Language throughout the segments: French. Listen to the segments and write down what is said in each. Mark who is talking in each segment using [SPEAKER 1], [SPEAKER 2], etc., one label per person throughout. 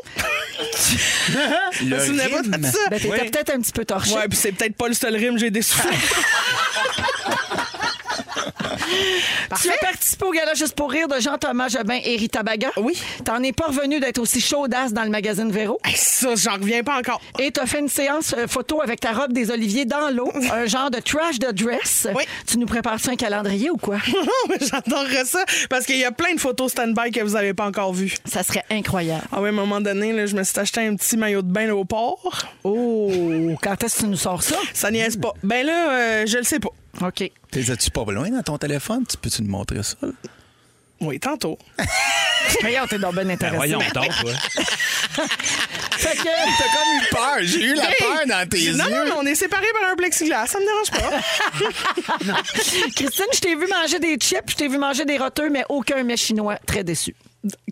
[SPEAKER 1] Je me souvenais pas de
[SPEAKER 2] rime.
[SPEAKER 1] ça.
[SPEAKER 3] Ben, t'étais
[SPEAKER 4] Oui.
[SPEAKER 3] peut-être un petit peu torché.
[SPEAKER 1] Ouais, puis c'est peut-être pas le seul rime que j'ai dessoufflé.
[SPEAKER 3] Tu as participé au gala Juste pour rire de Jean-Thomas Jobin et Rita Baga.
[SPEAKER 1] Oui.
[SPEAKER 3] T'en es pas revenu d'être aussi chaudasse dans le magazine Véro.
[SPEAKER 1] Hey, ça, j'en reviens pas encore.
[SPEAKER 3] Et t'as fait une séance euh, photo avec ta robe des oliviers dans l'eau, un genre de trash de dress.
[SPEAKER 1] Oui.
[SPEAKER 3] Tu nous prépares ça un calendrier ou quoi?
[SPEAKER 1] J'adorerais ça parce qu'il y a plein de photos stand-by que vous avez pas encore vues.
[SPEAKER 3] Ça serait incroyable.
[SPEAKER 1] Ah oui, à un moment donné, là, je me suis acheté un petit maillot de bain là, au port.
[SPEAKER 3] Oh, quand est-ce que tu nous sors ça?
[SPEAKER 1] Ça niaise pas. Ben là, euh, je le sais pas.
[SPEAKER 3] OK.
[SPEAKER 2] T'es-tu pas loin dans ton téléphone? Tu peux-tu nous montrer ça? là?
[SPEAKER 1] Oui, tantôt.
[SPEAKER 3] Voyons, t'es dans bonne
[SPEAKER 4] Ben
[SPEAKER 3] intéressant.
[SPEAKER 4] voyons donc. ouais.
[SPEAKER 3] Fait que-
[SPEAKER 2] T'as comme eu peur. J'ai eu la peur dans tes
[SPEAKER 1] Non, non,
[SPEAKER 2] yeux.
[SPEAKER 1] mais on est séparés par un plexiglas. Ça me dérange pas.
[SPEAKER 3] Christine, je t'ai vu manger des chips, je t'ai vu manger des roteux, mais aucun mets chinois. Très déçu.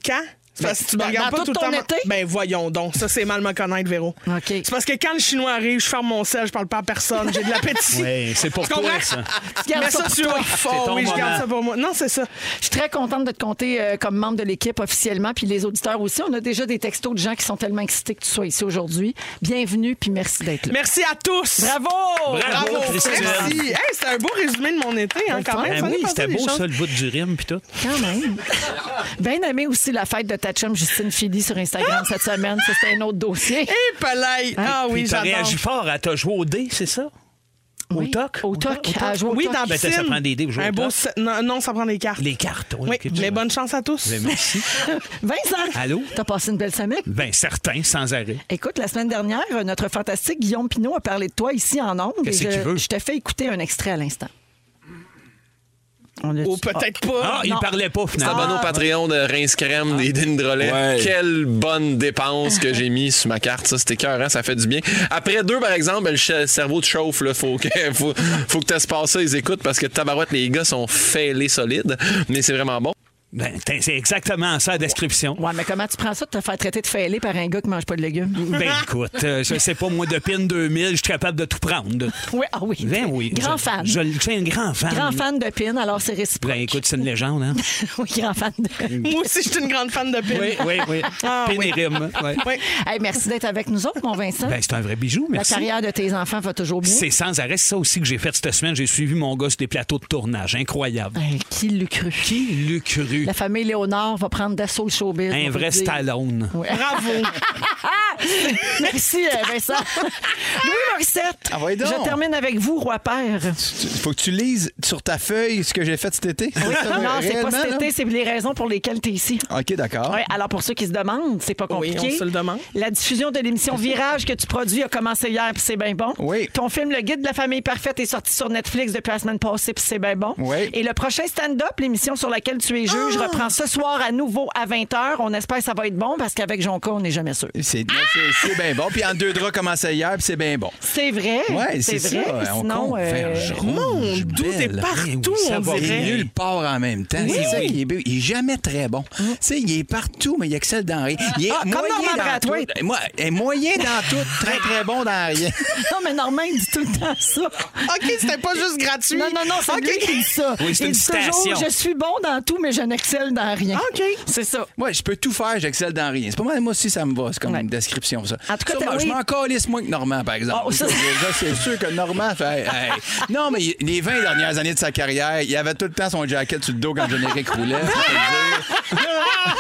[SPEAKER 1] Quand? C'est parce que tu me
[SPEAKER 3] dans-
[SPEAKER 1] regardes
[SPEAKER 3] dans
[SPEAKER 1] pas
[SPEAKER 3] tout
[SPEAKER 1] tout le
[SPEAKER 3] ton été?
[SPEAKER 1] temps. Ben voyons donc, ça c'est mal me connaître, Véro.
[SPEAKER 3] OK.
[SPEAKER 1] C'est parce que quand le chinois arrive, je ferme mon sel, je parle pas à personne, j'ai de l'appétit.
[SPEAKER 4] Ouais, c'est pour
[SPEAKER 1] Tu
[SPEAKER 4] toi,
[SPEAKER 1] comprends?
[SPEAKER 4] ça.
[SPEAKER 3] Tu gardes
[SPEAKER 1] Mais
[SPEAKER 3] ça
[SPEAKER 1] ça,
[SPEAKER 3] pour
[SPEAKER 1] tu
[SPEAKER 3] toi.
[SPEAKER 1] vas
[SPEAKER 4] C'est ton
[SPEAKER 1] fort. Oui, je garde
[SPEAKER 4] moment.
[SPEAKER 1] ça pour moi. Non, c'est ça.
[SPEAKER 3] Je suis très contente de te compter euh, comme membre de l'équipe officiellement, puis les auditeurs aussi. On a déjà des textos de gens qui sont tellement excités que tu sois ici aujourd'hui. Bienvenue, puis merci d'être là.
[SPEAKER 1] Merci à tous.
[SPEAKER 3] Bravo!
[SPEAKER 4] Bravo, Christine.
[SPEAKER 1] Merci. Hey, c'était un beau résumé de mon été, hein, quand
[SPEAKER 3] fun.
[SPEAKER 4] Ben
[SPEAKER 1] même. Ça en est
[SPEAKER 4] oui,
[SPEAKER 1] passé
[SPEAKER 4] c'était
[SPEAKER 1] des Ah
[SPEAKER 4] beau
[SPEAKER 1] choses.
[SPEAKER 4] ça, le bout du rime puis tout.
[SPEAKER 3] Quand même. Bien aimé aussi la fête de ta chum Justine Philly sur Instagram cette semaine. Ça, C'était un autre dossier.
[SPEAKER 5] Et palais! Ah oui,
[SPEAKER 4] Hein? Puis t'as
[SPEAKER 5] j'adore.
[SPEAKER 4] réagi fort. Elle t'a joué au dé, c'est ça? Au
[SPEAKER 3] Oui,
[SPEAKER 4] toc?
[SPEAKER 3] Au toc. à jouer au
[SPEAKER 5] Oui,
[SPEAKER 3] toc.
[SPEAKER 5] dans la
[SPEAKER 4] Ben, ça,
[SPEAKER 5] piscine.
[SPEAKER 4] ça prend des dés pour jouer au
[SPEAKER 5] Un beau
[SPEAKER 4] toc.
[SPEAKER 5] se- non, non, ça prend des cartes.
[SPEAKER 4] Les cartes.
[SPEAKER 5] Oui,
[SPEAKER 4] ok, tu vois.
[SPEAKER 5] mais bonne chance à tous.
[SPEAKER 4] Ben, Merci.
[SPEAKER 5] Vincent!
[SPEAKER 4] Allô?
[SPEAKER 5] T'as passé une belle semaine?
[SPEAKER 4] Ben, certain, sans arrêt.
[SPEAKER 5] Écoute, la semaine dernière, notre fantastique Guillaume Pinot a parlé de toi ici en ondes.
[SPEAKER 4] Qu'est-ce
[SPEAKER 5] et
[SPEAKER 4] qu'il veut?
[SPEAKER 5] je, je te fais écouter un extrait à l'instant. Ou peut-être
[SPEAKER 4] Ah, il parlait pas, finalement.
[SPEAKER 6] Abonne au bah
[SPEAKER 1] Ah,
[SPEAKER 6] Patreon de Rince Crème des Dindrolets.
[SPEAKER 2] Ouais.
[SPEAKER 6] Quelle bonne dépense que j'ai mis sur ma carte. Ça, c'était cœur, ça fait du bien. Après deux, par exemple, ben, le ch- cerveau te chauffe. Là. Faut que faut, faut que t'as passé les écoutes parce que tabarouette, les gars sont fêlés solides. Mais c'est vraiment bon.
[SPEAKER 4] Ben, t'in- c'est exactement ça, la description.
[SPEAKER 3] Ah. Ouais, mais comment tu prends ça de te faire traiter de fêlé par un gars qui mange pas de légumes?
[SPEAKER 4] Ben, écoute, euh, je sais pas, moi, de PIN 2000, je suis capable de tout prendre.
[SPEAKER 3] Oui, ah oui.
[SPEAKER 4] Ben oui.
[SPEAKER 3] Grand
[SPEAKER 4] Je-
[SPEAKER 3] fan.
[SPEAKER 4] Je, je suis un grand fan.
[SPEAKER 3] Grand fan de pin, alors c'est réciproque.
[SPEAKER 4] Ben, écoute, c'est une légende, hein?
[SPEAKER 3] oui, grand fan de
[SPEAKER 5] Moi aussi, je suis une grande fan de pin.
[SPEAKER 4] Oui, oui, oui.
[SPEAKER 5] Ah, oui.
[SPEAKER 4] Pénérime. ouais.
[SPEAKER 5] Oui.
[SPEAKER 3] Hey, merci d'être avec nous autres, mon Vincent.
[SPEAKER 4] Ben, c'est un vrai bijou,
[SPEAKER 3] La
[SPEAKER 4] merci.
[SPEAKER 3] carrière de tes enfants va toujours bien.
[SPEAKER 4] C'est sans arrêt c'est ça aussi que j'ai fait cette semaine. J'ai suivi mon gars sur des plateaux de tournage. Incroyable.
[SPEAKER 3] Hey, qui l'eût cru?
[SPEAKER 4] Qui l'eût cru?
[SPEAKER 3] La famille Léonard va prendre d'assaut le showbiz.
[SPEAKER 4] Un
[SPEAKER 3] on peut
[SPEAKER 4] vrai
[SPEAKER 3] le dire.
[SPEAKER 4] Stallone.
[SPEAKER 3] Ouais. Merci, euh, Vincent. Louis Morissette,
[SPEAKER 2] Ah, ouais, donc.
[SPEAKER 3] je termine avec vous, roi père.
[SPEAKER 2] Tu- Faut que tu lises sur ta feuille ce que j'ai fait cet été.
[SPEAKER 3] non, c'est pas
[SPEAKER 2] Réellement,
[SPEAKER 3] cet
[SPEAKER 2] là?
[SPEAKER 3] été, c'est les raisons pour lesquelles tu es ici.
[SPEAKER 2] OK, d'accord.
[SPEAKER 3] Ouais, alors pour ceux qui se demandent, c'est pas
[SPEAKER 5] Oui,
[SPEAKER 3] compliqué.
[SPEAKER 5] on se le demande.
[SPEAKER 3] La diffusion de l'émission Virage que tu produis a commencé hier, puis c'est bien bon.
[SPEAKER 2] Oui.
[SPEAKER 3] Ton film Le Guide de la famille parfaite est sorti sur Netflix depuis la semaine passée, puis c'est bien bon.
[SPEAKER 2] Oui.
[SPEAKER 3] Et le prochain stand-up, l'émission sur laquelle tu es juge, reprend ce soir à nouveau à 20h. On espère que ça va être bon parce qu'avec Jonca, on n'est jamais sûr.
[SPEAKER 2] C'est c'est- c'est bien bon. Puis en deux draps, comment c'est hier, puis c'est bien bon.
[SPEAKER 3] C'est vrai.
[SPEAKER 2] Ouais, c'est
[SPEAKER 3] vrai.
[SPEAKER 2] ça. On
[SPEAKER 3] Sinon, euh,
[SPEAKER 2] converge
[SPEAKER 5] Mon
[SPEAKER 2] rouge,
[SPEAKER 5] Dieu,
[SPEAKER 2] belle.
[SPEAKER 5] t'es partout,
[SPEAKER 2] Eh oui, ça
[SPEAKER 5] on
[SPEAKER 2] va
[SPEAKER 5] dirait.
[SPEAKER 2] nulle part en même temps. c'est ça qui est beau. Il est jamais très bon. Tu sais, il est partout, mais il excelle dans rien. Il est
[SPEAKER 3] Mm. Ah, comme
[SPEAKER 2] moyen
[SPEAKER 3] Norman
[SPEAKER 2] dans
[SPEAKER 3] Brathwaite.
[SPEAKER 2] tout. Moi, il est moyen dans tout, très très bon dans rien.
[SPEAKER 3] non, mais Normand, il dit tout le temps ça.
[SPEAKER 5] OK, c'était pas juste gratuit.
[SPEAKER 3] Non, non, non, c'est
[SPEAKER 5] OK.
[SPEAKER 3] lui qui dit ça.
[SPEAKER 4] Oui, c'est
[SPEAKER 3] Il
[SPEAKER 4] une
[SPEAKER 3] dit toujours,
[SPEAKER 4] citation.
[SPEAKER 3] je suis bon dans tout, mais je n'excelle dans rien.
[SPEAKER 1] Ah,
[SPEAKER 5] OK.
[SPEAKER 3] C'est ça.
[SPEAKER 2] Moi, je peux tout faire, j'excelle dans rien. C'est pas mal, moi aussi, ça me va. C'est comme
[SPEAKER 3] Ouais.
[SPEAKER 2] une description, ça.
[SPEAKER 3] En tout cas,
[SPEAKER 2] Ça,
[SPEAKER 3] t'as-
[SPEAKER 2] moi,
[SPEAKER 3] oui.
[SPEAKER 2] je m'en calisse moins que Normand, par exemple.
[SPEAKER 3] Oh, ça-
[SPEAKER 2] Ça, c'est sûr que Normand fait. hey, Non, mais il- les 20 dernières années de sa carrière, il avait tout le temps son jacket sur le dos quand le générique roulait. faut te le dire.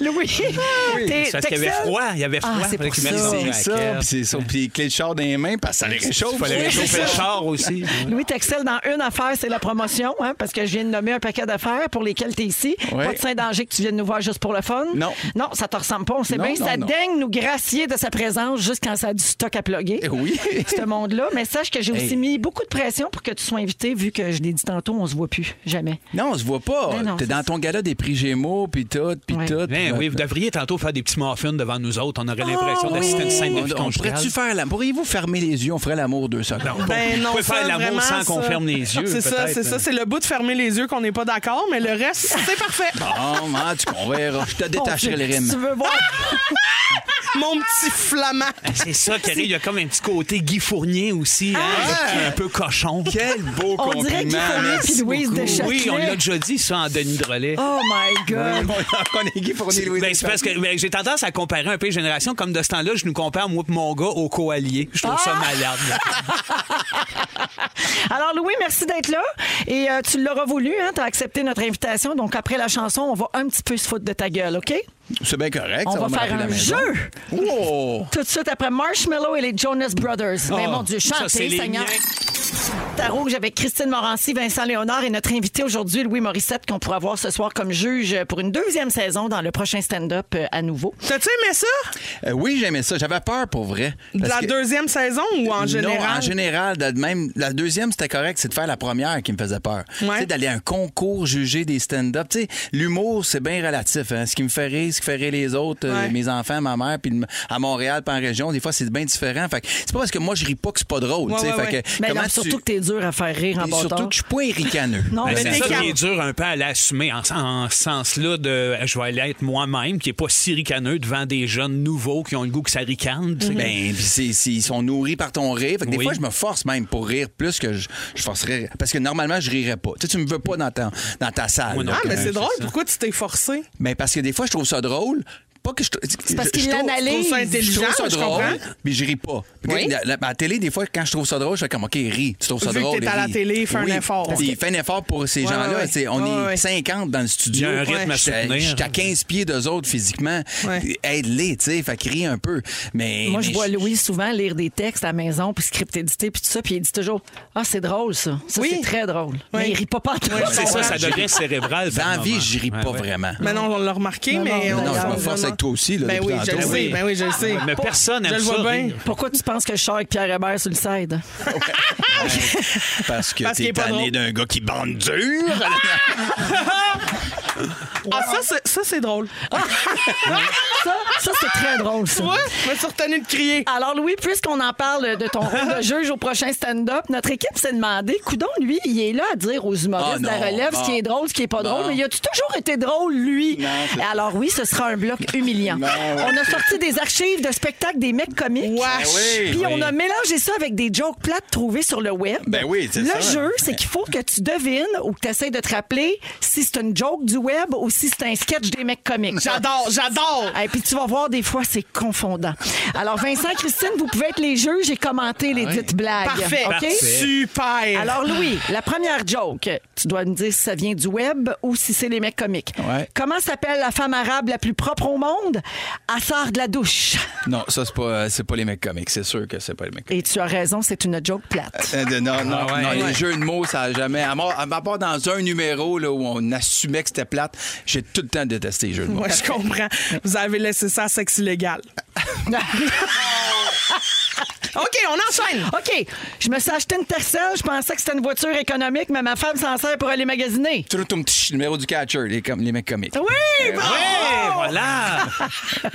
[SPEAKER 3] Louis, t'es-
[SPEAKER 4] C'est parce qu'il y avait
[SPEAKER 3] t'excelles?
[SPEAKER 4] froid. Il y avait froid.
[SPEAKER 3] Ah, c'est
[SPEAKER 4] Fallait
[SPEAKER 3] pour
[SPEAKER 4] qu'il
[SPEAKER 3] ça.
[SPEAKER 4] mette son
[SPEAKER 2] C'est ça,
[SPEAKER 4] jacket.
[SPEAKER 2] puis c'est ça. Puis les clés de char dans les mains, parce que ça les réchauffe.
[SPEAKER 4] Il fallait réchauffer le char aussi.
[SPEAKER 3] Louis, t'excelles dans une affaire, c'est la promotion, hein, parce que je viens de nommer un paquet d'affaires pour lesquelles t'es ici.
[SPEAKER 2] Ouais.
[SPEAKER 3] Pas de Saint-Danger que tu viennes nous voir juste pour le fun.
[SPEAKER 2] Non.
[SPEAKER 3] Non, ça te ressemble pas, on sait
[SPEAKER 2] Non,
[SPEAKER 3] bien.
[SPEAKER 2] non,
[SPEAKER 3] ça
[SPEAKER 2] non.
[SPEAKER 3] daigne nous gracier de sa présence juste quand ça a du stock à plugger.
[SPEAKER 2] Eh oui.
[SPEAKER 3] Ce monde-là. Mais sache que j'ai aussi
[SPEAKER 2] Hey.
[SPEAKER 3] mis beaucoup de pression pour que tu sois invité, vu que je l'ai dit tantôt, on se voit plus. Jamais.
[SPEAKER 2] Non, on se voit pas.
[SPEAKER 3] Ben non,
[SPEAKER 2] T'es
[SPEAKER 3] c'est
[SPEAKER 2] dans
[SPEAKER 3] ça.
[SPEAKER 2] ton gala des prix Gémeaux, puis tout, puis
[SPEAKER 3] Ouais.
[SPEAKER 2] tout.
[SPEAKER 4] Ben oui, vous devriez tantôt faire des petits muffins devant nous autres. On aurait
[SPEAKER 3] Ah
[SPEAKER 4] l'impression d'assister à une scène de vie
[SPEAKER 2] On, on
[SPEAKER 4] conjugale.
[SPEAKER 2] pourrait-tu faire l'amour? Pourriez-vous fermer les yeux? On ferait l'amour deux secondes.
[SPEAKER 5] Ben non,
[SPEAKER 4] pouvez
[SPEAKER 5] ça,
[SPEAKER 4] faire l'amour
[SPEAKER 5] vraiment,
[SPEAKER 4] sans qu'on
[SPEAKER 5] ça.
[SPEAKER 4] ferme les yeux,
[SPEAKER 5] C'est ça,
[SPEAKER 4] peut-être.
[SPEAKER 5] c'est ça. C'est le bout de fermer les yeux qu'on n'est pas d'accord, mais le reste, c'est parfait.
[SPEAKER 2] Bon, hein, tu qu'on verra. Je te détacherai
[SPEAKER 3] Si
[SPEAKER 2] les
[SPEAKER 3] tu
[SPEAKER 2] rimes.
[SPEAKER 3] veux voir.
[SPEAKER 5] Mon petit flamand.
[SPEAKER 4] C'est ça, Carrie, il y a comme un petit côté Guy Fournier aussi, hein, qui est un peu cochon.
[SPEAKER 2] Ah! Quel beau
[SPEAKER 3] On dirait qu'il fallait puis Louise de Châtelet.
[SPEAKER 4] Oui, on l'a déjà dit, ça, en Denis Drolet.
[SPEAKER 3] Oh my God.
[SPEAKER 2] On est Guy Fournier, Louis
[SPEAKER 4] Ben, c'est parce que ben, j'ai tendance à comparer un peu les générations. Comme de ce temps-là, je nous compare, moi et mon gars, au coallier. Je trouve ça
[SPEAKER 2] Ah!
[SPEAKER 4] malade.
[SPEAKER 3] Alors, Louis, merci d'être là. Et euh, tu l'auras voulu, hein, tu as accepté notre invitation. Donc, après la chanson, on va un petit peu se foutre de ta gueule, OK?
[SPEAKER 2] C'est bien correct.
[SPEAKER 3] on
[SPEAKER 2] ça
[SPEAKER 3] va
[SPEAKER 2] me
[SPEAKER 3] faire
[SPEAKER 2] rappeler la
[SPEAKER 3] un
[SPEAKER 2] maison.
[SPEAKER 3] jeu
[SPEAKER 2] Oh!
[SPEAKER 3] tout de suite après Marshmallow et les Jonas Brothers. Mais
[SPEAKER 4] Oh,
[SPEAKER 3] mon Dieu,
[SPEAKER 4] ça, c'est
[SPEAKER 3] chantez,
[SPEAKER 4] les
[SPEAKER 3] Seigneur.
[SPEAKER 4] miens.
[SPEAKER 3] Ta rouge avec Christine Morancy, Vincent Léonard et notre invité aujourd'hui, Louis Morissette, qu'on pourra voir ce soir comme juge pour une deuxième saison dans le prochain stand-up euh, à nouveau.
[SPEAKER 5] T'as-tu aimé ça?
[SPEAKER 2] Euh, oui, j'aimais ça. J'avais peur pour vrai.
[SPEAKER 5] De
[SPEAKER 2] Parce
[SPEAKER 5] la
[SPEAKER 2] que-
[SPEAKER 5] deuxième saison ou en général?
[SPEAKER 2] Non, en général, de- même la deuxième, c'était correct, c'est de faire la première qui me faisait peur.
[SPEAKER 5] Ouais.
[SPEAKER 2] Tu sais, d'aller à un concours juger des stand-up. Tu sais, l'humour, c'est bien relatif. hein. Ce qui me fait rire, ce qui fait rire les autres, euh,
[SPEAKER 5] Ouais.
[SPEAKER 2] mes enfants, ma mère, puis le- à Montréal, puis en région, des fois, c'est bien différent. Fait que c'est pas parce que moi, je ris pas que c'est pas drôle. tu sais.
[SPEAKER 5] Ouais, ouais,
[SPEAKER 2] Fait
[SPEAKER 5] ouais.
[SPEAKER 2] que
[SPEAKER 3] Mais
[SPEAKER 2] comment
[SPEAKER 3] là,
[SPEAKER 2] tu-
[SPEAKER 3] surtout que t'es dur à faire rire en
[SPEAKER 2] Puis surtout
[SPEAKER 3] bâtard.
[SPEAKER 2] que je suis pas ricaneux.
[SPEAKER 3] Non,
[SPEAKER 4] Ben,
[SPEAKER 3] mais
[SPEAKER 4] c'est
[SPEAKER 3] t'es
[SPEAKER 4] ça
[SPEAKER 3] capable.
[SPEAKER 4] qui est dur un peu à l'assumer en, en ce sens-là de euh, je vais aller être moi-même, qui est pas si ricaneux devant des jeunes nouveaux qui ont le goût que ça ricane. tu sais.
[SPEAKER 2] Ben, puis c'est- c'est- ils sont nourris par ton rire. Fait que des
[SPEAKER 4] Oui.
[SPEAKER 2] fois, je me force même pour rire plus que je, je forcerais. Parce que normalement, je rirais pas. Tu sais, tu me veux pas dans ta, dans ta salle.
[SPEAKER 4] Moi non
[SPEAKER 2] Donc,
[SPEAKER 5] Ah, mais
[SPEAKER 2] euh,
[SPEAKER 5] c'est drôle. Pourquoi tu t'es forcé?
[SPEAKER 2] Mais parce que des fois, je trouve ça drôle. pas que je. C'est
[SPEAKER 3] parce qu'il l'analyse.
[SPEAKER 2] Je trouve ça
[SPEAKER 1] intelligent,
[SPEAKER 2] ça
[SPEAKER 1] je
[SPEAKER 2] drôle,
[SPEAKER 1] comprends.
[SPEAKER 2] mais je ris pas. Puis
[SPEAKER 1] Oui.
[SPEAKER 2] la- la- à la télé, des fois, quand je trouve ça drôle, je fais comme, OK, ris. Tu trouves ça
[SPEAKER 1] Vu que
[SPEAKER 2] drôle.
[SPEAKER 1] t'es à la
[SPEAKER 2] ris.
[SPEAKER 1] télé, fais un
[SPEAKER 2] Oui.
[SPEAKER 1] effort.
[SPEAKER 2] Puis fais un effort pour ces
[SPEAKER 1] Ouais,
[SPEAKER 2] gens-là.
[SPEAKER 1] ouais,
[SPEAKER 2] Tu sais, On
[SPEAKER 1] ouais, ouais.
[SPEAKER 2] est 50 dans le studio.
[SPEAKER 4] Il y a un rythme à
[SPEAKER 2] Je suis
[SPEAKER 4] soutenir.
[SPEAKER 2] je suis à 15 pieds d'eux autres physiquement.
[SPEAKER 1] Ouais.
[SPEAKER 2] Aide-les, tu sais. Fait qu'ils rient un peu. Mais.
[SPEAKER 3] Moi,
[SPEAKER 2] mais
[SPEAKER 3] je vois Louis souvent lire des textes à la maison, puis script édité, puis tout ça, puis il dit toujours Ah, c'est drôle, ça. Ça,
[SPEAKER 1] Oui.
[SPEAKER 3] c'est très drôle. Mais
[SPEAKER 1] Oui.
[SPEAKER 3] il rit pas partout.
[SPEAKER 1] Oui,
[SPEAKER 4] C'est ça, ça devient cérébral.
[SPEAKER 2] Dans
[SPEAKER 4] par
[SPEAKER 2] la vie,
[SPEAKER 4] moment.
[SPEAKER 2] je ris
[SPEAKER 4] Ouais,
[SPEAKER 2] pas
[SPEAKER 4] ouais.
[SPEAKER 2] vraiment.
[SPEAKER 1] Mais non, on l'a remarqué,
[SPEAKER 3] Non,
[SPEAKER 1] mais.
[SPEAKER 3] non,
[SPEAKER 1] on-
[SPEAKER 2] non, je
[SPEAKER 1] on-
[SPEAKER 2] me force avec toi aussi, là,
[SPEAKER 1] Ben
[SPEAKER 2] depuis
[SPEAKER 1] oui, je le
[SPEAKER 2] tantôt. Ah,
[SPEAKER 1] sais. Ben oui, je le sais.
[SPEAKER 4] Mais personne
[SPEAKER 1] Je
[SPEAKER 4] n'aime
[SPEAKER 1] le
[SPEAKER 4] ça.
[SPEAKER 1] vois bien.
[SPEAKER 3] Pourquoi tu penses que je sors avec Pierre Hébert sur le side?
[SPEAKER 2] Parce que
[SPEAKER 1] Parce qu'il
[SPEAKER 2] t'es
[SPEAKER 1] est pas
[SPEAKER 2] tanné
[SPEAKER 1] drôle.
[SPEAKER 2] d'un gars qui bande dur.
[SPEAKER 1] Ah, ça, c'est- ça, c'est drôle. Ah,
[SPEAKER 3] ça, ça c'est très drôle,
[SPEAKER 1] Tu
[SPEAKER 4] Ah.
[SPEAKER 3] ça.
[SPEAKER 1] vois, je me suis retenue de crier.
[SPEAKER 3] Alors, Louis, puisqu'on en parle de ton rôle de juge au prochain stand-up, notre équipe s'est demandé, Coudon, lui, il est là à dire aux humoristes
[SPEAKER 2] Ah,
[SPEAKER 3] de la
[SPEAKER 2] non,
[SPEAKER 3] relève
[SPEAKER 2] non.
[SPEAKER 3] ce qui est drôle, ce qui est pas
[SPEAKER 2] Non.
[SPEAKER 3] drôle, mais il a-tu toujours été drôle, lui?
[SPEAKER 2] Non, c'est-
[SPEAKER 3] Alors, oui, ce sera un bloc humiliant.
[SPEAKER 2] Non.
[SPEAKER 3] On a sorti des archives de spectacles des mecs comiques.
[SPEAKER 1] Wesh.
[SPEAKER 2] Ben oui.
[SPEAKER 3] Puis on a mélangé ça avec des jokes plates trouvées sur le web.
[SPEAKER 2] Ben oui, c'est
[SPEAKER 3] Le
[SPEAKER 2] ça.
[SPEAKER 3] jeu, c'est qu'il faut que tu devines ou que tu essaies de te rappeler si c'est une joke du web ou si c'est un sketch des mecs comiques.
[SPEAKER 1] J'adore, j'adore.
[SPEAKER 3] Et puis tu vas voir, des fois, c'est confondant. Alors, Vincent, Christine, vous pouvez être les juges. J'ai commenté les dites blagues.
[SPEAKER 1] Parfait.
[SPEAKER 3] OK?
[SPEAKER 1] Super.
[SPEAKER 3] Alors, Louis, la première joke, tu dois me dire si ça vient du web ou si c'est les mecs comiques.
[SPEAKER 2] Ouais.
[SPEAKER 3] Comment s'appelle la femme arabe la plus propre au monde? Elle sort de la douche.
[SPEAKER 2] Non, ça, c'est pas, euh, c'est pas les mecs comiques. C'est sûr que c'est pas les mecs
[SPEAKER 3] Et tu as raison, c'est une joke plate.
[SPEAKER 2] Euh, de- non, non,
[SPEAKER 4] Ah ouais.
[SPEAKER 2] non,
[SPEAKER 4] Ouais.
[SPEAKER 2] les jeux de mots, ça a jamais. À, mort- à part dans un numéro là, où on assumait que c'était plate, j'ai tout le temps détesté les jeux de mots.
[SPEAKER 1] Ouais, je comprends. Vous avez laissé ça à sexe illégal. OK, on enchaîne.
[SPEAKER 3] OK, je me suis acheté une Tercel, je pensais que c'était une voiture économique, mais ma femme s'en sert pour aller magasiner.
[SPEAKER 2] Troutoum tch, numéro du catcher, les, com- les mecs comiques.
[SPEAKER 3] Oui, bon!
[SPEAKER 4] Ouais, voilà!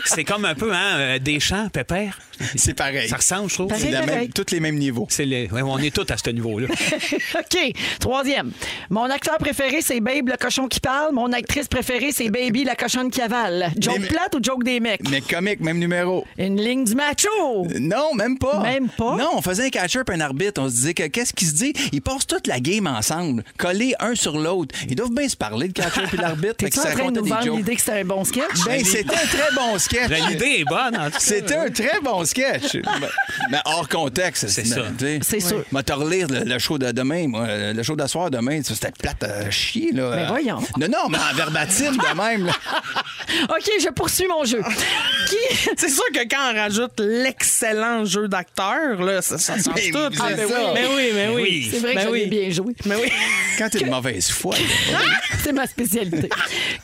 [SPEAKER 4] C'est comme un peu, hein, euh, Deschamps, Pépère.
[SPEAKER 2] C'est pareil.
[SPEAKER 4] Ça ressemble, je trouve.
[SPEAKER 2] C'est la
[SPEAKER 3] pareil.
[SPEAKER 2] même- tous les mêmes niveaux.
[SPEAKER 4] C'est les- ouais, on est tous à ce niveau-là.
[SPEAKER 3] OK. Troisième. Mon acteur préféré, c'est Babe, le cochon qui parle. Mon actrice préférée, c'est Baby, la cochonne qui avale. Joke
[SPEAKER 2] Mais-
[SPEAKER 3] plate ou joke des mecs?
[SPEAKER 2] Mais comique, même numéro.
[SPEAKER 3] Une ligne du macho.
[SPEAKER 2] Euh, Non, même pas.
[SPEAKER 3] Même pas?
[SPEAKER 2] Non, on faisait un catcher et un arbitre. On se disait que qu'est-ce qui se dit? Ils passent toute la game ensemble, collés un sur l'autre. Ils doivent bien se parler, le catcher puis l'arbitre. fait
[SPEAKER 3] T'es-tu
[SPEAKER 2] qu'ils
[SPEAKER 3] en
[SPEAKER 2] se
[SPEAKER 3] train de
[SPEAKER 2] racontaient
[SPEAKER 3] nous
[SPEAKER 2] des
[SPEAKER 3] vendre
[SPEAKER 2] jokes.
[SPEAKER 3] l'idée que c'était un bon sketch?
[SPEAKER 2] Ben, c'était un très bon sketch.
[SPEAKER 4] Ben, L'idée est bonne, en tout cas.
[SPEAKER 2] C'était un très bon sketch. Mais- Mais hors contexte,
[SPEAKER 4] C'est
[SPEAKER 2] mais,
[SPEAKER 4] ça.
[SPEAKER 2] tu sais,
[SPEAKER 3] C'est sûr.
[SPEAKER 2] Moi, te relire le, le show de demain, moi, le show d'asseoir demain, ça, c'était plate à chier, là.
[SPEAKER 3] Mais Ben, voyons.
[SPEAKER 2] Non, non, mais en verbatim, de même, là.
[SPEAKER 3] OK, je poursuis mon jeu. qui...
[SPEAKER 1] C'est sûr que quand on rajoute l'excellent jeu d'acteur, là, ça, ça change
[SPEAKER 2] Mais
[SPEAKER 1] tout.
[SPEAKER 2] c'est Ah, ben ça. oui.
[SPEAKER 1] Mais oui, mais oui.
[SPEAKER 3] C'est vrai que
[SPEAKER 1] Ben
[SPEAKER 3] j'avais
[SPEAKER 1] oui.
[SPEAKER 3] bien joué.
[SPEAKER 1] Mais oui.
[SPEAKER 2] Quand t'es de mauvaise foi, là.
[SPEAKER 3] C'est ma spécialité.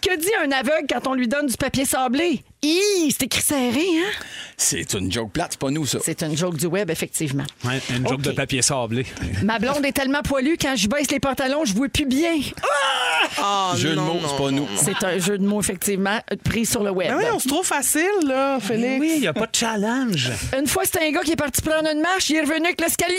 [SPEAKER 3] que dit un aveugle quand on lui donne du papier sablé? Hi, c'est écrit serré, hein?
[SPEAKER 2] c'est une joke plate, c'est pas nous, ça.
[SPEAKER 3] C'est une joke du web, effectivement.
[SPEAKER 4] Ouais, une joke
[SPEAKER 3] OK.
[SPEAKER 4] de papier sablé.
[SPEAKER 3] Ma blonde est tellement poilue, quand je baisse les pantalons, je vois plus bien.
[SPEAKER 1] Ah,
[SPEAKER 2] Jeu de
[SPEAKER 1] non,
[SPEAKER 2] mots,
[SPEAKER 1] non.
[SPEAKER 2] c'est pas nous.
[SPEAKER 3] C'est un jeu de mots, effectivement, pris sur le web.
[SPEAKER 1] Ben oui, on se trouve facile, là, Félix.
[SPEAKER 4] il n'y a pas de challenge.
[SPEAKER 3] Une fois, c'était un gars qui est parti prendre une marche, il est revenu avec l'escalier.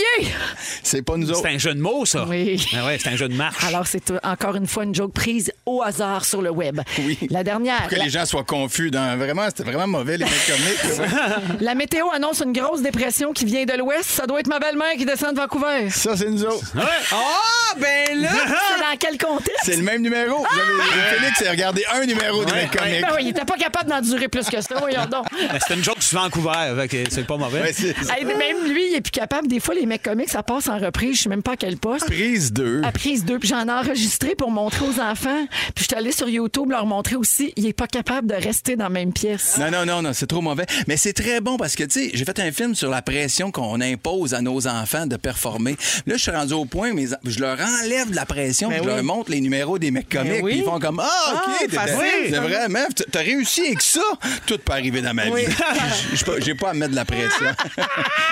[SPEAKER 2] C'est pas nous
[SPEAKER 4] C'est
[SPEAKER 2] autres.
[SPEAKER 4] un jeu de mots, ça.
[SPEAKER 3] Oui.
[SPEAKER 4] Ah ouais, c'est un jeu de marche.
[SPEAKER 3] Alors, c'est euh, encore une fois une joke prise au hasard sur le web.
[SPEAKER 2] Oui.
[SPEAKER 3] La dernière.
[SPEAKER 2] Pour que
[SPEAKER 3] la-
[SPEAKER 2] les gens soient confus. Dans... Vraiment, c'était vraiment mauvais, les mecs comiques. là.
[SPEAKER 3] La météo annonce une grosse dépression qui vient de l'ouest. Ça doit être ma belle-mère qui descend de Vancouver.
[SPEAKER 2] ça, c'est nous autres.
[SPEAKER 1] Ah, ben là!
[SPEAKER 3] C'est dans quel contexte?
[SPEAKER 2] C'est le même numéro. Vous avez... Félix a regardé un numéro des mecs comiques.
[SPEAKER 3] Ben oui, il n'était pas capable d'en durer plus que ça, voyons donc.
[SPEAKER 4] Mais Ben, C'est une joke sur Vancouver, fait que c'est pas mauvais.
[SPEAKER 2] Ouais, c'est
[SPEAKER 3] Hey, même lui, il est plus capable. Des fois, les mecs comiques, ça passe en reprise. Je sais même pas à quel poste.
[SPEAKER 2] prise 2.
[SPEAKER 3] à prise 2, puis j'en ai enregistré pour montrer aux enfants. Puis je suis allée sur YouTube leur montrer aussi, il est pas capable de rester dans la même pièce.
[SPEAKER 2] Non, non, non, non, c'est trop mauvais. Mais c'est très bon parce que, tu sais, j'ai fait un film sur la pression qu'on impose à nos enfants de performer. Là, je suis rendu au point, mais je leur enlève de la pression,
[SPEAKER 1] Ben
[SPEAKER 2] puis je
[SPEAKER 1] oui.
[SPEAKER 2] leur montre les numéros des mecs comiques,
[SPEAKER 1] oui.
[SPEAKER 2] puis ils font comme Ben Ah, OK,
[SPEAKER 1] Ah,
[SPEAKER 2] t'es-
[SPEAKER 1] facile,
[SPEAKER 2] t'es- t'es
[SPEAKER 1] ça.
[SPEAKER 2] vraiment, t- t'as réussi avec ça. Tout peut arriver dans ma vie. J'ai- j'ai pas- J'ai pas à mettre de la pression.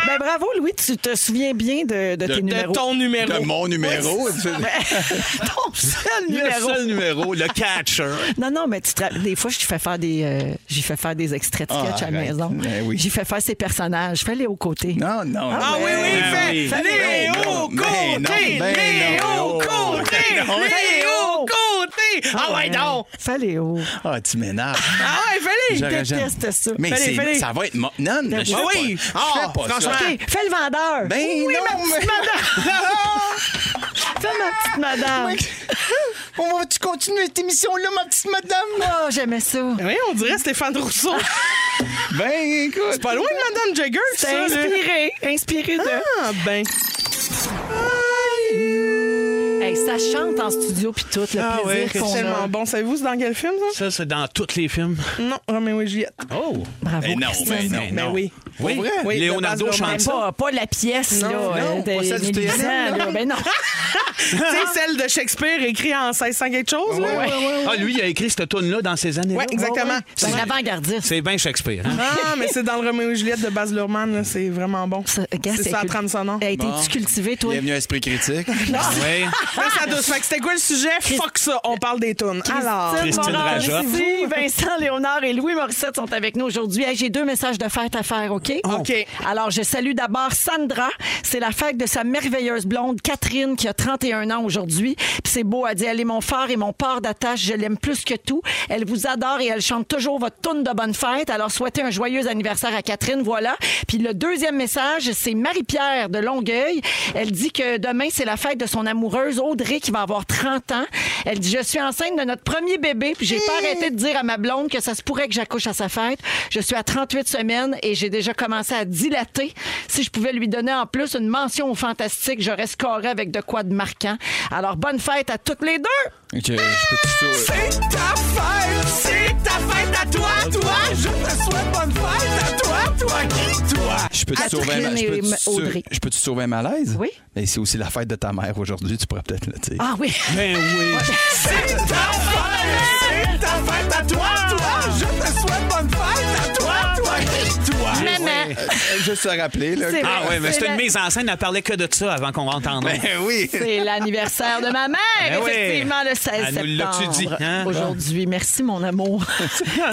[SPEAKER 3] Ben bravo, Louis, tu te souviens bien de, de tes numéros.
[SPEAKER 1] De ton numéro.
[SPEAKER 2] de mon numéro.
[SPEAKER 1] Ben,
[SPEAKER 3] Ton seul
[SPEAKER 4] le
[SPEAKER 3] numéro.
[SPEAKER 4] seul numéro, le catcher.
[SPEAKER 3] Non, non, mais tu te rappelles, des fois, je fais faire des, euh, j'ai fait faire des extraits de
[SPEAKER 2] Ah,
[SPEAKER 3] sketch à la
[SPEAKER 2] arrête.
[SPEAKER 3] maison.
[SPEAKER 2] Ben oui.
[SPEAKER 3] J'ai fait faire ses personnages. Fais-les aux côtés.
[SPEAKER 2] Non, non.
[SPEAKER 1] Ah oui, oui,
[SPEAKER 4] Ben
[SPEAKER 1] fait.
[SPEAKER 4] oui.
[SPEAKER 2] Ben non,
[SPEAKER 1] Léo
[SPEAKER 2] ben non,
[SPEAKER 1] Côté!
[SPEAKER 2] ben non. Ben
[SPEAKER 1] Léo Côté! Léo Côté! Ah ouais,
[SPEAKER 3] Euh, ben
[SPEAKER 1] donc!
[SPEAKER 3] Fais-les aux.
[SPEAKER 2] Ah, tu m'énerves.
[SPEAKER 1] Ah ouais, Félix!
[SPEAKER 2] J'aurais jamais-
[SPEAKER 3] déteste ça.
[SPEAKER 2] Mais
[SPEAKER 1] Fallait,
[SPEAKER 2] c'est-
[SPEAKER 1] fallait.
[SPEAKER 2] ça va être. mo- Non, mais je fais
[SPEAKER 1] Ah
[SPEAKER 2] pas- je
[SPEAKER 1] oui.
[SPEAKER 2] fais
[SPEAKER 1] Ah,
[SPEAKER 2] pas ça.
[SPEAKER 1] franchement.
[SPEAKER 3] OK, fais le vendeur.
[SPEAKER 2] Ben non, mais-
[SPEAKER 3] Fais ma petite madame.
[SPEAKER 7] On va-tu continuer cette émission-là, ma petite madame?
[SPEAKER 3] Oh, j'aimais ça.
[SPEAKER 1] Oui, on dirait Stéphane Rousseau.
[SPEAKER 7] ben, écoute.
[SPEAKER 1] C'est pas loin de Madame Jagger,
[SPEAKER 3] C'est
[SPEAKER 1] ça. là.
[SPEAKER 3] inspiré. Inspiré de.
[SPEAKER 1] Ah, ben.
[SPEAKER 3] Hey, ça chante en studio, puis tout, le
[SPEAKER 1] Ah ouais,
[SPEAKER 3] plaisir
[SPEAKER 1] c'est
[SPEAKER 3] qu'on a.
[SPEAKER 1] tellement bon. Savez-vous c'est dans quel film, ça?
[SPEAKER 4] Ça, c'est dans tous les films.
[SPEAKER 1] Non, Roméo et Juliette.
[SPEAKER 4] Oh!
[SPEAKER 3] Bravo,
[SPEAKER 2] Mais non,
[SPEAKER 3] Christine.
[SPEAKER 2] mais non.
[SPEAKER 1] Ben oui.
[SPEAKER 4] Oui,
[SPEAKER 7] Pour vrai?
[SPEAKER 1] Oui,
[SPEAKER 4] Leonardo
[SPEAKER 1] le base
[SPEAKER 4] chante
[SPEAKER 1] romain.
[SPEAKER 4] ça.
[SPEAKER 3] Pas, pas la pièce,
[SPEAKER 1] Non,
[SPEAKER 3] là.
[SPEAKER 1] non,
[SPEAKER 3] euh, de
[SPEAKER 7] pas celle du
[SPEAKER 3] Mélisande,
[SPEAKER 7] TNL,
[SPEAKER 3] là. Ben non.
[SPEAKER 1] tu sais, celle de Shakespeare écrite en 1600 quelque chose, là?
[SPEAKER 4] Ah, lui, il a écrit cette tune-là dans ces années-là.
[SPEAKER 1] Ouais, exactement.
[SPEAKER 3] C'est Ben, un avant-gardiste.
[SPEAKER 4] C'est bien Shakespeare. hein?
[SPEAKER 1] Ah, mais c'est dans le Roméo et Juliette de Baz Luhrmann, là, c'est vraiment bon.
[SPEAKER 3] Ça, gars,
[SPEAKER 1] C'est ça, la
[SPEAKER 3] cul-
[SPEAKER 1] trame sonore.
[SPEAKER 3] Hey,
[SPEAKER 2] Bon.
[SPEAKER 3] T'es-tu cultivé, toi?
[SPEAKER 2] Bienvenue à Esprit Critique.
[SPEAKER 4] Oui.
[SPEAKER 1] Là, Ben, ça douce. Fait que c'était quoi le sujet? Fuck ça, on parle des tunes. Alors,
[SPEAKER 4] Christine
[SPEAKER 3] Bonheur,
[SPEAKER 4] Rajot.
[SPEAKER 3] merci. Vincent, Léonard et Louis Morissette sont avec nous aujourd'hui. Hey, J'ai deux messages de fête à faire, OK?
[SPEAKER 1] OK.
[SPEAKER 3] Alors, je salue d'abord Sandra. C'est la fête de sa merveilleuse blonde, Catherine, qui a 31 ans aujourd'hui. Puis c'est beau, elle dit, elle est mon phare et mon port d'attache. Je l'aime plus que tout. Elle vous adore et elle chante toujours votre tourne de bonne fête. Alors, souhaitez un joyeux anniversaire à Catherine, voilà. Puis le deuxième message, c'est Marie-Pierre de Longueuil. Elle dit que Euh, demain, c'est la fête de son amoureuse, Audrey, qui va avoir 30 ans. Elle dit, je suis enceinte de notre premier bébé, puis j'ai pas arrêté de dire à ma blonde que ça se pourrait que j'accouche à sa fête. Je suis à 38 semaines et j'ai déjà commencé à dilater. Si je pouvais lui donner en plus une mention au fantastique, j'aurais scoré avec de quoi de marquant. Alors, bonne fête à toutes les deux!
[SPEAKER 2] Ok, je peux tout ça.
[SPEAKER 7] C'est ta fête, c'est ta fête à toi, toi. Je te souhaite bonne fête à toi, toi qui, toi.
[SPEAKER 2] Je peux te
[SPEAKER 3] Catherine
[SPEAKER 2] sauver, un- je peux
[SPEAKER 3] et
[SPEAKER 2] te sau-
[SPEAKER 3] Audrey.
[SPEAKER 2] je peux te sauver un malaise?
[SPEAKER 3] Oui.
[SPEAKER 2] Mais c'est aussi la fête de ta mère aujourd'hui, tu pourrais peut-être le dire.
[SPEAKER 3] Ah oui!
[SPEAKER 4] Ben oui.
[SPEAKER 7] C'est ta fête, c'est ta fête à toi, toi. Je te souhaite bonne fête à toi, toi qui, toi.
[SPEAKER 3] Maman!
[SPEAKER 2] Euh, Juste se rappeler, là.
[SPEAKER 3] C'est-
[SPEAKER 4] Ah oui, mais
[SPEAKER 3] C'est
[SPEAKER 4] c'était
[SPEAKER 3] la-
[SPEAKER 4] une mise en scène, elle parlait que de ça avant qu'on entende.
[SPEAKER 2] Ben oui.
[SPEAKER 3] C'est l'anniversaire de ma mère,
[SPEAKER 4] Ben oui.
[SPEAKER 3] effectivement, le 16
[SPEAKER 4] Elle nous
[SPEAKER 3] septembre.
[SPEAKER 4] l'a-tu dit, hein?
[SPEAKER 3] Aujourd'hui, merci mon amour.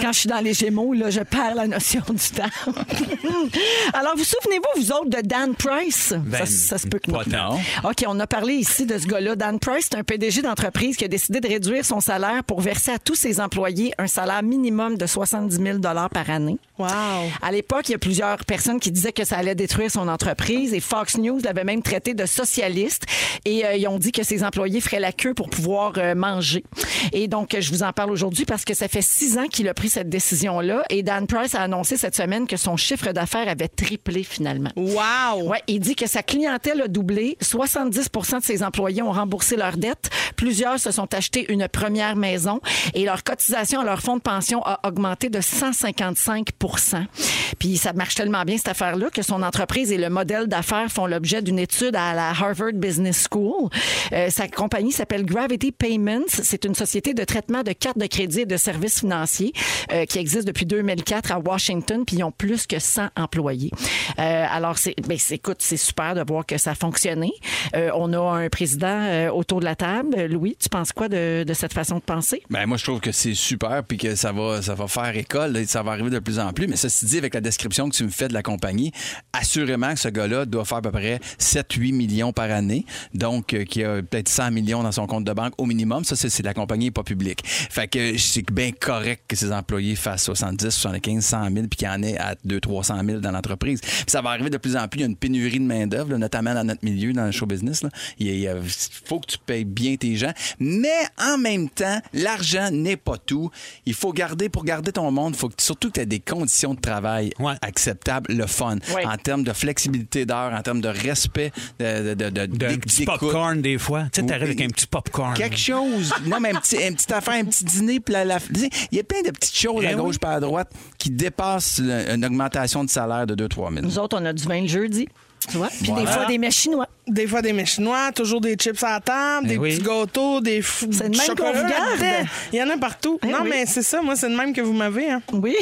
[SPEAKER 3] Quand je suis dans les Gémeaux, là, je perds la notion du temps. Alors, vous souvenez-vous, vous autres, de Dan Price?
[SPEAKER 4] Ben,
[SPEAKER 3] ça, ça se peut que
[SPEAKER 4] pas tant.
[SPEAKER 3] OK, on a parlé ici de ce gars-là. Dan Price, c'est un PDG d'entreprise qui a décidé de réduire son salaire pour verser à tous ses employés un salaire minimum de 70 000 par année.
[SPEAKER 1] wow.
[SPEAKER 3] À l'époque, il y a plusieurs personnes qui disaient que ça allait détruire son entreprise et Fox News l'avait même traité de socialiste et euh, ils ont dit que ses employés feraient la queue pour pouvoir euh, manger. Et donc, euh, je vous en parle aujourd'hui parce que ça fait six ans qu'il a pris cette décision-là et Dan Price a annoncé cette semaine que son chiffre d'affaires avait triplé finalement.
[SPEAKER 1] Wow.
[SPEAKER 3] Ouais, il dit que sa clientèle a doublé. 70 de ses employés ont remboursé leurs dettes. Plusieurs se sont achetés une première maison et leur cotisation à leur fonds de pension a augmenté de 155 Puis ça marche tellement bien, cette affaire-là, que son entreprise et le modèle d'affaires font l'objet d'une étude à la Harvard Business School. Euh, sa compagnie s'appelle Gravity Payments. C'est une société de traitement de cartes de crédit et de services financiers euh, qui existe depuis 2004 à Washington, puis ils ont plus que 100 employés. Euh, alors, c'est, ben, c'est- écoute, c'est super de voir que ça a fonctionné. Euh, on a un président euh, autour de la table. Euh, Louis, tu penses quoi de, de cette façon de penser?
[SPEAKER 2] Ben moi je trouve que c'est super puis que ça va ça va faire école là, et ça va arriver de plus en plus mais ceci dit avec la description que tu me fais de la compagnie assurément que ce gars-là doit faire à peu près 7 8 millions par année donc euh, qui a peut-être 100 millions dans son compte de banque au minimum ça c'est c'est la compagnie est pas publique. Fait que c'est bien correct que ses employés fassent 70 75 100 000 puis qu'il y en ait à 2 300 000 dans l'entreprise. Puis ça va arriver de plus en plus il y a une pénurie de main d'œuvre là, notamment dans notre milieu dans le show business là. Il y a- il y a- faut que tu payes bien tes gens mais en même temps, l'argent n'est pas tout. Il faut garder, pour garder ton monde, il faut que, surtout que tu aies des conditions de travail
[SPEAKER 4] Ouais.
[SPEAKER 2] acceptables, le fun,
[SPEAKER 3] Ouais.
[SPEAKER 2] en termes de flexibilité d'heures, en termes de respect, de, de, de- de-
[SPEAKER 4] De,
[SPEAKER 2] d'éc-
[SPEAKER 4] petit
[SPEAKER 2] d'écoute.
[SPEAKER 4] popcorn, des fois. Tu sais, t'arrives
[SPEAKER 2] Oui.
[SPEAKER 4] avec un petit popcorn.
[SPEAKER 2] Quelque chose. Non, mais un petit, un petit affaire, un petit dîner. puis la- la- tu sais, Il y a plein de petites choses
[SPEAKER 4] Eh
[SPEAKER 2] à
[SPEAKER 4] oui.
[SPEAKER 2] gauche pas à droite qui dépassent le- une augmentation de salaire de 2-3 000.
[SPEAKER 3] Nous autres, on a du vin le jeudi. Tu vois? Puis des fois, des mets chinois.
[SPEAKER 1] Des fois, des mets chinois, toujours des chips à la table, des
[SPEAKER 4] oui.
[SPEAKER 1] petits gâteaux, des fous.
[SPEAKER 3] C'est le même qu'on vous garde.
[SPEAKER 1] Il y en a partout.
[SPEAKER 3] Eh
[SPEAKER 1] non,
[SPEAKER 3] oui.
[SPEAKER 1] mais c'est ça, moi, c'est le même que vous m'avez. Hein.
[SPEAKER 3] Oui.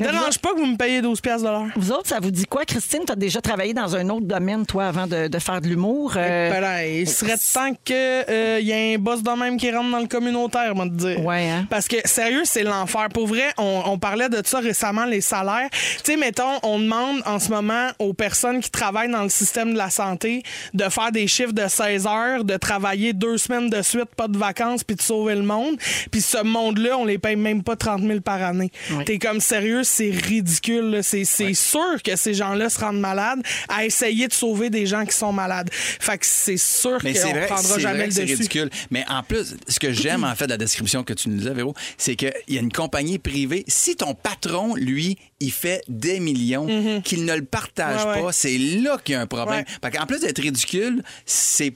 [SPEAKER 3] Mais vous,
[SPEAKER 1] Dérange
[SPEAKER 3] autres,
[SPEAKER 1] pas que vous me payez 12$ piastres de l'heure.
[SPEAKER 3] vous autres, ça vous dit quoi? Christine, tu as déjà travaillé dans un autre domaine, toi, avant de, de faire de l'humour. Euh,
[SPEAKER 1] Voilà, il serait temps qu'il y ait un boss de même qui rentre dans le communautaire, moi, te dire.
[SPEAKER 3] Ouais, hein?
[SPEAKER 1] Parce que, sérieux, c'est l'enfer. Pour vrai, on, on parlait de ça récemment, les salaires. Tu sais, mettons, on demande en ce moment aux personnes qui travaillent travaillent dans le système de la santé, de faire des chiffres de 16 heures, de travailler deux semaines de suite, pas de vacances, puis de sauver le monde. Puis ce monde-là, on les paye même pas 30 000 par année. T'es comme sérieux, c'est ridicule. là. C'est c'est sûr que ces gens-là se rendent malades à essayer de sauver des gens qui sont malades. Fait que c'est sûr
[SPEAKER 2] Mais c'est
[SPEAKER 1] qu'on
[SPEAKER 2] vrai,
[SPEAKER 1] prendra
[SPEAKER 2] c'est
[SPEAKER 1] jamais
[SPEAKER 2] vrai
[SPEAKER 1] le
[SPEAKER 2] que c'est
[SPEAKER 1] dessus.
[SPEAKER 2] ridicule. Mais en plus, ce que j'aime en fait de la description que tu nous as, Véro, c'est qu'il y a une compagnie privée. Si ton patron, lui, il fait des millions, qu'il ne le partage
[SPEAKER 1] Mm-hmm. Ouais, ouais.
[SPEAKER 2] pas, c'est là qu'il y a un problème.
[SPEAKER 1] Ouais.
[SPEAKER 2] en plus d'être ridicule, c'est.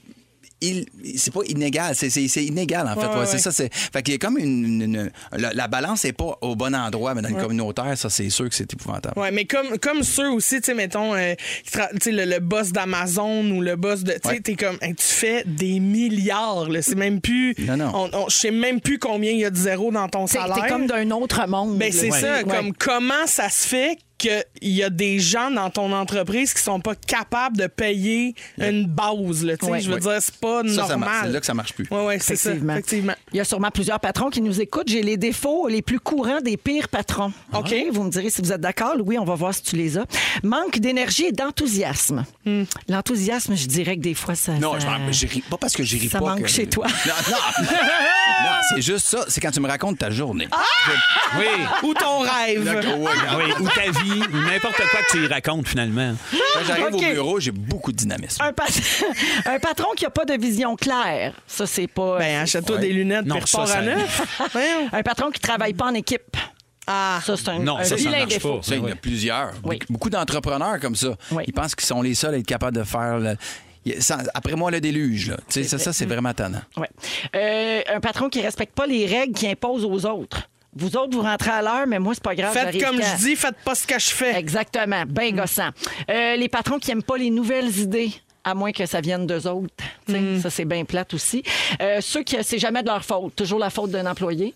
[SPEAKER 2] il- c'est pas inégal, c'est, c'est- c'est inégal en fait.
[SPEAKER 1] Ouais,
[SPEAKER 2] ouais,
[SPEAKER 1] ouais,
[SPEAKER 2] c'est
[SPEAKER 1] ouais.
[SPEAKER 2] ça. C'est, fait qu'il y a comme une. une- une- la, la balance n'est pas au bon endroit, mais dans le
[SPEAKER 1] Ouais.
[SPEAKER 2] communautaire, ça c'est sûr que c'est épouvantable.
[SPEAKER 1] Ouais, mais comme, comme ceux aussi, tu sais, mettons, euh, qui tra- tu sais, le, le boss d'Amazon ou le boss de. Tu sais,
[SPEAKER 2] Ouais.
[SPEAKER 1] t'es comme, hey, tu fais des milliards, là. C'est même plus.
[SPEAKER 2] Non, non.
[SPEAKER 1] on- on- Je sais même plus combien il y a de zéro dans ton
[SPEAKER 3] T'es
[SPEAKER 1] salaire.
[SPEAKER 3] t'es comme d'un autre monde.
[SPEAKER 1] Ben, c'est
[SPEAKER 3] Ouais. Ouais.
[SPEAKER 1] ça. Comme comment ça se fait qu'il y a des gens dans ton entreprise qui sont pas capables de payer une base, là. Tu sais,
[SPEAKER 3] Ouais.
[SPEAKER 1] je veux
[SPEAKER 3] Ouais.
[SPEAKER 1] dire, c'est pas
[SPEAKER 2] Ça, ça mar-
[SPEAKER 1] normal.
[SPEAKER 2] c'est là que ça marche plus.
[SPEAKER 1] Ouais, ouais, c'est ça.
[SPEAKER 3] Effectivement.
[SPEAKER 1] Effectivement.
[SPEAKER 3] Il y a sûrement plusieurs patrons qui nous écoutent. J'ai les défauts les plus courants des pires patrons.
[SPEAKER 1] OK.
[SPEAKER 3] Vous me direz si vous êtes d'accord. Oui, on va voir si tu les as. Manque d'énergie et d'enthousiasme.
[SPEAKER 1] Hmm.
[SPEAKER 3] L'enthousiasme, je dirais que des fois, ça.
[SPEAKER 2] Non,
[SPEAKER 3] ça-
[SPEAKER 2] je m'en- je ris pas parce que je ris
[SPEAKER 3] ça
[SPEAKER 2] pas.
[SPEAKER 3] manque
[SPEAKER 2] que-
[SPEAKER 3] chez toi.
[SPEAKER 2] Non, non. Non, c'est juste ça. C'est quand tu me racontes ta journée.
[SPEAKER 4] Oui.
[SPEAKER 1] Ou ton rêve.
[SPEAKER 2] Là, gros, ouais,
[SPEAKER 4] Ah oui, ou ta vie, ou n'importe quoi que tu y racontes finalement.
[SPEAKER 2] Quand j'arrive
[SPEAKER 3] OK.
[SPEAKER 2] au bureau, j'ai beaucoup de dynamisme.
[SPEAKER 3] Un, pat- un patron qui n'a pas de vision claire. Ça, c'est pas. euh,
[SPEAKER 1] Ben, achète-toi
[SPEAKER 2] Ouais.
[SPEAKER 1] des lunettes,
[SPEAKER 4] Non,
[SPEAKER 1] puis
[SPEAKER 4] ça,
[SPEAKER 1] repars
[SPEAKER 4] ça-
[SPEAKER 1] à neuf. Voyons.
[SPEAKER 3] Un patron qui travaille pas en équipe.
[SPEAKER 1] Ah.
[SPEAKER 3] Ça, c'est un,
[SPEAKER 4] Non,
[SPEAKER 3] un
[SPEAKER 4] ça, ça
[SPEAKER 3] vilain
[SPEAKER 4] marche
[SPEAKER 3] défaut.
[SPEAKER 4] pas.
[SPEAKER 2] Ça, il y en a plusieurs.
[SPEAKER 3] Oui.
[SPEAKER 2] Beaucoup- Beaucoup d'entrepreneurs comme ça.
[SPEAKER 3] Oui.
[SPEAKER 2] Ils pensent qu'ils sont les seuls à être capables de faire. le- Il- sans- Après moi, le déluge. Là. Tu sais, Ça, ça c'est vraiment tannant.
[SPEAKER 3] Ouais. Euh, un patron qui respecte pas les règles qu'il impose aux autres. Vous autres, vous rentrez à l'heure, mais moi, c'est pas grave.
[SPEAKER 1] Faites
[SPEAKER 3] j'arrive
[SPEAKER 1] comme
[SPEAKER 3] quand.
[SPEAKER 1] je dis, faites pas ce que je fais.
[SPEAKER 3] Exactement. Ben gossant. Euh, les patrons qui n'aiment pas les nouvelles idées. À moins que ça vienne d'eux autres. Tu sais, Ça, c'est bien plate aussi. Euh, ceux qui, c'est jamais de leur faute. Toujours la faute d'un employé.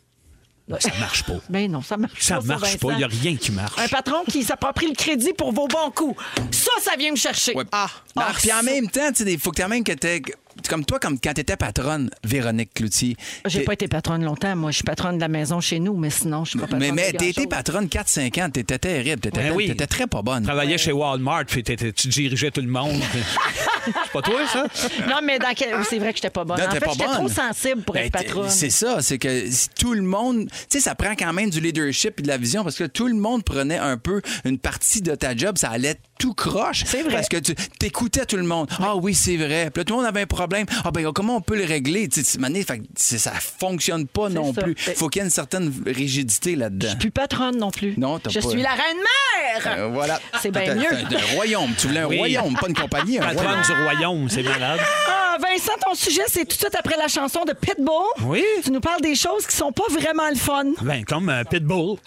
[SPEAKER 4] Ça marche pas.
[SPEAKER 3] Ben non, ça marche
[SPEAKER 4] Ça
[SPEAKER 3] pas.
[SPEAKER 4] marche pas.
[SPEAKER 3] Vincent.
[SPEAKER 4] Il n'y a rien qui marche.
[SPEAKER 3] Un patron qui s'approprie le crédit pour vos bons coups. Ça, ça vient me chercher.
[SPEAKER 2] Ouais.
[SPEAKER 1] Ah.
[SPEAKER 2] Non,
[SPEAKER 1] Ah,
[SPEAKER 2] puis en
[SPEAKER 1] ça-
[SPEAKER 2] même temps, il faut quand même que tu Comme toi, comme quand tu étais patronne, Véronique Cloutier.
[SPEAKER 3] J'ai
[SPEAKER 2] t'es-
[SPEAKER 3] pas été patronne longtemps. Moi, je suis patronne de la maison chez nous, mais sinon, je suis pas patronne.
[SPEAKER 2] Mais, mais
[SPEAKER 3] de
[SPEAKER 2] t'étais
[SPEAKER 3] grand-chose.
[SPEAKER 2] patronne 4-5 ans, t'étais terrible, t'étais
[SPEAKER 4] Ben
[SPEAKER 2] belle,
[SPEAKER 4] oui.
[SPEAKER 2] t'étais très pas bonne.
[SPEAKER 4] travaillais chez Walmart, puis t'étais- tu dirigeais tout le monde. c'est pas toi, ça?
[SPEAKER 3] Non, mais dans quel- c'est vrai que j'étais pas bonne.
[SPEAKER 2] Non,
[SPEAKER 3] en
[SPEAKER 2] t'es
[SPEAKER 3] fait,
[SPEAKER 2] pas
[SPEAKER 3] j'étais
[SPEAKER 2] bonne.
[SPEAKER 3] trop sensible pour
[SPEAKER 2] Ben,
[SPEAKER 3] être
[SPEAKER 2] t'es-
[SPEAKER 3] patronne.
[SPEAKER 2] C'est ça, c'est que si tout le monde, tu sais, ça prend quand même du leadership et de la vision parce que tout le monde prenait un peu une partie de ta job, ça allait tout croche.
[SPEAKER 3] C'est vrai.
[SPEAKER 2] Parce que tu t'écoutais tout le monde. Ah oui, c'est vrai. Puis là, tout le monde avait un problème. Ah ben, comment on peut le régler? Tu sais, de cette manière, fait que c'est- ça fonctionne pas non
[SPEAKER 3] ça.
[SPEAKER 2] plus.
[SPEAKER 3] Ben-
[SPEAKER 2] Faut qu'il y ait une certaine rigidité là-dedans.
[SPEAKER 3] Je suis plus patronne non plus.
[SPEAKER 2] Non, t'as
[SPEAKER 3] Je
[SPEAKER 2] pas-
[SPEAKER 3] suis la reine-mère!
[SPEAKER 2] Euh, voilà.
[SPEAKER 3] C'est bien
[SPEAKER 2] T'as-
[SPEAKER 3] mieux.
[SPEAKER 2] t'as- t'as Un royaume. Tu voulais un
[SPEAKER 4] Oui.
[SPEAKER 2] royaume, pas une compagnie,
[SPEAKER 3] Ben
[SPEAKER 2] un royaume.
[SPEAKER 4] Patronne du royaume, c'est malade.
[SPEAKER 3] Ah, Vincent, ton sujet, c'est tout de suite après la chanson de Pitbull.
[SPEAKER 4] Oui.
[SPEAKER 3] Tu nous parles des choses qui sont pas vraiment le fun.
[SPEAKER 4] Ben, comme euh, Pitbull.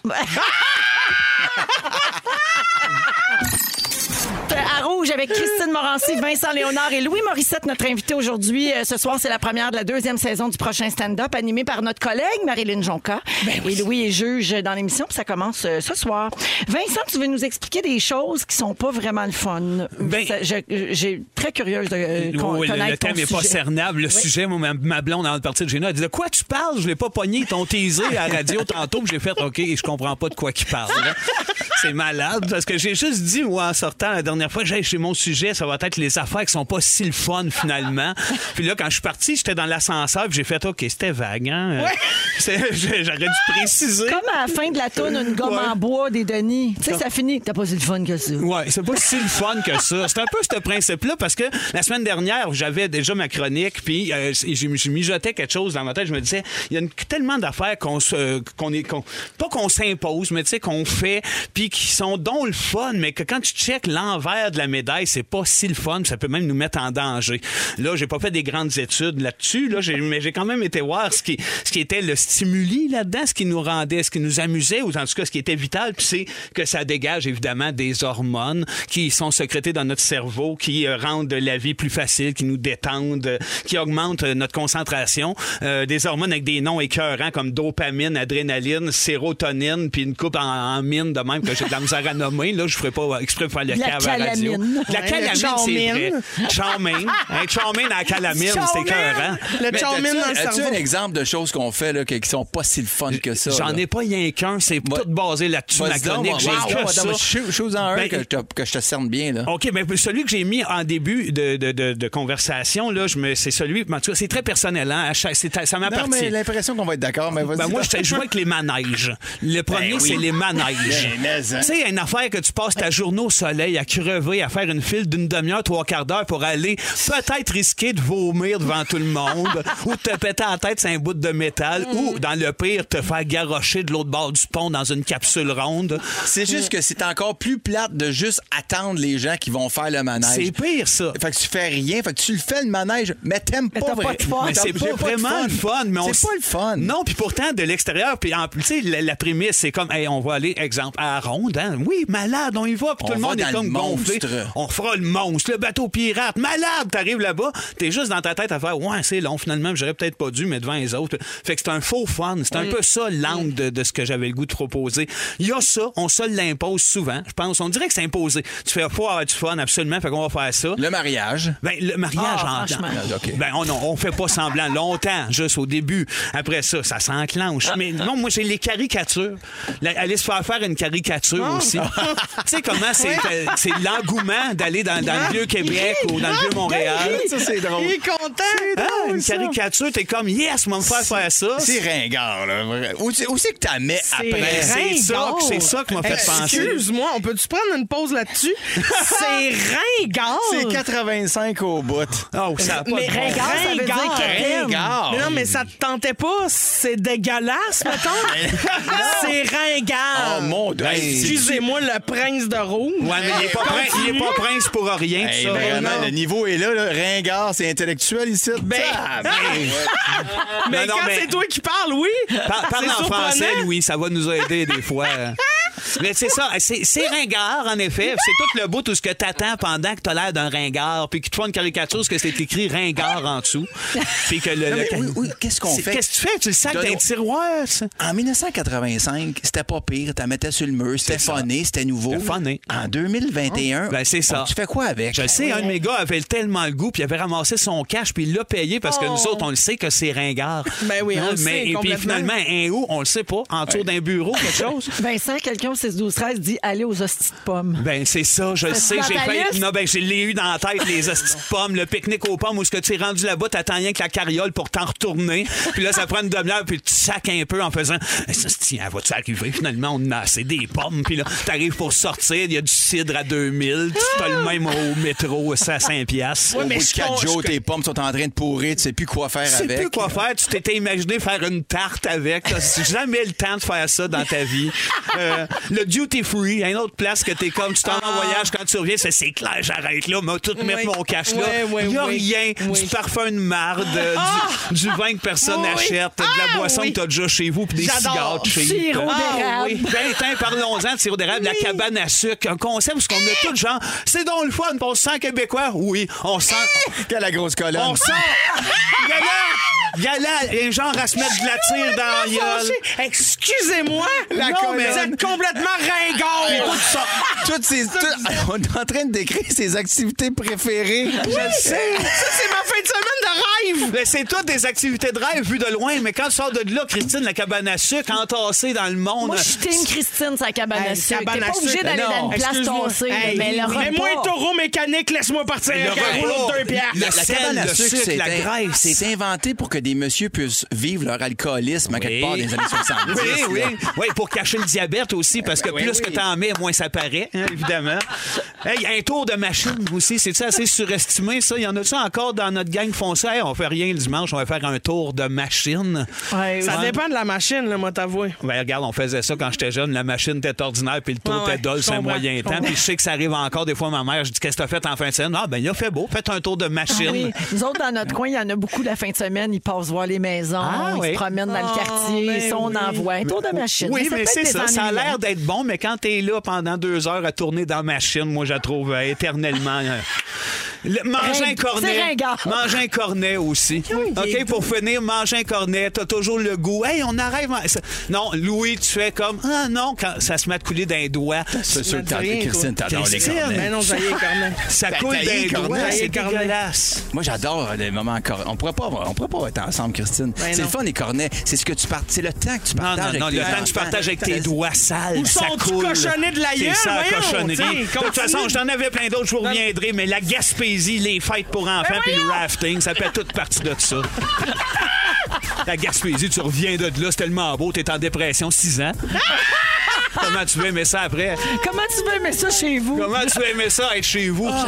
[SPEAKER 3] Euh, À Rouge avec Christine Morancy, Vincent Léonard et Louis Morissette, notre invité aujourd'hui. Euh, Ce soir, c'est la première de la deuxième saison du prochain stand-up animé par notre collègue Marilyn Jonca.
[SPEAKER 4] Ben
[SPEAKER 3] Et Louis est juge dans l'émission, puis ça commence euh, ce soir. Vincent, tu veux nous expliquer des choses qui sont pas vraiment le fun.
[SPEAKER 4] Ben-
[SPEAKER 3] Ça, je- J'ai très curieuse de euh, con-
[SPEAKER 4] Oui, le-
[SPEAKER 3] connaître
[SPEAKER 4] le thème
[SPEAKER 3] ton
[SPEAKER 4] n'est pas
[SPEAKER 3] sujet.
[SPEAKER 4] cernable. Le
[SPEAKER 3] Oui.
[SPEAKER 4] sujet, moi, ma, ma blonde, avant de partir de chez nous, elle disait Quoi, tu parles Je l'ai pas pogné, ton teasé à la radio tantôt. Puis J'ai fait OK, je comprends pas de quoi qu'il parle. là. C'est malade parce que j'ai juste dit, moi, en sortant la dernière fois, j'ai chez mon sujet, ça va être les affaires qui sont pas si le fun finalement. Puis là, quand je suis parti, j'étais dans l'ascenseur, puis j'ai fait OK, c'était vague. Hein? C'est- J'aurais dû préciser.
[SPEAKER 3] Comme à la fin de la toune, une gomme en bois des Denis. Tu sais, ça finit. T'as pas eu le fun que ça.
[SPEAKER 4] Ouais, c'est pas si le fun que ça. C'est un peu ce principe-là parce que la semaine dernière, j'avais déjà ma chronique, puis euh, j'ai- je mijotais quelque chose dans ma tête. Je me disais, il y a une- tellement d'affaires qu'on se, qu'on est, qu'on- pas qu'on s'impose, mais tu sais, qu'on fait, puis qui sont donc le fun, mais que quand tu checkes l'envers de la médaille, c'est pas si le fun, ça peut même nous mettre en danger. Là, j'ai pas fait des grandes études là-dessus, là, j'ai- mais j'ai quand même été voir ce qui, ce qui était le stimuli là-dedans, ce qui nous rendait, ce qui nous amusait, ou en tout cas ce qui était vital, puis c'est que ça dégage évidemment des hormones qui sont sécrétées dans notre cerveau, qui euh, rendent la vie plus facile, qui nous détendent, euh, qui augmentent euh, notre concentration. Euh, des hormones avec des noms écœurants comme dopamine, adrénaline, sérotonine, puis une coupe en, en mine de même que j'ai de la misère à nommer. Là, je ferai pas exprès pour faire le
[SPEAKER 3] De la
[SPEAKER 4] cave à la radio.
[SPEAKER 3] calamine. calamine.
[SPEAKER 4] La
[SPEAKER 1] Ouais,
[SPEAKER 4] calamine,
[SPEAKER 1] le
[SPEAKER 4] c'est vrai.
[SPEAKER 1] chowmin.
[SPEAKER 4] Chowmin. Un chowmin à la calamine, c'est
[SPEAKER 1] Chowmin.
[SPEAKER 4] écœurant.
[SPEAKER 1] Le
[SPEAKER 4] Mais
[SPEAKER 1] chowmin
[SPEAKER 4] t'as-tu-
[SPEAKER 1] dans le
[SPEAKER 2] As-tu un
[SPEAKER 1] cerveau.
[SPEAKER 2] exemple de choses qu'on fait là, qui qui sont pas si le fun que ça?
[SPEAKER 4] J'en
[SPEAKER 2] là?
[SPEAKER 4] ai pas rien qu'un, c'est
[SPEAKER 2] Moi-
[SPEAKER 4] tout basé là-dessus,
[SPEAKER 2] Vas-y
[SPEAKER 4] ma
[SPEAKER 2] donc,
[SPEAKER 4] chronique.
[SPEAKER 2] moi,
[SPEAKER 4] J'ai
[SPEAKER 2] wow,
[SPEAKER 4] que
[SPEAKER 2] attends,
[SPEAKER 4] ça.
[SPEAKER 2] moi, chou- chose en un
[SPEAKER 4] Ben,
[SPEAKER 2] que, je te, que je te cerne bien. Là.
[SPEAKER 4] OK, mais celui que j'ai mis en début de, de- de- de conversation, là, je me, c'est celui. En tout cas, c'est très personnel, hein? à chaque- c'est- ça
[SPEAKER 2] non,
[SPEAKER 4] m'appartient.
[SPEAKER 2] mais l'impression qu'on va être d'accord, mais vas-y.
[SPEAKER 4] Ben moi, je te- je joue avec les manèges. Le premier, c'est les manèges.
[SPEAKER 2] Ben, mais, hein.
[SPEAKER 4] Tu sais, une affaire que tu passes ta journée au soleil à crever, à faire une file d'une demi-heure, trois quarts d'heure pour aller peut-être risquer de vomir devant tout le monde ou de te péter la tête sur un bout de métal ou, dans le pire, te faire garrocher de l'autre bord du pont dans une capsule ronde.
[SPEAKER 2] C'est juste que c'est encore plus plate de juste attendre les gens qui vont faire le manège.
[SPEAKER 4] C'est pire, ça.
[SPEAKER 2] Fait que tu fais rien, fait que tu le fais le manège, mais t'aimes pas,
[SPEAKER 3] t'as
[SPEAKER 2] vrai-
[SPEAKER 3] pas de fun.
[SPEAKER 4] Mais c'est
[SPEAKER 2] J'ai
[SPEAKER 4] pas
[SPEAKER 2] de
[SPEAKER 4] vraiment le fun. mais on s-
[SPEAKER 2] C'est pas le fun.
[SPEAKER 4] Non, puis pourtant, de l'extérieur, puis en plus, tu sais, la, la prémisse, c'est comme, hey, on va aller, exemple, à la Ronde, hein. Oui, malade, on y va, puis
[SPEAKER 2] On
[SPEAKER 4] tout le
[SPEAKER 2] va
[SPEAKER 4] monde est
[SPEAKER 2] dans le
[SPEAKER 4] comme gonflé.
[SPEAKER 2] monstre.
[SPEAKER 4] On fera le monstre, le bateau pirate, malade, t'arrives là-bas, t'es juste dans ta tête à faire, ouais, c'est long, finalement, j'aurais peut-être pas dû, mais devant les autre. Fait que c'est un faux fun. C'est un peu ça l'angle de, de ce que j'avais le goût de proposer. Il y a ça, on se l'impose souvent, je pense. On dirait que c'est imposé. Tu fais, faut avoir du fun, absolument, fait qu'on va faire ça.
[SPEAKER 2] Le mariage.
[SPEAKER 4] Ben, le mariage
[SPEAKER 3] Ah,
[SPEAKER 4] en
[SPEAKER 3] franchement.
[SPEAKER 2] OK.
[SPEAKER 4] Ben, on, on fait pas semblant longtemps, juste au début. Après ça, ça s'enclenche. Mais non, moi, j'ai les caricatures. La- aller se faire faire une caricature aussi. tu sais comment c'est euh, c'est l'engouement d'aller dans, dans le vieux Québec ou dans le vieux Montréal.
[SPEAKER 2] Ça, c'est drôle.
[SPEAKER 1] Il est content.
[SPEAKER 4] Ah, une caricature, t'es comme, yes, on va me faire faire ça.
[SPEAKER 2] C'est ringard, là. vrai. Où, c'est- où c'est que t'as mets
[SPEAKER 4] Ben,
[SPEAKER 2] après?
[SPEAKER 4] c'est ça, que- c'est ça qui m'a fait penser.
[SPEAKER 1] Eh, Excuse-moi, on peut-tu prendre une pause là-dessus? C'est ringard.
[SPEAKER 2] C'est 85 au bout.
[SPEAKER 4] Oh, ça a pas
[SPEAKER 1] Mais
[SPEAKER 4] de bon
[SPEAKER 1] ringard, ça veut dire
[SPEAKER 3] Ringard.
[SPEAKER 1] qu'elle t'aime.
[SPEAKER 2] Ringard.
[SPEAKER 1] Mais non, mais ça te tentait pas. C'est dégueulasse, mettons. c'est ringard.
[SPEAKER 2] Oh mon dieu. Hey,
[SPEAKER 1] Excusez-moi, le prince de rouge.
[SPEAKER 4] Ouais, Ben, mais il est pas, prince, il est pas prince pour rien,
[SPEAKER 2] hey,
[SPEAKER 4] ça.
[SPEAKER 2] vraiment,
[SPEAKER 4] Non.
[SPEAKER 2] le niveau est là, là. Ringard, c'est intellectuel ici.
[SPEAKER 1] Ben-
[SPEAKER 2] Ah, ben,
[SPEAKER 1] Mais
[SPEAKER 4] Non, non,
[SPEAKER 1] quand
[SPEAKER 4] mais-
[SPEAKER 1] c'est toi qui parles, oui.
[SPEAKER 4] Par- Parle
[SPEAKER 1] C'est
[SPEAKER 4] en
[SPEAKER 1] surprenant.
[SPEAKER 4] français, Louis, ça va nous aider des fois. Mais c'est ça, c'est c'est ringard, en effet. C'est tout le bout, tout ce que t'attends pendant que t'as l'air d'un ringard, puis qu'ils te font une caricature, ce que c'est écrit ringard en dessous. Puis que le. le-
[SPEAKER 2] Non, mais oui, oui, qu'est-ce qu'on
[SPEAKER 4] C'est-
[SPEAKER 2] fait?
[SPEAKER 4] Qu'est-ce que tu fais? Tu le sacs
[SPEAKER 2] Donne-
[SPEAKER 4] d'un tiroir, ça?
[SPEAKER 2] En 1985, c'était pas pire. T'en mettais sur le mur, c'était
[SPEAKER 4] C'est ça.
[SPEAKER 2] funné, c'était nouveau.
[SPEAKER 4] C'était funné.
[SPEAKER 2] En 2021,
[SPEAKER 4] Ben, c'est ça.
[SPEAKER 2] tu fais quoi avec?
[SPEAKER 4] Je le sais, un de mes gars avait tellement le goût, puis il avait ramassé son cash, puis il l'a payé parce que nous autres, on le sait que c'est ringard.
[SPEAKER 1] Oh. Ben oui, on
[SPEAKER 4] Hein,
[SPEAKER 1] le sait
[SPEAKER 4] mais- Et puis
[SPEAKER 1] complètement.
[SPEAKER 4] finalement, un haut, on le sait pas, en dessous d'un bureau, quelque chose.
[SPEAKER 3] Vincent, quelqu'un au 6-12-13 dit allez aux hosties de pommes.
[SPEAKER 4] Ben c'est ça, je le sais,
[SPEAKER 3] dans
[SPEAKER 4] j'ai
[SPEAKER 3] ta
[SPEAKER 4] fait
[SPEAKER 3] liste?
[SPEAKER 4] non ben j'ai l'ai eu dans la tête les hosties de pommes, le pique-nique aux pommes où ce que tu es rendu là-bas, t'attends rien que la carriole pour t'en retourner. Puis là ça prend une demi-heure puis tu sacs un peu en faisant tiens, elle va-tu arriver finalement on a assez des pommes puis là t'arrives pour sortir, il y a du cidre à 2000, tu as le même au métro ça à 5 piastres.
[SPEAKER 2] Au bout
[SPEAKER 1] mais
[SPEAKER 2] de
[SPEAKER 1] je
[SPEAKER 2] quatre
[SPEAKER 1] con-
[SPEAKER 2] jours,
[SPEAKER 1] je-
[SPEAKER 2] tes pommes sont en train de pourrir, tu sais plus quoi faire
[SPEAKER 4] Tu sais
[SPEAKER 2] avec.
[SPEAKER 4] plus quoi faire. Tu t'étais imaginé faire une tarte avec. T'as jamais le temps de faire ça dans ta vie. Euh, le duty free, une autre place que t'es comme, tu t'en vas en voyage quand tu reviens, c'est, c'est clair, j'arrête là, m'a tout mettre mon cash là.
[SPEAKER 1] Oui, oui,
[SPEAKER 4] Il y a
[SPEAKER 1] oui.
[SPEAKER 4] rien.
[SPEAKER 1] Oui.
[SPEAKER 4] Du parfum de marde, euh, du, du vin que personne
[SPEAKER 1] Oui.
[SPEAKER 4] n'achète, de la
[SPEAKER 1] Ah,
[SPEAKER 4] boisson
[SPEAKER 1] oui.
[SPEAKER 4] que t'as déjà chez vous, puis des
[SPEAKER 1] J'adore.
[SPEAKER 4] cigares de chez vous.
[SPEAKER 3] Sirop d'érable.
[SPEAKER 4] Ben, tiens, parlons-en de sirop d'érable, la cabane à sucre, un concept parce qu'on a tout genre. C'est donc le fun, on se sent québécois. Oui, on sent.
[SPEAKER 2] Quelle la grosse colonne.
[SPEAKER 4] On sort! Il y a là- Il y a là, il y a un genre à se mettre de la tire dans la gueule.
[SPEAKER 1] Fâché. Excusez-moi.
[SPEAKER 2] La
[SPEAKER 1] non, mais vous
[SPEAKER 2] colonne.
[SPEAKER 1] êtes complètement ringard.
[SPEAKER 4] Ah!
[SPEAKER 2] Toutes ces, tout- on est en train de décrire ses activités préférées.
[SPEAKER 4] Je le sais.
[SPEAKER 1] Ça, c'est ma fin de semaine de rêve.
[SPEAKER 4] Mais c'est toutes des activités de rêve vues de loin, mais quand tu sors de là, Christine, la cabane à sucre, entassée dans le monde.
[SPEAKER 3] Moi, je suis team Christine, sa cabane à
[SPEAKER 1] Hey,
[SPEAKER 3] sucre. T'es
[SPEAKER 1] cabane à
[SPEAKER 3] pas obligé
[SPEAKER 1] sucre.
[SPEAKER 3] d'aller
[SPEAKER 1] Ben
[SPEAKER 3] dans
[SPEAKER 1] non.
[SPEAKER 3] une place
[SPEAKER 1] Excuse-moi.
[SPEAKER 3] tossée.
[SPEAKER 1] Hey,
[SPEAKER 3] mais le
[SPEAKER 1] Mets-moi un
[SPEAKER 3] repas-
[SPEAKER 1] taureau mécanique, laisse-moi partir avec un
[SPEAKER 4] repas.
[SPEAKER 1] rouleau de deux
[SPEAKER 4] Le
[SPEAKER 1] piastres.
[SPEAKER 2] La
[SPEAKER 4] sel,
[SPEAKER 2] cabane à
[SPEAKER 4] le
[SPEAKER 2] sucre,
[SPEAKER 4] sucre,
[SPEAKER 2] c'est
[SPEAKER 4] la
[SPEAKER 2] in-
[SPEAKER 4] graisse, c'est-
[SPEAKER 2] C'est inventé pour que des messieurs puissent vivre leur alcoolisme à quelque part dans les années 70.
[SPEAKER 4] Oui, oui.
[SPEAKER 2] là.
[SPEAKER 4] Oui, pour cacher le diabète aussi, parce que
[SPEAKER 1] Ben
[SPEAKER 2] oui,
[SPEAKER 4] plus
[SPEAKER 2] oui.
[SPEAKER 4] que t'en mets, moins ça paraît, hein, évidemment. Hey, un tour de machine aussi, c'est ça assez surestimé, ça? Il y en a-tu encore dans notre gang foncière? On fait rien le dimanche, on va faire un tour de machine.
[SPEAKER 3] Ouais,
[SPEAKER 1] Ça
[SPEAKER 3] ouais.
[SPEAKER 1] dépend de la machine, là, moi, t'avouer.
[SPEAKER 4] Ben, regarde, on faisait ça quand j'étais jeune. La machine était ordinaire, puis le tour
[SPEAKER 1] Ouais, ouais,
[SPEAKER 4] était dol,
[SPEAKER 1] je
[SPEAKER 4] c'est un
[SPEAKER 1] comprends,
[SPEAKER 4] moyen
[SPEAKER 1] je
[SPEAKER 4] temps.
[SPEAKER 1] comprends.
[SPEAKER 4] Puis je sais que ça arrive encore des fois à ma mère. Je dis, qu'est-ce que t'as fait en fin de semaine? Ah, ben, il a fait beau. Faites un tour
[SPEAKER 1] Ah
[SPEAKER 4] de machine.
[SPEAKER 3] Ah Oui. Nous autres, dans notre coin, il y en a beaucoup la fin de semaine. Ils passent voir les maisons,
[SPEAKER 4] Ah,
[SPEAKER 3] ils
[SPEAKER 4] oui.
[SPEAKER 3] se promènent dans le quartier,
[SPEAKER 1] ben
[SPEAKER 3] ça, on
[SPEAKER 1] oui.
[SPEAKER 3] en voit. Un tour de machine.
[SPEAKER 4] Oui,
[SPEAKER 3] peut
[SPEAKER 4] mais
[SPEAKER 3] être
[SPEAKER 4] c'est ça. Ça a
[SPEAKER 3] désennuyant.
[SPEAKER 4] l'air d'être bon, mais quand t'es là pendant deux heures à tourner dans machine, moi, je la trouve euh, éternellement. euh, Le- manger
[SPEAKER 3] Ring-
[SPEAKER 4] un cornet.
[SPEAKER 3] c'est ringard.
[SPEAKER 4] Manger un cornet aussi. OK, pour finir, manger un cornet. T'as toujours le goût. Hey, on arrive. à- ça- Non, Louis, tu fais comme. Ah non, quand ça se met à couler d'un doigt.
[SPEAKER 2] C'est sûr que t'as-
[SPEAKER 1] rien, toi.
[SPEAKER 2] Christine, t'adores les
[SPEAKER 4] Christine.
[SPEAKER 2] cornets.
[SPEAKER 1] Mais non, ça y est, quand même.
[SPEAKER 4] Ça
[SPEAKER 2] Ben,
[SPEAKER 4] coule
[SPEAKER 2] tailler les
[SPEAKER 4] d'un doigt.
[SPEAKER 2] cornets.
[SPEAKER 4] C'est
[SPEAKER 1] Tailler les cornets.
[SPEAKER 4] dégueulasse.
[SPEAKER 2] Moi, j'adore les moments en cornet. On pourrait pas, on pourrait pas être ensemble, Christine. c'est le fun, les cornets. C'est ce que tu part... C'est le temps que tu
[SPEAKER 4] Non,
[SPEAKER 2] partages.
[SPEAKER 4] non,
[SPEAKER 2] avec
[SPEAKER 4] non,
[SPEAKER 2] tes
[SPEAKER 4] le temps que tu
[SPEAKER 2] enfants.
[SPEAKER 4] partages avec tes doigts sales,
[SPEAKER 1] Où
[SPEAKER 4] ça
[SPEAKER 1] sont-tu
[SPEAKER 4] coule.
[SPEAKER 1] cochonnés de la
[SPEAKER 4] C'est
[SPEAKER 1] gueule,
[SPEAKER 4] ça,
[SPEAKER 1] voyons,
[SPEAKER 4] cochonnerie.
[SPEAKER 1] t'sais,
[SPEAKER 4] De toute façon,
[SPEAKER 1] continue.
[SPEAKER 4] j'en avais plein d'autres, je vous reviendrai, mais la Gaspésie, les fêtes pour
[SPEAKER 1] Ben
[SPEAKER 4] enfants puis le rafting, ça fait toute partie de ça. la Gaspésie, tu reviens de là, c'est tellement beau, t'es en dépression 6 ans. Comment tu veux aimer ça après?
[SPEAKER 3] Comment tu veux aimer ça chez vous?
[SPEAKER 4] Comment tu veux aimer ça être chez vous?
[SPEAKER 1] Ah.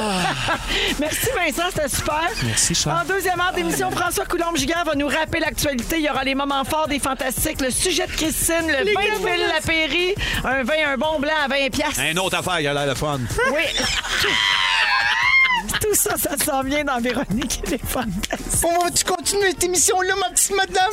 [SPEAKER 3] Merci Vincent, c'était super.
[SPEAKER 4] Merci, Charles.
[SPEAKER 3] En deuxième heure d'émission, François Coulombe-Gigard va nous rappeler l'actualité. Il y aura les moments forts des fantastiques, le sujet de Christine, le vin de Ville Lapéry, un vin, un bon blanc à 20 piastres.
[SPEAKER 4] Un autre affaire, il a l'air de fun.
[SPEAKER 3] Oui. Tout ça, ça s'en vient dans Véronique et les Fantastiques.
[SPEAKER 8] On va-tu continuer cette émission-là, ma petite madame?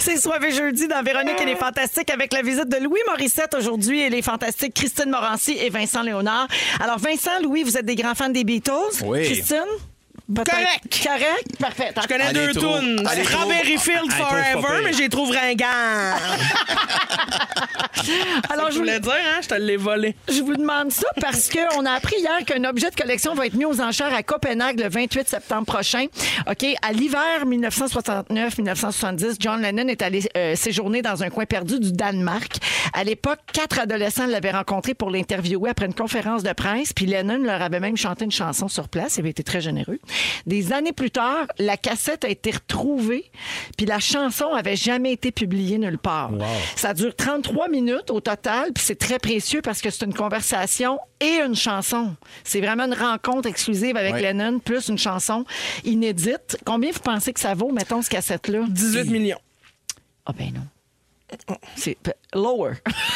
[SPEAKER 3] C'est soir et jeudi dans Véronique et les Fantastiques avec la visite de Louis Morissette aujourd'hui et les Fantastiques Christine Morancy et Vincent Léonard. Alors, Vincent, Louis, vous êtes des grands fans des Beatles.
[SPEAKER 2] Oui.
[SPEAKER 3] Christine? peut-être-
[SPEAKER 1] Correct.
[SPEAKER 3] Correct? Parfait.
[SPEAKER 1] Je connais
[SPEAKER 2] À
[SPEAKER 1] deux
[SPEAKER 2] l'intro.
[SPEAKER 1] tunes.
[SPEAKER 2] À l'intro.
[SPEAKER 1] Strawberry Field
[SPEAKER 4] À l'intro, c'est pas
[SPEAKER 1] Forever,
[SPEAKER 4] pire.
[SPEAKER 1] mais j'ai trouve ringard.
[SPEAKER 3] Alors,
[SPEAKER 1] Je
[SPEAKER 3] je vous,
[SPEAKER 1] voulais dire, hein, je te l'ai volé.
[SPEAKER 3] je vous demande ça parce qu'on a appris hier qu'un objet de collection va être mis aux enchères à Copenhague le 28 septembre prochain. OK, à l'hiver 1969-1970, John Lennon est allé euh, séjourner dans un coin perdu du Danemark. À l'époque, quatre adolescents l'avaient rencontré pour l'interviewer après une conférence de presse, puis Lennon leur avait même chanté une chanson sur place. Il avait été très généreux. Des années plus tard, la cassette a été retrouvée, puis la chanson avait jamais été publiée nulle part. Ça dure 33 minutes au total, puis c'est très précieux parce que c'est une conversation et une chanson. C'est vraiment une rencontre exclusive avec
[SPEAKER 2] Ouais.
[SPEAKER 3] Lennon, plus une chanson inédite. Combien vous pensez que ça vaut, mettons, ce cassette-là?
[SPEAKER 1] 18 millions.
[SPEAKER 3] Ah ben non. Ah, C'est p- lower.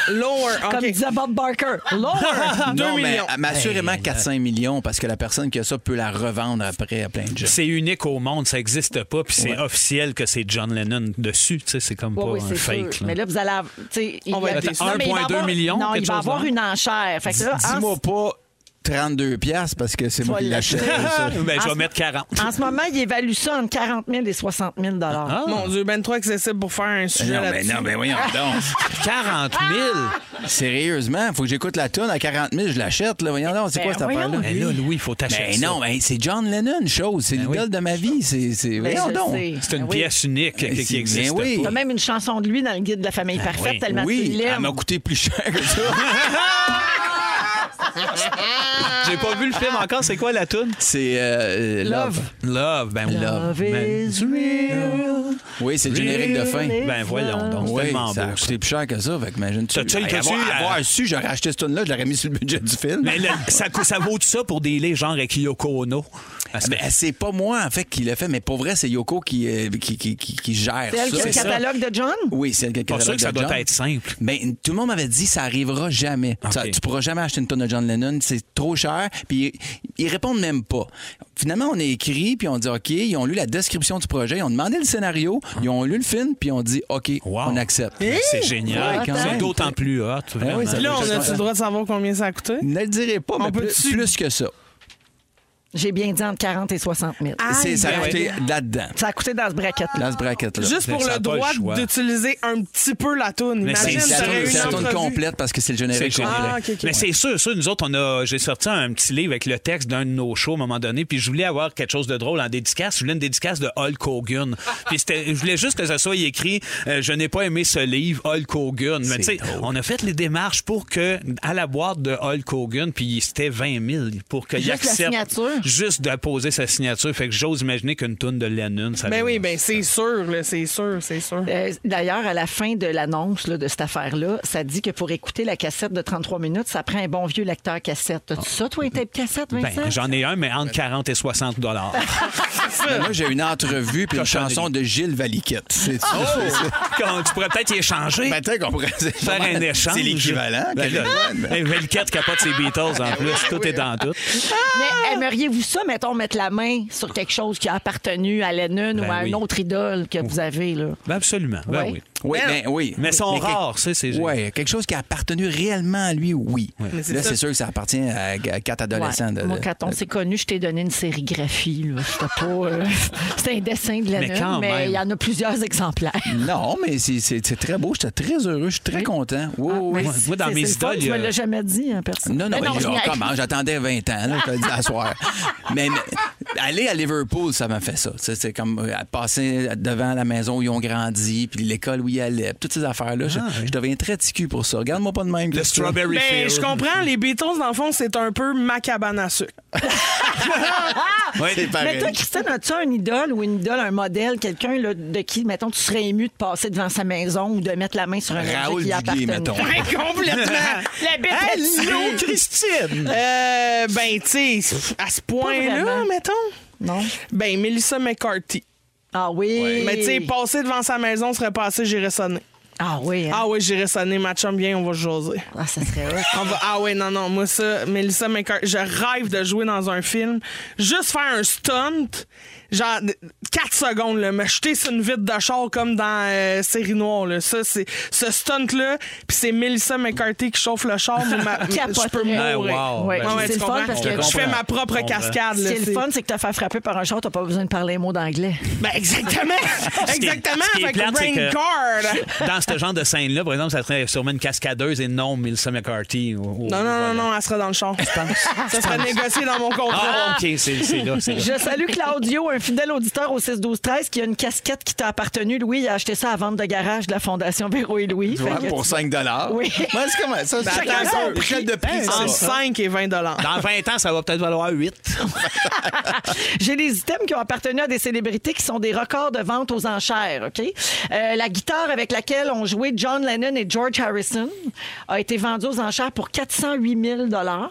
[SPEAKER 1] Lower, OK.
[SPEAKER 3] Comme disait Bob Barker. Lower.
[SPEAKER 1] 2
[SPEAKER 2] Non, mais,
[SPEAKER 1] millions.
[SPEAKER 2] mais assurément 4-5 millions parce que la personne qui a ça peut la revendre après à plein de gens.
[SPEAKER 4] C'est unique au monde, ça n'existe pas, puis c'est officiel que c'est John Lennon dessus. tu sais, C'est comme
[SPEAKER 3] Oui, oui,
[SPEAKER 4] pas un
[SPEAKER 3] c'est
[SPEAKER 4] fake. là.
[SPEAKER 3] sûr. Mais là, vous allez. av- tu sais, il
[SPEAKER 1] On va
[SPEAKER 3] y a-
[SPEAKER 1] être déçus.
[SPEAKER 3] Non, mais il va
[SPEAKER 4] 1,2
[SPEAKER 3] avoir-
[SPEAKER 4] million,
[SPEAKER 3] Non, il
[SPEAKER 4] quelque
[SPEAKER 3] va
[SPEAKER 4] chose
[SPEAKER 3] avoir
[SPEAKER 4] dans-
[SPEAKER 3] une enchère. Fait que là, en
[SPEAKER 2] Dis-moi
[SPEAKER 3] ce-
[SPEAKER 2] pas 32 piastres parce que c'est moi
[SPEAKER 3] vas
[SPEAKER 2] qui l'achète. ça.
[SPEAKER 4] Ben, je
[SPEAKER 3] En
[SPEAKER 4] vais
[SPEAKER 3] ce-
[SPEAKER 4] mettre 40.
[SPEAKER 3] En ce moment, il évalue ça entre 40 000 et 60 000
[SPEAKER 4] Ah.
[SPEAKER 1] Mon Dieu, ben trop accessible pour faire un
[SPEAKER 2] Mais
[SPEAKER 1] sujet
[SPEAKER 2] Non, mais
[SPEAKER 1] là-dessus.
[SPEAKER 2] non, mais voyons donc.
[SPEAKER 4] 40 000?
[SPEAKER 2] Sérieusement, faut que j'écoute la tune à 40 000, je l'achète. Là. Voyons donc, c'est
[SPEAKER 3] Ben,
[SPEAKER 2] quoi cette
[SPEAKER 3] voyons.
[SPEAKER 2] affaire-là?
[SPEAKER 4] Mais là, Louis, il faut t'acheter
[SPEAKER 2] Mais
[SPEAKER 4] ça.
[SPEAKER 2] non, mais c'est John Lennon, une chose. C'est l'idole de ma vie. C'est, c'est... voyons
[SPEAKER 3] je
[SPEAKER 2] donc.
[SPEAKER 3] sais.
[SPEAKER 4] C'est une
[SPEAKER 3] Ben oui.
[SPEAKER 4] pièce unique
[SPEAKER 2] Ben,
[SPEAKER 4] qui,
[SPEAKER 2] c'est-
[SPEAKER 4] qui existe.
[SPEAKER 2] ben oui.
[SPEAKER 4] pas.
[SPEAKER 3] T'as même une chanson de lui dans le guide de la famille parfaite,
[SPEAKER 4] oui.
[SPEAKER 3] tellement tu
[SPEAKER 2] Oui, elle
[SPEAKER 3] l'aimes.
[SPEAKER 2] m'a coûté plus cher que ça.
[SPEAKER 4] J'ai pas vu le film encore. C'est quoi la toune?
[SPEAKER 2] c'est euh, euh, Love.
[SPEAKER 4] Love, ben oui.
[SPEAKER 2] Love
[SPEAKER 4] Ben,
[SPEAKER 3] is real.
[SPEAKER 2] Oui, c'est le générique de fin.
[SPEAKER 4] ben voyons donc. C'est
[SPEAKER 2] Oui,
[SPEAKER 4] tellement
[SPEAKER 2] ça a
[SPEAKER 4] beau. ça.
[SPEAKER 2] coûté plus cher que ça. Fait que imagine-tu.
[SPEAKER 4] T'as-tu-
[SPEAKER 2] Hey,
[SPEAKER 4] t'as-tu
[SPEAKER 2] avoir,
[SPEAKER 4] eu la-
[SPEAKER 2] avoir su, j'aurais acheté ce tune-là, je l'aurais mis sur le budget du film.
[SPEAKER 4] Mais le- ça, cou- ça vaut tout ça pour des laits genre avec Yoko Ono? Parce que-
[SPEAKER 2] Ben, c'est pas moi, en fait, qui l'a fait, mais pour vrai, c'est Yoko qui, euh, qui, qui, qui, qui gère
[SPEAKER 3] C'est elle qui a
[SPEAKER 2] ça.
[SPEAKER 3] le
[SPEAKER 4] ça.
[SPEAKER 3] catalogue de John?
[SPEAKER 2] Oui, c'est le
[SPEAKER 4] Pas sûr
[SPEAKER 2] catalogue
[SPEAKER 4] que ça
[SPEAKER 2] de
[SPEAKER 4] doit
[SPEAKER 2] John.
[SPEAKER 4] être simple.
[SPEAKER 2] Mais tout le monde m'avait dit ça arrivera jamais.
[SPEAKER 4] OK.
[SPEAKER 2] Ça, tu pourras jamais acheter une tonne de John Lennon, c'est trop cher. Puis ils, ils répondent même pas. Finalement, on a écrit, puis on dit OK, ils ont lu la description du projet, ils ont demandé le scénario, ils ont lu le film, puis on dit OK,
[SPEAKER 4] Ah. Wow. Ben,
[SPEAKER 2] on accepte.
[SPEAKER 4] C'est génial.
[SPEAKER 2] Ouais, quand
[SPEAKER 4] c'est
[SPEAKER 2] même. Ben
[SPEAKER 4] d'autant plus hot. vraiment.
[SPEAKER 2] oui, ça-
[SPEAKER 1] Là, on a-tu
[SPEAKER 2] Juste-
[SPEAKER 1] le droit de savoir combien ça a coûté?
[SPEAKER 2] Ne le direz pas, mais plus,
[SPEAKER 1] peut-tu-
[SPEAKER 2] plus que ça.
[SPEAKER 3] J'ai bien dit entre 40 et 60 000.
[SPEAKER 2] C'est, ça a
[SPEAKER 4] ben
[SPEAKER 2] coûté là-dedans,
[SPEAKER 3] Ça a coûté dans ce bracket-là.
[SPEAKER 2] dans ce bracket-là.
[SPEAKER 1] Juste
[SPEAKER 4] Mais
[SPEAKER 1] pour
[SPEAKER 4] ça
[SPEAKER 1] le
[SPEAKER 4] a pas le
[SPEAKER 1] droit
[SPEAKER 4] choix.
[SPEAKER 1] d'utiliser un petit peu la toune.
[SPEAKER 4] Mais
[SPEAKER 1] Imagine,
[SPEAKER 4] c'est
[SPEAKER 2] la
[SPEAKER 1] t'aurais
[SPEAKER 2] toune-
[SPEAKER 1] eu
[SPEAKER 2] c'est la
[SPEAKER 1] une
[SPEAKER 2] toune
[SPEAKER 1] entrevue.
[SPEAKER 2] complète parce que c'est le générique
[SPEAKER 4] C'est
[SPEAKER 2] complet.
[SPEAKER 1] Ah, OK, OK.
[SPEAKER 4] Mais c'est sûr, sûr, nous autres, on a, j'ai sorti un petit livre avec le texte d'un de nos shows à un moment donné, puis je voulais avoir quelque chose de drôle en dédicace. Je voulais une dédicace de Hulk Hogan. Puis c'était- je voulais juste que ça soit écrit euh, Je n'ai pas aimé ce livre, Hulk Hogan. Mais tu sais, on a fait les démarches pour que, à la boîte de Hulk Hogan, puis c'était 20 000 pour qu'il
[SPEAKER 3] Juste la
[SPEAKER 4] accepte
[SPEAKER 3] signature.
[SPEAKER 4] juste de poser sa signature. Fait que j'ose imaginer qu'une toune de Lennon, ça
[SPEAKER 1] Ben
[SPEAKER 4] avait-
[SPEAKER 1] oui, ben c'est sûr, là, c'est sûr, c'est sûr.
[SPEAKER 3] Euh, D'ailleurs, à la fin de l'annonce là, de cette affaire-là, ça dit que pour écouter la cassette de 33 minutes, ça prend un bon vieux lecteur cassette. T'as-tu ça, toi, une tape cassette,
[SPEAKER 4] Ben,
[SPEAKER 3] Vincent?
[SPEAKER 4] j'en ai un, mais entre 40 et 60 dollars.
[SPEAKER 2] Mais Moi, j'ai une entrevue puis une chanson de Gilles Valiquette. C'est
[SPEAKER 4] tu pourrais peut-être y échanger.
[SPEAKER 2] Ben, t'as compris. C'est
[SPEAKER 4] Oh! faire
[SPEAKER 2] pas
[SPEAKER 4] un
[SPEAKER 2] mal-
[SPEAKER 4] échange.
[SPEAKER 2] C'est l'équivalent.
[SPEAKER 4] Ben,
[SPEAKER 2] quelque
[SPEAKER 4] là,
[SPEAKER 2] part, mais-
[SPEAKER 4] ben, Velquette capote ses Beatles en plus. Tout est dans tout.
[SPEAKER 3] Mais aimeriez-vous aimeriez-vous ça, mettons, mettre la main sur quelque chose qui a appartenu à Lennon
[SPEAKER 4] Ben
[SPEAKER 3] ou à
[SPEAKER 4] oui.
[SPEAKER 3] une autre idole que vous avez, là?
[SPEAKER 4] Ben absolument. Ben
[SPEAKER 3] Ouais.
[SPEAKER 4] oui.
[SPEAKER 2] Oui, ben, oui.
[SPEAKER 4] Mais sont
[SPEAKER 2] que-
[SPEAKER 4] rares, ça, c'est-
[SPEAKER 2] Oui, quelque chose qui a appartenu réellement à lui, oui.
[SPEAKER 1] c'est
[SPEAKER 2] Là,
[SPEAKER 1] ça.
[SPEAKER 2] c'est sûr que ça appartient à à quatre adolescents.
[SPEAKER 3] Ouais.
[SPEAKER 2] de-
[SPEAKER 3] Moi,
[SPEAKER 2] de-
[SPEAKER 3] quand on s'est connus, je t'ai donné une sérigraphie. là. C'était pas. euh, C'était un dessin de
[SPEAKER 4] Mais
[SPEAKER 3] Lennon,
[SPEAKER 4] quand
[SPEAKER 3] mais
[SPEAKER 4] même.
[SPEAKER 3] il y en a plusieurs exemplaires.
[SPEAKER 2] Non, mais c'est- c'est c'est très beau. J'étais très heureux. Je suis très content. Oui, oui, oui.
[SPEAKER 4] Moi, moi, dans
[SPEAKER 3] C'est-
[SPEAKER 4] mes
[SPEAKER 3] c'est le fun,
[SPEAKER 4] idoles, il
[SPEAKER 3] Tu
[SPEAKER 4] y a-
[SPEAKER 3] me l'as jamais dit, hein, personne.
[SPEAKER 2] Ben Non, non,
[SPEAKER 3] Mais
[SPEAKER 2] mais
[SPEAKER 3] je
[SPEAKER 2] genre,
[SPEAKER 3] niaise.
[SPEAKER 2] comment? J'attendais 20 ans, là, je te le dis à soir. mais, mais aller à Liverpool, ça m'a fait ça. C'est c'est comme euh, passer devant la maison où ils ont grandi, puis l'école où ils allaient, puis toutes ces affaires-là. je, je deviens très ticu pour ça. Regarde-moi pas de même.
[SPEAKER 4] Le
[SPEAKER 2] Christophe.
[SPEAKER 4] Strawberry
[SPEAKER 1] Ben,
[SPEAKER 4] Field.
[SPEAKER 1] je comprends, les Beatles, dans le fond, c'est un peu ma cabane à sucre.
[SPEAKER 4] Oui.
[SPEAKER 3] Ah! Mais toi, Christine, as-tu un idole ou une idole, un modèle, quelqu'un là, de qui, mettons, tu serais ému de passer devant sa maison ou de mettre la main sur un
[SPEAKER 2] Raoul
[SPEAKER 3] objet qui
[SPEAKER 2] Duguay,
[SPEAKER 3] appartient?
[SPEAKER 2] mettons.
[SPEAKER 1] Complètement.
[SPEAKER 3] La bête
[SPEAKER 4] Allô, Christine!
[SPEAKER 1] Euh, ben, tu sais, à ce point-là,
[SPEAKER 3] vraiment.
[SPEAKER 1] mettons.
[SPEAKER 3] Non?
[SPEAKER 1] Ben, Melissa McCarthy.
[SPEAKER 3] Ah oui.
[SPEAKER 1] Mais tu sais, passer devant sa maison serait passé, j'irais sonner.
[SPEAKER 3] Ah oui. hein.
[SPEAKER 1] Ah oui, j'irais sonner, ma chum, bien, on va se jaser.
[SPEAKER 3] Ah, ça serait hot.
[SPEAKER 1] On va- Ah ouais, non, non, moi ça, Melissa McCarthy, je rêve de jouer dans un film, juste faire un stunt, genre 4 secondes, là, me jeter sur une vitre de char comme dans euh, Série Noire. Là. Ça, c'est ce stunt-là, puis c'est Melissa McCarthy qui chauffe le char, moi, ma- je peux
[SPEAKER 3] Capoterais.
[SPEAKER 1] mourir.
[SPEAKER 4] wow.
[SPEAKER 3] Ouais,
[SPEAKER 4] Ben,
[SPEAKER 1] Ouais, ouais,
[SPEAKER 3] c'est le
[SPEAKER 1] tu
[SPEAKER 3] fun
[SPEAKER 1] comprends?
[SPEAKER 3] parce
[SPEAKER 1] je
[SPEAKER 3] que
[SPEAKER 1] fais ma propre
[SPEAKER 4] comprends.
[SPEAKER 1] cascade.
[SPEAKER 3] Ce
[SPEAKER 1] là,
[SPEAKER 3] qui est
[SPEAKER 1] c'est-
[SPEAKER 3] le fun, c'est que te faire frapper par un char, t'as pas besoin de parler un mot d'anglais.
[SPEAKER 1] Ben, exactement!
[SPEAKER 4] qui est-
[SPEAKER 1] exactement!
[SPEAKER 4] ce qui est
[SPEAKER 1] Avec
[SPEAKER 4] plate, c'est
[SPEAKER 1] Rain
[SPEAKER 4] que-
[SPEAKER 1] Guard!
[SPEAKER 4] Dans ce genre de scène-là, par exemple, ça serait sûrement une cascadeuse et non Melissa McCarthy. au- au-
[SPEAKER 1] Non, non, non,
[SPEAKER 4] voilà.
[SPEAKER 1] non, elle sera dans le char. Ça sera négocié dans mon
[SPEAKER 4] Ah,
[SPEAKER 1] contrat.
[SPEAKER 4] OK, c'est c'est là, c'est là.
[SPEAKER 3] Je salue Claudio, un fidèle auditeur au 6-12-13 qui a une casquette qui t'a appartenu. Louis, il a acheté ça à vente de garage de la Fondation Véro et Louis.
[SPEAKER 2] Tu vois,
[SPEAKER 3] Fait que-
[SPEAKER 2] pour 5
[SPEAKER 3] Oui.
[SPEAKER 2] Moi, c'est comment ça?
[SPEAKER 1] Ben,
[SPEAKER 2] chacun
[SPEAKER 1] attends,
[SPEAKER 2] son
[SPEAKER 1] son
[SPEAKER 2] échelle de prix, hein,
[SPEAKER 1] Entre
[SPEAKER 2] ça.
[SPEAKER 1] 5 et 20
[SPEAKER 4] Dans 20 ans, ça va peut-être valoir 8.
[SPEAKER 3] J'ai des items qui ont appartenu à des célébrités qui sont des records de vente aux enchères, OK? Euh, la guitare avec laquelle ont joué John Lennon et George Harrison a été vendue aux enchères pour 408 000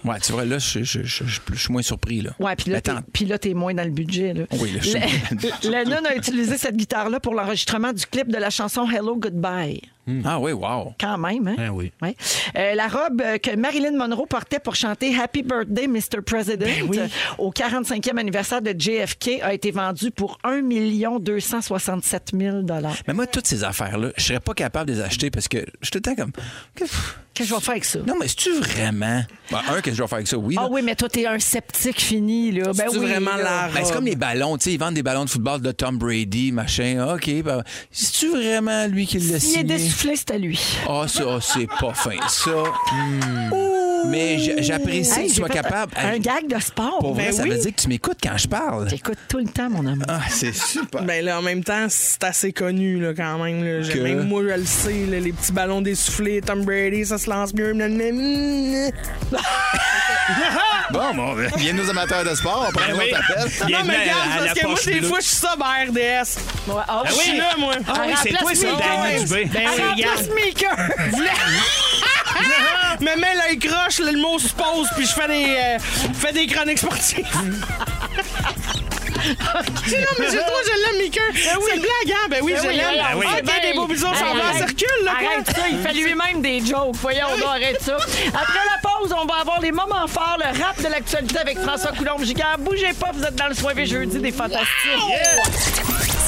[SPEAKER 2] Ouais, tu vois, là, je, je- je- je- je suis moins surpris. Là.
[SPEAKER 3] Ouais, puis
[SPEAKER 2] Mais
[SPEAKER 3] là, t'es-
[SPEAKER 2] attends,
[SPEAKER 3] puis là, t'es moins dans le budget. Là.
[SPEAKER 2] Oui, là, je
[SPEAKER 3] Le-
[SPEAKER 2] suis moins dans le budget.
[SPEAKER 3] Lennon a utilisé cette guitare-là pour l'enregistrement du clip de la chanson Hello Goodbye.
[SPEAKER 2] Ah oui, wow.
[SPEAKER 3] Quand même, hein?
[SPEAKER 4] Ben oui.
[SPEAKER 3] Ouais. Euh, la robe euh, que Marilyn Monroe portait pour chanter Happy Birthday, Mr. President, euh, au 45e anniversaire de JFK, a été vendue pour 1 267 000 Qu'est-ce
[SPEAKER 2] Mais moi, toutes ces affaires-là, je serais pas capable de les acheter parce que je suis tout le temps comme. Qu'est-ce-
[SPEAKER 3] que je vais faire avec ça?
[SPEAKER 2] Non, mais c'est-tu vraiment. Ben, un, que je vais faire avec ça, oui.
[SPEAKER 3] Ah
[SPEAKER 2] là.
[SPEAKER 3] oui, mais toi, t'es un sceptique fini, là. Ben
[SPEAKER 1] C'est
[SPEAKER 3] oui,
[SPEAKER 1] vraiment
[SPEAKER 3] là.
[SPEAKER 1] la
[SPEAKER 2] Ben, c'est comme les ballons, tu sais, ils vendent des ballons de football de Tom Brady, machin. Ah, OK, ben, c'est-tu vraiment lui qui l'a
[SPEAKER 3] S'il est
[SPEAKER 2] signé?
[SPEAKER 3] dessoufflé, c'est à lui.
[SPEAKER 2] Ah, ça, ah, c'est pas fin. Ça, hmm. mais j'a- j'apprécie
[SPEAKER 3] Hey,
[SPEAKER 2] que tu
[SPEAKER 3] j'ai
[SPEAKER 2] sois
[SPEAKER 3] fait
[SPEAKER 2] capable.
[SPEAKER 3] Un, un gag de sport.
[SPEAKER 2] Pour vrai,
[SPEAKER 3] Ben
[SPEAKER 2] ça
[SPEAKER 3] oui.
[SPEAKER 2] veut dire que tu m'écoutes quand je parle.
[SPEAKER 3] T'écoutes tout le temps, mon amour.
[SPEAKER 2] Ah, c'est super.
[SPEAKER 1] Ben là, en même temps, c'est assez connu là, quand même. là. J'ai-
[SPEAKER 2] Que-
[SPEAKER 1] Même moi, je le sais, là, les petits ballons dessoufflés, Tom Brady, ça se lance mieux. blablabla.
[SPEAKER 8] Bon, bon, viens nous amateurs de sport, on prend
[SPEAKER 4] Ben oui.
[SPEAKER 1] Non,
[SPEAKER 4] Bienvenue
[SPEAKER 1] mais regarde,
[SPEAKER 4] à- à la
[SPEAKER 1] parce que moi,
[SPEAKER 4] poche
[SPEAKER 1] des
[SPEAKER 4] bleue.
[SPEAKER 1] fois, je suis sobre à RDS.
[SPEAKER 3] Ouais, ah,
[SPEAKER 1] Je suis là, moi.
[SPEAKER 4] Ah oui, c'est toi, c'est
[SPEAKER 3] Remplace-moi.
[SPEAKER 4] Danny Dubé.
[SPEAKER 1] Ben oui, regarde. Mais mets l'œil croche, là, le mot se pose, puis je fais des, euh, fais des chroniques sportives. Tu sais, non, mais j'ai toi, je l'aime, Mika. C'est une blague, hein? Ben oui, je
[SPEAKER 3] oui,
[SPEAKER 1] l'aime.
[SPEAKER 3] ben oui.
[SPEAKER 1] Ah, ben, des beaux bisous, ça va en circule, là, quoi.
[SPEAKER 3] Arrête ça, il fait lui-même des jokes. Voyons, on arrête ça. Après la pause, on va avoir les moments forts, le rap de l'actualité avec François Coulombe-Gigard. Bougez pas, vous êtes dans le soirée jeudi des Fantastiques.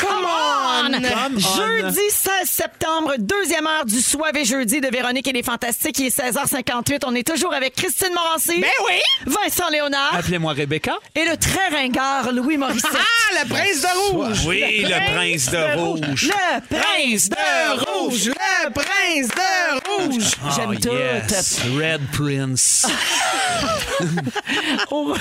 [SPEAKER 1] Come on!
[SPEAKER 3] Jeudi 16 septembre, deuxième heure du soirée jeudi de Véronique et les Fantastiques. Il est 16h58. On est toujours avec Christine Morancy.
[SPEAKER 1] Ben oui!
[SPEAKER 3] Vincent Léonard
[SPEAKER 4] Appelez-moi Rebecca.
[SPEAKER 3] et le très ringard Louis Morissette.
[SPEAKER 1] Ah, le prince de rouge!
[SPEAKER 4] Oui, le prince de rouge.
[SPEAKER 3] Le prince de rouge.
[SPEAKER 1] Le prince de rouge!
[SPEAKER 3] J'aime
[SPEAKER 4] Ah,
[SPEAKER 3] tout.
[SPEAKER 4] yes. Red Prince.
[SPEAKER 3] au,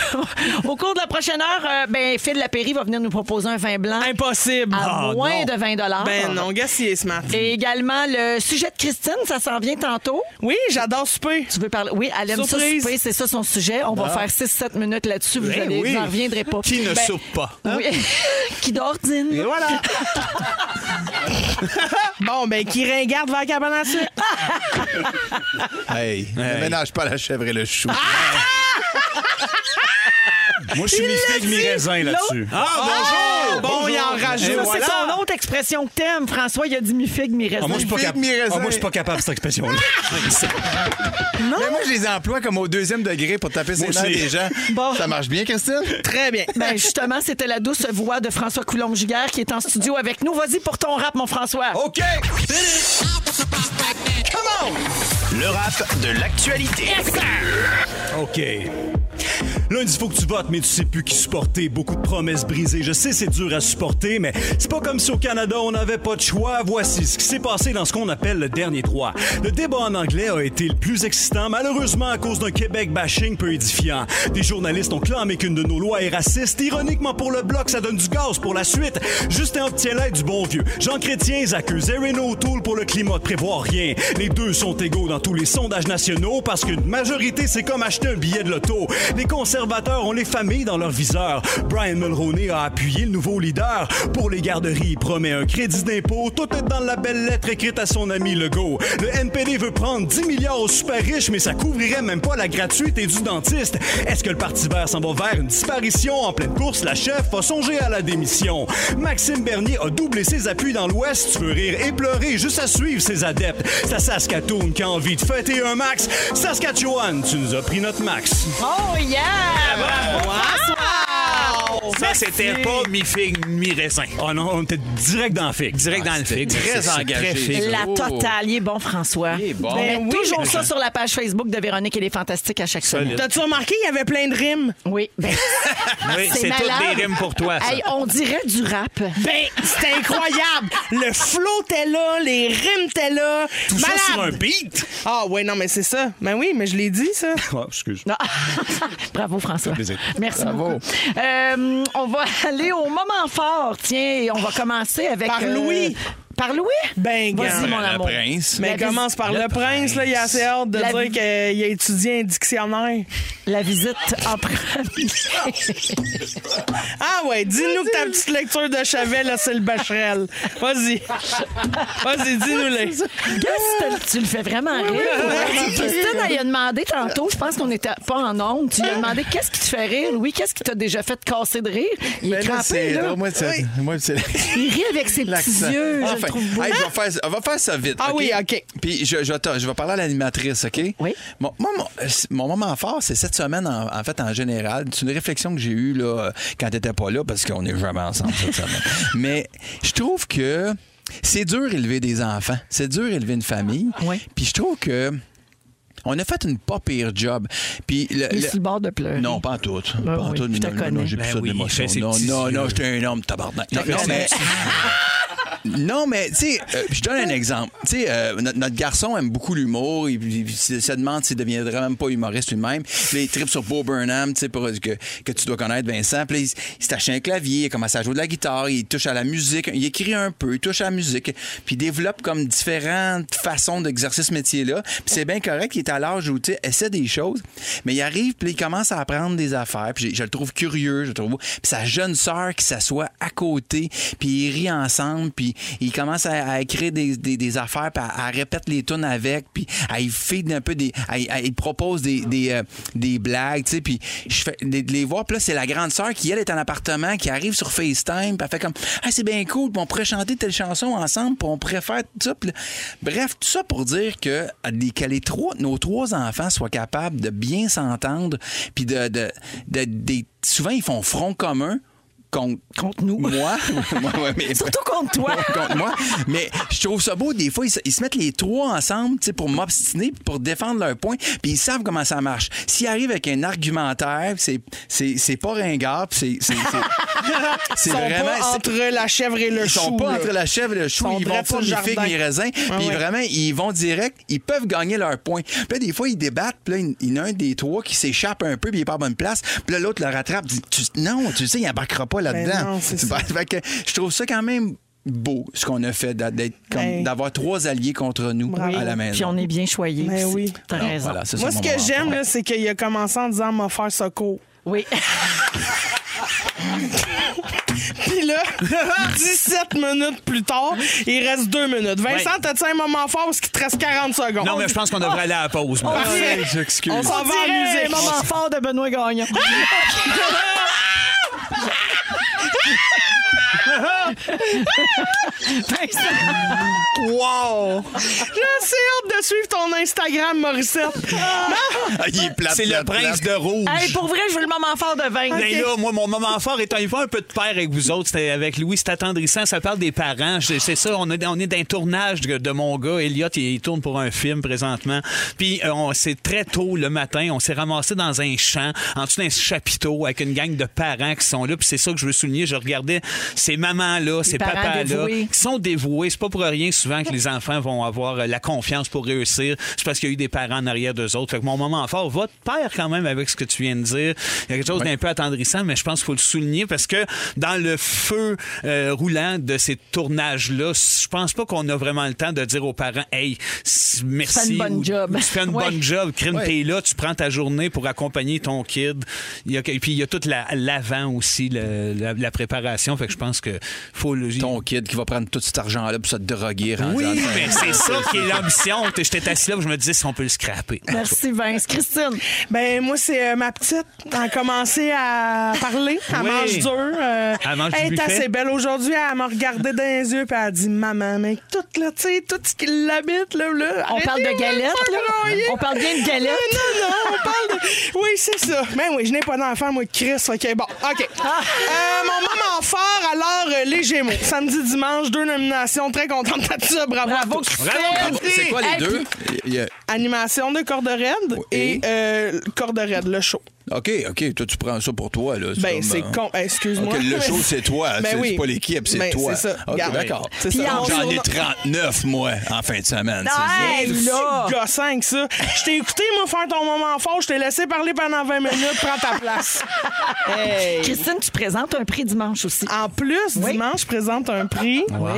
[SPEAKER 3] au cours de la prochaine heure, euh, ben, Phil Lapéry va venir nous proposer un vin blanc
[SPEAKER 1] Impossible!
[SPEAKER 3] à
[SPEAKER 4] Ah,
[SPEAKER 3] moins
[SPEAKER 4] non.
[SPEAKER 3] de 20
[SPEAKER 1] Ben non, gassier ce matin.
[SPEAKER 3] Et également le sujet de Christine, ça s'en vient tantôt.
[SPEAKER 1] Oui, j'adore souper.
[SPEAKER 3] Tu veux parler Oui, elle aime ça
[SPEAKER 1] Surprise.
[SPEAKER 3] souper, c'est ça son sujet. On va faire 6-7 minutes là-dessus. Vous
[SPEAKER 4] Eh
[SPEAKER 3] allez,
[SPEAKER 4] oui.
[SPEAKER 3] vous en reviendrez pas.
[SPEAKER 4] Qui ne
[SPEAKER 3] Ben,
[SPEAKER 4] soupe pas? hein?
[SPEAKER 3] oui. qui d'ordine.
[SPEAKER 4] Et voilà.
[SPEAKER 1] Bon, ben, qui ringarde vers la cabane à sucre?
[SPEAKER 3] Ah,
[SPEAKER 8] Hey, ne ménage pas la chèvre et le chou.
[SPEAKER 9] Moi, je suis mi-figue, mi-raisin là-dessus.
[SPEAKER 4] Ah, bonjour! Ah,
[SPEAKER 1] bon, il en
[SPEAKER 3] Ça,
[SPEAKER 1] rajoute.
[SPEAKER 3] c'est son autre expression que t'aimes, François. Il a dit mi-figue, mi-raisin.
[SPEAKER 9] Ah, moi, je suis pas, cap-
[SPEAKER 8] mi-raisin.
[SPEAKER 9] Ah, moi, je suis pas capable de cette expression-là.
[SPEAKER 8] Mais moi, je les emploie comme au deuxième degré pour taper ses
[SPEAKER 9] Moi
[SPEAKER 8] nerfs
[SPEAKER 9] aussi.
[SPEAKER 8] des gens.
[SPEAKER 3] Bon.
[SPEAKER 8] Ça marche bien, Christine?
[SPEAKER 1] Très bien.
[SPEAKER 3] Ben justement, c'était la douce voix de François Coulombe-Giguère qui est en studio avec nous. Vas-y pour ton rap, mon François.
[SPEAKER 8] OK! Come on! Le rap de l'actualité.
[SPEAKER 9] OK. Lundi, faut que tu votes, mais tu sais plus qui supporter. Beaucoup de promesses brisées. Je sais, c'est dur à supporter, mais c'est pas comme si au Canada, on n'avait pas de choix. Voici ce qui s'est passé dans ce qu'on appelle le dernier droit. Le débat en anglais a été le plus excitant, malheureusement à cause d'un Québec bashing peu édifiant. Des journalistes ont clamé qu'une de nos lois est raciste. Ironiquement, pour le Bloc, ça donne du gaz pour la suite. Justin obtient l'aide du bon vieux. Jean Chrétien, Zach Uzer et Renaud O'Toole pour le climat ne prévoit rien. Les deux sont égaux dans tous les sondages nationaux parce qu'une majorité, c'est comme acheter un billet de loto. Les conservateurs ont les familles dans leur viseur. Brian Mulroney a appuyé le nouveau leader. Pour les garderies, il promet un crédit d'impôt. Tout est dans la belle lettre écrite à son ami Legault. Le NPD veut prendre 10 milliards aux super riches, mais ça couvrirait même pas la gratuité du dentiste. Est-ce que le Parti vert s'en va vers une disparition? En pleine course, la chef a songé à la démission. Maxime Bernier a doublé ses appuis dans l'Ouest. Tu veux rire et pleurer juste à suivre ses adeptes. Ça Saskatoon qui a envie de fêter un max. Saskatchewan, tu nous as pris notre max.
[SPEAKER 3] Oh yeah! Bravo, François!
[SPEAKER 4] Ça, c'était pas mi-figue, mi-raisin.
[SPEAKER 9] Oh non, on était direct dans le fixe.
[SPEAKER 4] Direct dans le fixe. C'est-
[SPEAKER 6] très
[SPEAKER 4] c'est
[SPEAKER 6] engagé,
[SPEAKER 4] Ah, Très fixe.
[SPEAKER 3] La totale. Oh. Il est bon, François.
[SPEAKER 2] est bon.
[SPEAKER 3] Ben, toujours ça sur la page Facebook de Véronique et les Fantastiques à chaque semaine.
[SPEAKER 1] T'as-tu remarqué, il y avait plein de rimes?
[SPEAKER 3] Oui, ben,
[SPEAKER 4] Oui,
[SPEAKER 3] c'est
[SPEAKER 4] c'est
[SPEAKER 3] malade.
[SPEAKER 4] toutes des rimes pour toi, ça.
[SPEAKER 3] Hey, on dirait du rap.
[SPEAKER 1] Ben, c'était incroyable! Le flow t'es là, les rimes t'es là.
[SPEAKER 9] Tout
[SPEAKER 1] Malade.
[SPEAKER 9] ça sur un beat.
[SPEAKER 1] Ah ouais, non, mais c'est ça. Ben oui, mais je l'ai dit, ça.
[SPEAKER 9] Oh, excuse.
[SPEAKER 3] Non. Bravo, François.
[SPEAKER 9] plaisir.
[SPEAKER 3] Merci beaucoup. Euh, on va aller au moment fort, tiens, et on va commencer avec... euh,
[SPEAKER 1] Par Louis.
[SPEAKER 3] Par Louis?
[SPEAKER 1] Ben,
[SPEAKER 3] Vas-y,
[SPEAKER 1] gars.
[SPEAKER 3] mon amour.
[SPEAKER 2] prince.
[SPEAKER 1] Mais
[SPEAKER 3] La vis-
[SPEAKER 1] commence par le, prince, là. Il a assez hâte de
[SPEAKER 3] La
[SPEAKER 1] dire
[SPEAKER 3] vis-
[SPEAKER 1] qu'il a étudié un dictionnaire.
[SPEAKER 3] La visite en premier.
[SPEAKER 1] Ah ouais, dis-nous que ta petite lecture de Chavet, là, c'est le Becherel. Vas-y. Vas-y, dis-nous-le.
[SPEAKER 3] Qu'est-ce que tu le fais vraiment rire? Christine, elle a demandé tantôt, je pense qu'on n'était pas en honte, tu lui as demandé qu'est-ce qui te fait rire, Louis, qu'est-ce qui t'a déjà fait te casser de rire? Il
[SPEAKER 2] Ben,
[SPEAKER 3] est
[SPEAKER 8] Mais là,
[SPEAKER 3] crampé,
[SPEAKER 8] c'est.
[SPEAKER 3] là.
[SPEAKER 8] Moi, c'est. Moi, c'est.
[SPEAKER 3] Il rit avec ses petits
[SPEAKER 8] L'accent.
[SPEAKER 3] yeux, je le
[SPEAKER 8] Enfin,
[SPEAKER 3] trouve beau.
[SPEAKER 2] Hey, je vais faire, on va faire ça vite.
[SPEAKER 1] Ah oui, OK.
[SPEAKER 2] Puis je, je, te- je vais parler à l'animatrice, OK?
[SPEAKER 3] Oui.
[SPEAKER 2] Mon, moi, mon, mon moment fort, c'est cette semaine, en, en fait, en général. C'est une réflexion que j'ai eue là, euh, quand t'étais pas là, parce qu'on n'est jamais ensemble cette semaine. Mais je trouve que c'est dur élever des enfants. C'est dur élever une famille.
[SPEAKER 3] Oui.
[SPEAKER 2] Puis je trouve que. On a fait une pas pire job. Puis le-
[SPEAKER 3] Il est
[SPEAKER 2] le-
[SPEAKER 3] sur le bord de pleurer.
[SPEAKER 2] non, pas en tout.
[SPEAKER 3] Ben
[SPEAKER 2] pas en
[SPEAKER 3] oui,
[SPEAKER 2] tout.
[SPEAKER 3] je te
[SPEAKER 2] Non, non,
[SPEAKER 3] connais.
[SPEAKER 2] non, j'ai plus
[SPEAKER 4] Ben
[SPEAKER 2] ça
[SPEAKER 4] oui, il
[SPEAKER 2] d'émotion.
[SPEAKER 4] fait ses
[SPEAKER 2] Non,
[SPEAKER 4] petits
[SPEAKER 2] non,
[SPEAKER 4] yeux.
[SPEAKER 2] non, j'étais un homme tabarnak. Non,
[SPEAKER 4] fait
[SPEAKER 2] non,
[SPEAKER 4] ses
[SPEAKER 2] mais... Non, mais tu sais, euh, je donne un exemple. Tu sais, euh, notre, notre garçon aime beaucoup l'humour. Il, il- il se demande s'il deviendrait même pas humoriste lui-même. Puis là, il tripe sur Bo Burnham, tu sais, pour- que, que tu dois connaître, Vincent. Puis là, il, s- il s'est acheté un clavier, il commence à jouer de la guitare, il touche à la musique, il écrit un peu, il touche à la musique. Puis il développe comme différentes façons d'exercer ce métier-là. Puis c'est bien correct, il est à l'âge où, tu sais, essaie des choses. Mais il arrive, puis il commence à apprendre des affaires. Puis je, je le trouve curieux, je le trouve. Puis sa jeune sœur qui s'assoit à côté, puis ils rient ensemble, puis ils commencent à, à écrire des, des- des affaires, puis à, à répète les tunes avec, puis à y feed un peu des. à y- à y propose des, des, euh, des blagues, tu sais. Puis je fais de de les voir, puis là, c'est la grande sœur qui, elle, est en appartement, qui arrive sur FaceTime, puis elle fait comme Ah, c'est bien cool, puis on pourrait chanter telle chanson ensemble, puis on pourrait faire tout ça. Puis là- Bref, tout ça pour dire que, les- que les trois, nos trois enfants soient capables de bien s'entendre, puis de, de, de- des- Souvent, ils font front commun contre,
[SPEAKER 3] Contre nous.
[SPEAKER 2] Moi. Moi, ouais, mais-
[SPEAKER 3] Surtout contre toi.
[SPEAKER 2] Ouais, contre moi. Mais je trouve ça beau. Des fois, ils se, ils se mettent les trois ensemble tu sais, pour m'obstiner, pour défendre leur point. Puis ils savent comment ça marche. S'ils arrivent avec un argumentaire, c'est, c'est, c'est pas ringard. puis C'est, c'est, c'est, c'est
[SPEAKER 1] Ils sont
[SPEAKER 2] vraiment.
[SPEAKER 1] pas
[SPEAKER 2] c'est-
[SPEAKER 1] entre la chèvre et le
[SPEAKER 2] ils
[SPEAKER 1] chou.
[SPEAKER 2] sont pas
[SPEAKER 1] là.
[SPEAKER 2] entre la chèvre et le chou,
[SPEAKER 1] Ils sont
[SPEAKER 2] ils vont
[SPEAKER 1] vrais
[SPEAKER 2] pas
[SPEAKER 1] sur le
[SPEAKER 2] ni figue
[SPEAKER 1] jardin.
[SPEAKER 2] ni raisin,
[SPEAKER 1] Ah
[SPEAKER 2] puis
[SPEAKER 1] ouais.
[SPEAKER 2] vraiment, ils vont direct, ils peuvent gagner leur point. Puis là, des fois, ils débattent, puis là, il- il y en a un des trois qui s'échappe un peu, puis il est pas à bonne place, puis là, l'autre le rattrape, dit Tu- Non, tu sais, il embarquera pas
[SPEAKER 1] Ben
[SPEAKER 2] là-dedans.
[SPEAKER 1] non, c'est
[SPEAKER 2] Tu
[SPEAKER 1] ça.
[SPEAKER 2] vois, fait que je trouve ça quand même beau, ce qu'on a fait, d'a- d'être comme-
[SPEAKER 1] Hey.
[SPEAKER 2] d'avoir trois alliés contre nous
[SPEAKER 1] Ben, Bravo.
[SPEAKER 2] à la maison.
[SPEAKER 3] Puis on est bien choyés.
[SPEAKER 1] Mais
[SPEAKER 3] puis
[SPEAKER 1] oui.
[SPEAKER 3] c'est- T'as
[SPEAKER 2] Donc,
[SPEAKER 3] raison.
[SPEAKER 2] voilà, c'est ça
[SPEAKER 1] Moi, ce
[SPEAKER 2] mon
[SPEAKER 1] que
[SPEAKER 2] moment
[SPEAKER 1] j'aime,
[SPEAKER 2] fort.
[SPEAKER 1] là, c'est qu'il a commencé en disant m'a faire secours.
[SPEAKER 3] Oui.
[SPEAKER 1] Puis là, 17 minutes plus tard, il reste 2 minutes. Vincent,
[SPEAKER 4] Ouais.
[SPEAKER 1] t'as-tu un moment fort parce qu'il te reste 40 secondes?
[SPEAKER 4] Non, mais je pense qu'on devrait aller à la pause. maintenant.
[SPEAKER 1] Parfait.
[SPEAKER 2] J'excuse.
[SPEAKER 1] On s'en va en
[SPEAKER 3] Dirait
[SPEAKER 1] musique.
[SPEAKER 3] un moment fort de Benoît Gagnon.
[SPEAKER 1] Ah! wow! J'ai assez hâte de suivre ton Instagram, Morissette. Non?
[SPEAKER 2] Ah, il est plate,
[SPEAKER 4] C'est le
[SPEAKER 2] plate,
[SPEAKER 4] prince
[SPEAKER 2] plate.
[SPEAKER 4] de rouge.
[SPEAKER 3] Hey, pour vrai, je veux le moment fort de vaincre.
[SPEAKER 4] Mais
[SPEAKER 3] OK.
[SPEAKER 4] là, moi, mon moment fort étant, il faut un peu de pair avec vous autres. C'était avec Louis, c'est attendrissant. Ça parle des parents. Je- C'est ça, on, est- on est d'un tournage de, de mon gars. Elliot, il, il tourne pour un film présentement. Puis, euh, on- c'est très tôt le matin. On s'est ramassé dans un champ, en dessous d'un chapiteau, avec une gang de parents qui sont là. Puis, c'est ça que je veux souligner. Je regardais ces mamans-là, ces
[SPEAKER 3] parents
[SPEAKER 4] papas-là,
[SPEAKER 3] dévoués.
[SPEAKER 4] qui sont dévoués. C'est pas pour rien souvent que les enfants vont avoir euh, la confiance pour réussir. C'est parce qu'il y a eu des parents en arrière d'eux autres. Fait que mon moment fort va de pair quand même avec ce que tu viens de dire. Il y a quelque chose d'un peu attendrissant, mais je pense qu'il faut le souligner parce que dans le feu euh, roulant de ces tournages-là, je pense pas qu'on a vraiment le temps de dire aux parents Hey, s- merci.
[SPEAKER 3] fais une bonne
[SPEAKER 4] ou-
[SPEAKER 3] job.
[SPEAKER 4] Tu fais une
[SPEAKER 3] Ouais.
[SPEAKER 4] bonne job. Crime,
[SPEAKER 2] Ouais.
[SPEAKER 4] t'es là, tu prends ta journée pour accompagner ton kid. Il y a, et puis il y a toute la- l'avant aussi, le- la, la préparation. Fait que je pense que faut le.
[SPEAKER 2] Ton kid qui va prendre tout cet argent-là pour se droguer. rendu
[SPEAKER 4] Oui,
[SPEAKER 2] à la fin.
[SPEAKER 4] mais c'est ça qui est l'ambition. J'étais assis là, je me disais si on peut le scraper.
[SPEAKER 3] Merci, Vince. Christine.
[SPEAKER 1] Ben, moi, c'est euh, ma petite. Elle a commencé à parler. Elle
[SPEAKER 4] Oui.
[SPEAKER 1] mange dur. euh,
[SPEAKER 4] Elle mange du
[SPEAKER 1] est
[SPEAKER 4] buffet.
[SPEAKER 1] assez belle aujourd'hui. Elle m'a regardé dans les yeux puis elle a dit Maman, mais tout, là, tu sais, tout ce qui l'habite, là, là.
[SPEAKER 3] On parle de galette, là. On parle bien de galette.
[SPEAKER 1] Non, non, non, on parle de. Oui, c'est ça. Ben oui, je n'ai pas d'enfant, moi, Chris. OK, bon, OK.
[SPEAKER 3] Ah.
[SPEAKER 1] Euh, mon moment fort, alors, euh, les Gémeaux. Samedi, dimanche, deux nominations. Très contente de ça. Bravo.
[SPEAKER 3] Bravo,
[SPEAKER 1] à tous.
[SPEAKER 3] Christine.
[SPEAKER 1] Bravo,
[SPEAKER 2] C'est quoi les
[SPEAKER 3] Hey,
[SPEAKER 2] deux? Il y a-
[SPEAKER 1] Animation de Corde Red
[SPEAKER 2] Et?
[SPEAKER 1] et euh, Corde Red, le show.
[SPEAKER 2] OK, OK, toi, tu prends ça pour toi. Là.
[SPEAKER 1] Ben,
[SPEAKER 2] comme,
[SPEAKER 1] c'est
[SPEAKER 2] euh,
[SPEAKER 1] con. Excuse-moi.
[SPEAKER 2] OK, le show, c'est toi.
[SPEAKER 1] Ben
[SPEAKER 2] c'est
[SPEAKER 1] oui.
[SPEAKER 2] c'est pas l'équipe, c'est
[SPEAKER 1] Ben,
[SPEAKER 2] toi.
[SPEAKER 1] C'est ça.
[SPEAKER 2] OK,
[SPEAKER 1] Regarde.
[SPEAKER 2] d'accord.
[SPEAKER 1] C'est ça.
[SPEAKER 3] Puis en
[SPEAKER 1] Mon
[SPEAKER 2] J'en ai
[SPEAKER 1] journal-
[SPEAKER 2] 39, moi, en fin de semaine. c'est ça.
[SPEAKER 3] Hey, là.
[SPEAKER 1] C'est gossant que ça. Je t'ai écouté, moi, faire ton moment fort. Je t'ai laissé parler pendant 20 minutes. Prends ta place. Hey.
[SPEAKER 3] Christine, tu présentes un prix dimanche aussi.
[SPEAKER 1] En plus,
[SPEAKER 3] Oui.
[SPEAKER 1] dimanche, je présente un prix. Oui.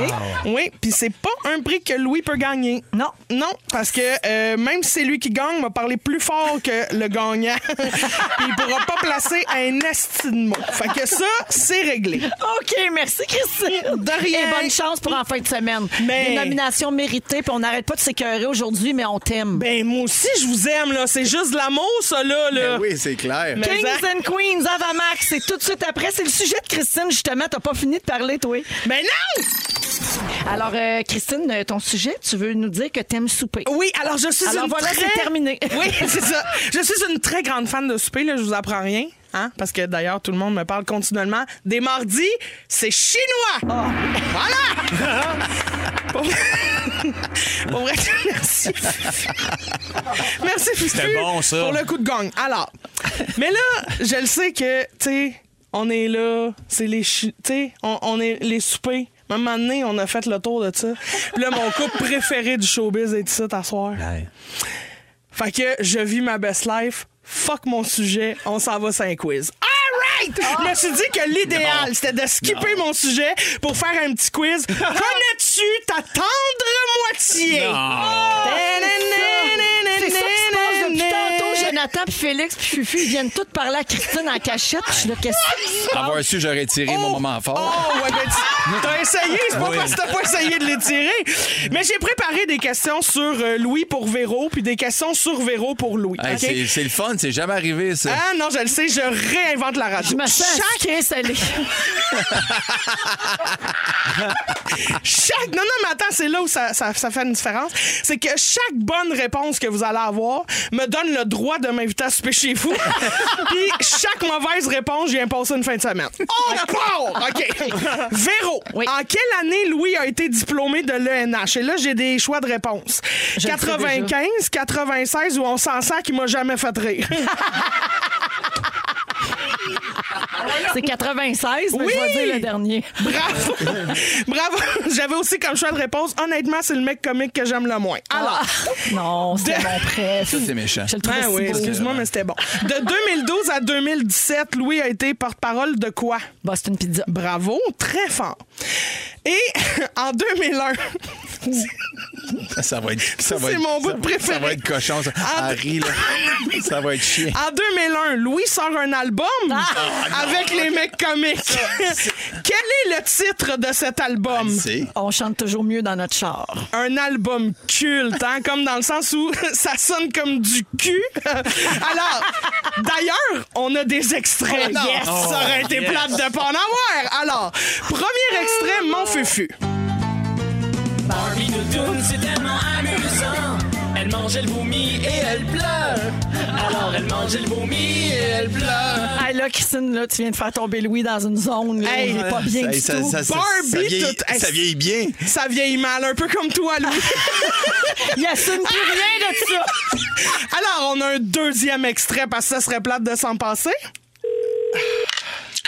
[SPEAKER 1] Oui, puis c'est pas un prix que Louis peut gagner.
[SPEAKER 3] Non.
[SPEAKER 1] Non, parce que euh, même si c'est lui qui gagne, il va parler plus fort que le gagnant. Puis il pourra pas placer un esti de mot. Fait que ça, c'est réglé.
[SPEAKER 3] OK, merci, Christine.
[SPEAKER 1] De rien.
[SPEAKER 3] Et bonne chance pour en fin de semaine.
[SPEAKER 1] Mais-
[SPEAKER 3] Des nominations méritées, puis on n'arrête pas de s'écœurer aujourd'hui, mais on t'aime.
[SPEAKER 1] Ben, moi aussi, je vous aime, là. C'est juste de l'amour, ça, là. là.
[SPEAKER 2] Ben oui, c'est clair.
[SPEAKER 1] Mais-
[SPEAKER 3] Kings
[SPEAKER 1] exact.
[SPEAKER 3] and Queens, Avamax, c'est tout de suite après. C'est le sujet de Christine, justement. T'as pas fini de parler, toi.
[SPEAKER 1] Ben non!
[SPEAKER 3] Alors, euh, Christine, euh, ton sujet, tu veux nous dire que t'aimes souper.
[SPEAKER 1] Oui, alors je suis
[SPEAKER 3] Alors
[SPEAKER 1] une
[SPEAKER 3] voilà,
[SPEAKER 1] très-
[SPEAKER 3] c'est terminé.
[SPEAKER 1] Oui, c'est ça. Je suis une très grande fan de souper, là, je vous apprends rien. Hein? Parce que d'ailleurs, tout le monde me parle continuellement. Des mardis, c'est chinois!
[SPEAKER 3] Ah.
[SPEAKER 1] Voilà! Pour- Pour vrai, merci. merci, Fufu,
[SPEAKER 4] bon, ça.
[SPEAKER 1] pour le coup de gang. Alors, mais là, je le sais que, tu sais, on est là, c'est les chi- tu sais, on, on est les soupers. Même un moment donné, on a fait le tour de ça. Puis là, mon couple préféré du showbiz est ici, t'asseoir. Fait que je vis ma best life. Fuck mon sujet, on s'en va sur un quiz. All right! Je me suis dit que l'idéal, c'était de skipper mon sujet pour faire un petit quiz. Connais-tu ta tendre moitié?
[SPEAKER 3] C'est ça qui se passe depuis tantôt. Jonathan, puis Félix, puis Fufu, ils viennent tous parler à Christine en cachette. puis Je suis là, qu'est-ce qui se passe?
[SPEAKER 2] Avoir su, j'aurais tiré mon moment fort.
[SPEAKER 1] Oh, ouais, ben, tu- t'as essayé, c'est pas parce que t'as pas essayé de les tirer. Mais j'ai préparé des questions sur euh, Louis pour Véro, puis des questions sur Véro pour Louis.
[SPEAKER 2] Hey,
[SPEAKER 1] OK?
[SPEAKER 2] c'est- C'est le fun, c'est jamais arrivé, ça.
[SPEAKER 1] Ah non, je le sais, je réinvente la radio.
[SPEAKER 3] Je me sens
[SPEAKER 1] Chaque-
[SPEAKER 3] sucrée, salée.
[SPEAKER 1] chaque. Non, non, mais attends, c'est là où ça, ça- ça fait une différence. C'est que chaque bonne réponse que vous allez avoir me donne le droit de m'inviter à souper chez vous. Puis chaque mauvaise réponse, je viens passer une fin de semaine. On part! OK. Véro,
[SPEAKER 3] Oui.
[SPEAKER 1] en quelle année Louis a été diplômé de l'ENH? Et là, j'ai des choix de réponse.
[SPEAKER 3] Je le sais
[SPEAKER 1] 95, 96 ou on s'en sent qu'il m'a jamais fait rire.
[SPEAKER 3] C'est 96, mais je vais
[SPEAKER 1] Oui!
[SPEAKER 3] dire le dernier.
[SPEAKER 1] Bravo! Bravo! J'avais aussi comme choix de réponse. Honnêtement, c'est le mec comique que j'aime le moins. Alors,
[SPEAKER 3] Non, c'était
[SPEAKER 1] De-
[SPEAKER 3] mon préf.
[SPEAKER 2] Ça, c'est méchant.
[SPEAKER 3] Je le trouvais
[SPEAKER 1] Ben
[SPEAKER 3] si
[SPEAKER 1] oui,
[SPEAKER 3] beau.
[SPEAKER 1] excuse-moi, mais c'était bon. De 2012 à 2017, Louis a été porte-parole de quoi?
[SPEAKER 3] Boston Pizza.
[SPEAKER 1] Bravo, très fort. Et en 2001,
[SPEAKER 2] Ça va être. ça va
[SPEAKER 1] c'est
[SPEAKER 2] être-
[SPEAKER 1] mon bout
[SPEAKER 2] ça-
[SPEAKER 1] de préféré.
[SPEAKER 2] Ça va être cochon, ça.
[SPEAKER 1] Ah,
[SPEAKER 2] Harry, là. ça va être chiant.
[SPEAKER 1] en 2001, Louis sort un album avec les mecs comiques. Quel est le titre de cet album?
[SPEAKER 2] Ben, C'est.
[SPEAKER 3] On chante toujours mieux dans notre char.
[SPEAKER 1] un album culte, hein, comme dans le sens où ça sonne comme du cul. Alors, d'ailleurs, on a des extraits.
[SPEAKER 8] Oh non.
[SPEAKER 1] Yes.
[SPEAKER 8] Oh,
[SPEAKER 1] Ça aurait été
[SPEAKER 8] yes.
[SPEAKER 1] plate de pas en avoir. Alors, premier extrait, mon fufu.
[SPEAKER 8] Barbie Doudoune, c'est tellement amusant. Elle mangeait le vomi et elle pleure. Alors elle mangeait le vomi et elle pleure.
[SPEAKER 3] Hey, là, Christine, là, tu viens de faire tomber Louis dans une zone. Là,
[SPEAKER 1] Hey,
[SPEAKER 3] il est pas bien
[SPEAKER 1] ça-
[SPEAKER 3] du
[SPEAKER 1] ça-
[SPEAKER 3] tout.
[SPEAKER 1] ça- ça- Barbie, ça vieillit- tout- hey, ça vieillit
[SPEAKER 2] bien.
[SPEAKER 1] Ça vieillit mal, un peu comme toi, Louis.
[SPEAKER 3] Il assume plus rien de ça.
[SPEAKER 1] Alors, on a un deuxième extrait parce que ça serait plate de s'en passer.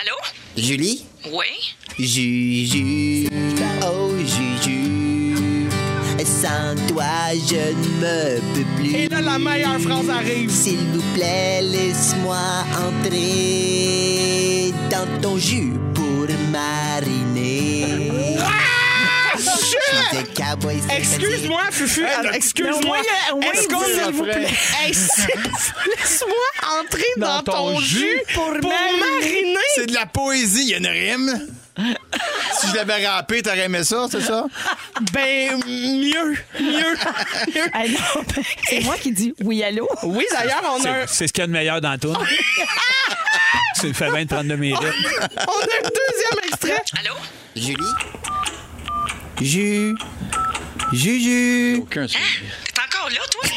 [SPEAKER 10] Allô?
[SPEAKER 11] Julie?
[SPEAKER 10] Oui?
[SPEAKER 11] Juju, oh Juju, sans toi je ne me peux plus. Et
[SPEAKER 1] là, la meilleure phrase arrive.
[SPEAKER 11] S'il vous plaît, laisse-moi entrer dans ton jus pour mariner.
[SPEAKER 1] Ah! Shit! Excuse-moi, Fufu. alors, Excuse-moi.
[SPEAKER 8] au moins,
[SPEAKER 1] Est-ce
[SPEAKER 8] il
[SPEAKER 1] qu'on,
[SPEAKER 8] dit
[SPEAKER 1] s'il vous
[SPEAKER 8] après.
[SPEAKER 1] plaît, Hey, laisse-moi entrer dans, ton, jus pour, mariner?
[SPEAKER 12] C'est de la poésie, il y a une rime. si je l'avais rappé, t'aurais aimé ça, c'est ça?
[SPEAKER 1] Ben, mieux, mieux.
[SPEAKER 3] c'est moi qui dis oui, allô?
[SPEAKER 1] Oui, d'ailleurs, on a un-
[SPEAKER 4] C'est- C'est ce qu'il y a de meilleur dans tout. Tu fait 20 32 minutes.
[SPEAKER 1] On a un deuxième extrait.
[SPEAKER 10] Allô?
[SPEAKER 11] Julie? Ju, Juju.
[SPEAKER 2] Aucun
[SPEAKER 10] T'es encore là, toi?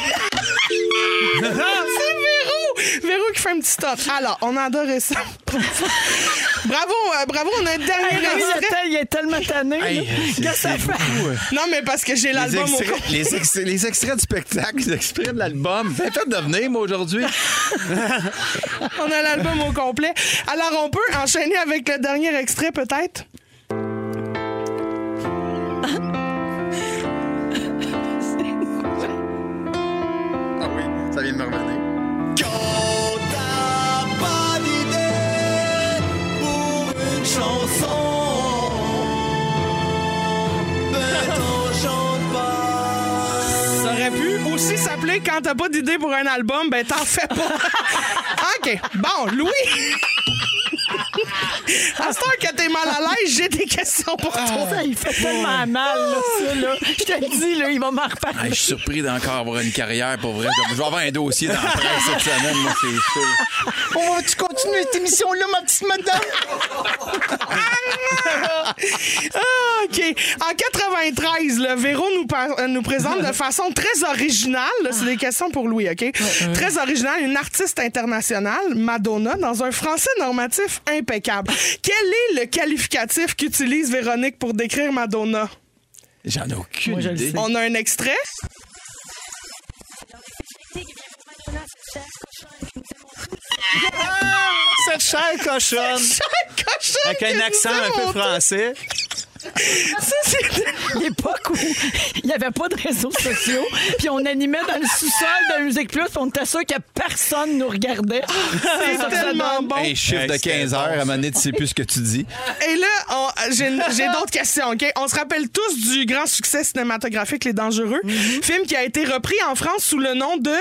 [SPEAKER 1] C'est Véro! Véro qui fait un petit top. Alors, on adorait ça. bravo, euh, bravo, on a le dernier
[SPEAKER 3] Hey, Louis,
[SPEAKER 1] extrait.
[SPEAKER 3] il est tellement tanné. là.
[SPEAKER 1] Hey,
[SPEAKER 12] c'est-
[SPEAKER 1] Qu'est-ce que ça
[SPEAKER 12] c'est
[SPEAKER 1] fait?
[SPEAKER 2] hein.
[SPEAKER 12] beaucoup, euh.
[SPEAKER 1] Non, mais parce que j'ai
[SPEAKER 12] Les
[SPEAKER 1] l'album au
[SPEAKER 12] extraits,
[SPEAKER 1] complet.
[SPEAKER 12] les, ex- les extraits du spectacle, les extraits de l'album. Faites de venir, moi, aujourd'hui.
[SPEAKER 1] On a l'album au complet. Alors, on peut enchaîner avec le dernier extrait, peut-être?
[SPEAKER 12] Ah oui, ça vient de me revenir.
[SPEAKER 8] Quand t'as pas d'idée pour une chanson, ne t'en chante pas.
[SPEAKER 1] Ça aurait pu aussi s'appeler Quand t'as pas d'idée pour un album, ben t'en fais pas. OK. Bon, Louis. À ce temps que t'es mal à l'aise, j'ai des questions pour toi.
[SPEAKER 3] Ça, il fait tellement mal, là, ça, là. Je te le dis, là, il va m'en
[SPEAKER 2] Hey,
[SPEAKER 3] reparler.
[SPEAKER 2] je suis surpris d'encore avoir une carrière pour vrai. Je vais avoir un dossier dans la presse cette semaine, moi, c'est sûr.
[SPEAKER 12] On va-tu continuer cette émission-là, ma petite madame?
[SPEAKER 1] Ah, OK. En 93, le Véro nous, par- euh, nous présente de façon très originale, là, c'est des questions pour Louis, OK? Très originale, une artiste internationale, Madonna, dans un français normatif impeccable. Quel est le qualificatif qu'utilise Véronique pour décrire Madonna?
[SPEAKER 2] J'en ai aucune idée.
[SPEAKER 1] On a un extrait.
[SPEAKER 8] Cette chère cochonne.
[SPEAKER 1] Cette cochonne.
[SPEAKER 4] Avec un accent un peu français.
[SPEAKER 1] Ça, c'est
[SPEAKER 3] l'époque où il n'y avait pas de réseaux sociaux, puis on animait dans le sous-sol de Musique Plus, puis on était sûr que personne nous regardait.
[SPEAKER 1] Ah,
[SPEAKER 3] Ça faisait donc-
[SPEAKER 2] Hey, chiffre de 15 heures, à un moment donné, tu sais plus ce que tu dis.
[SPEAKER 1] Et là, on- j'ai j'ai d'autres questions, OK? On se rappelle tous du grand succès cinématographique Les Dangereux, film qui a été repris en France sous le nom de...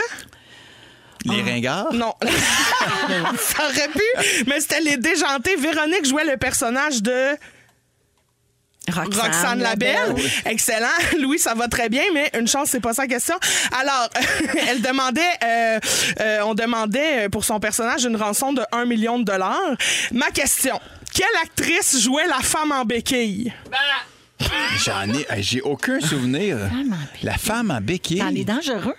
[SPEAKER 12] Les ringards?
[SPEAKER 1] Non. Ça aurait pu, mais c'était Les Déjantés. Véronique jouait le personnage de...
[SPEAKER 3] Roxane,
[SPEAKER 1] Roxane Labelle. Excellent. Louis, ça va très bien, mais une chance, c'est pas sa question. Alors, elle demandait, euh, euh, on demandait euh, pour son personnage une rançon de 1 million de dollars. Ma question, quelle actrice jouait la femme en béquille?
[SPEAKER 2] J'en ai, hey, j'ai aucun souvenir. La femme en béquille.
[SPEAKER 3] Dans les dangereux.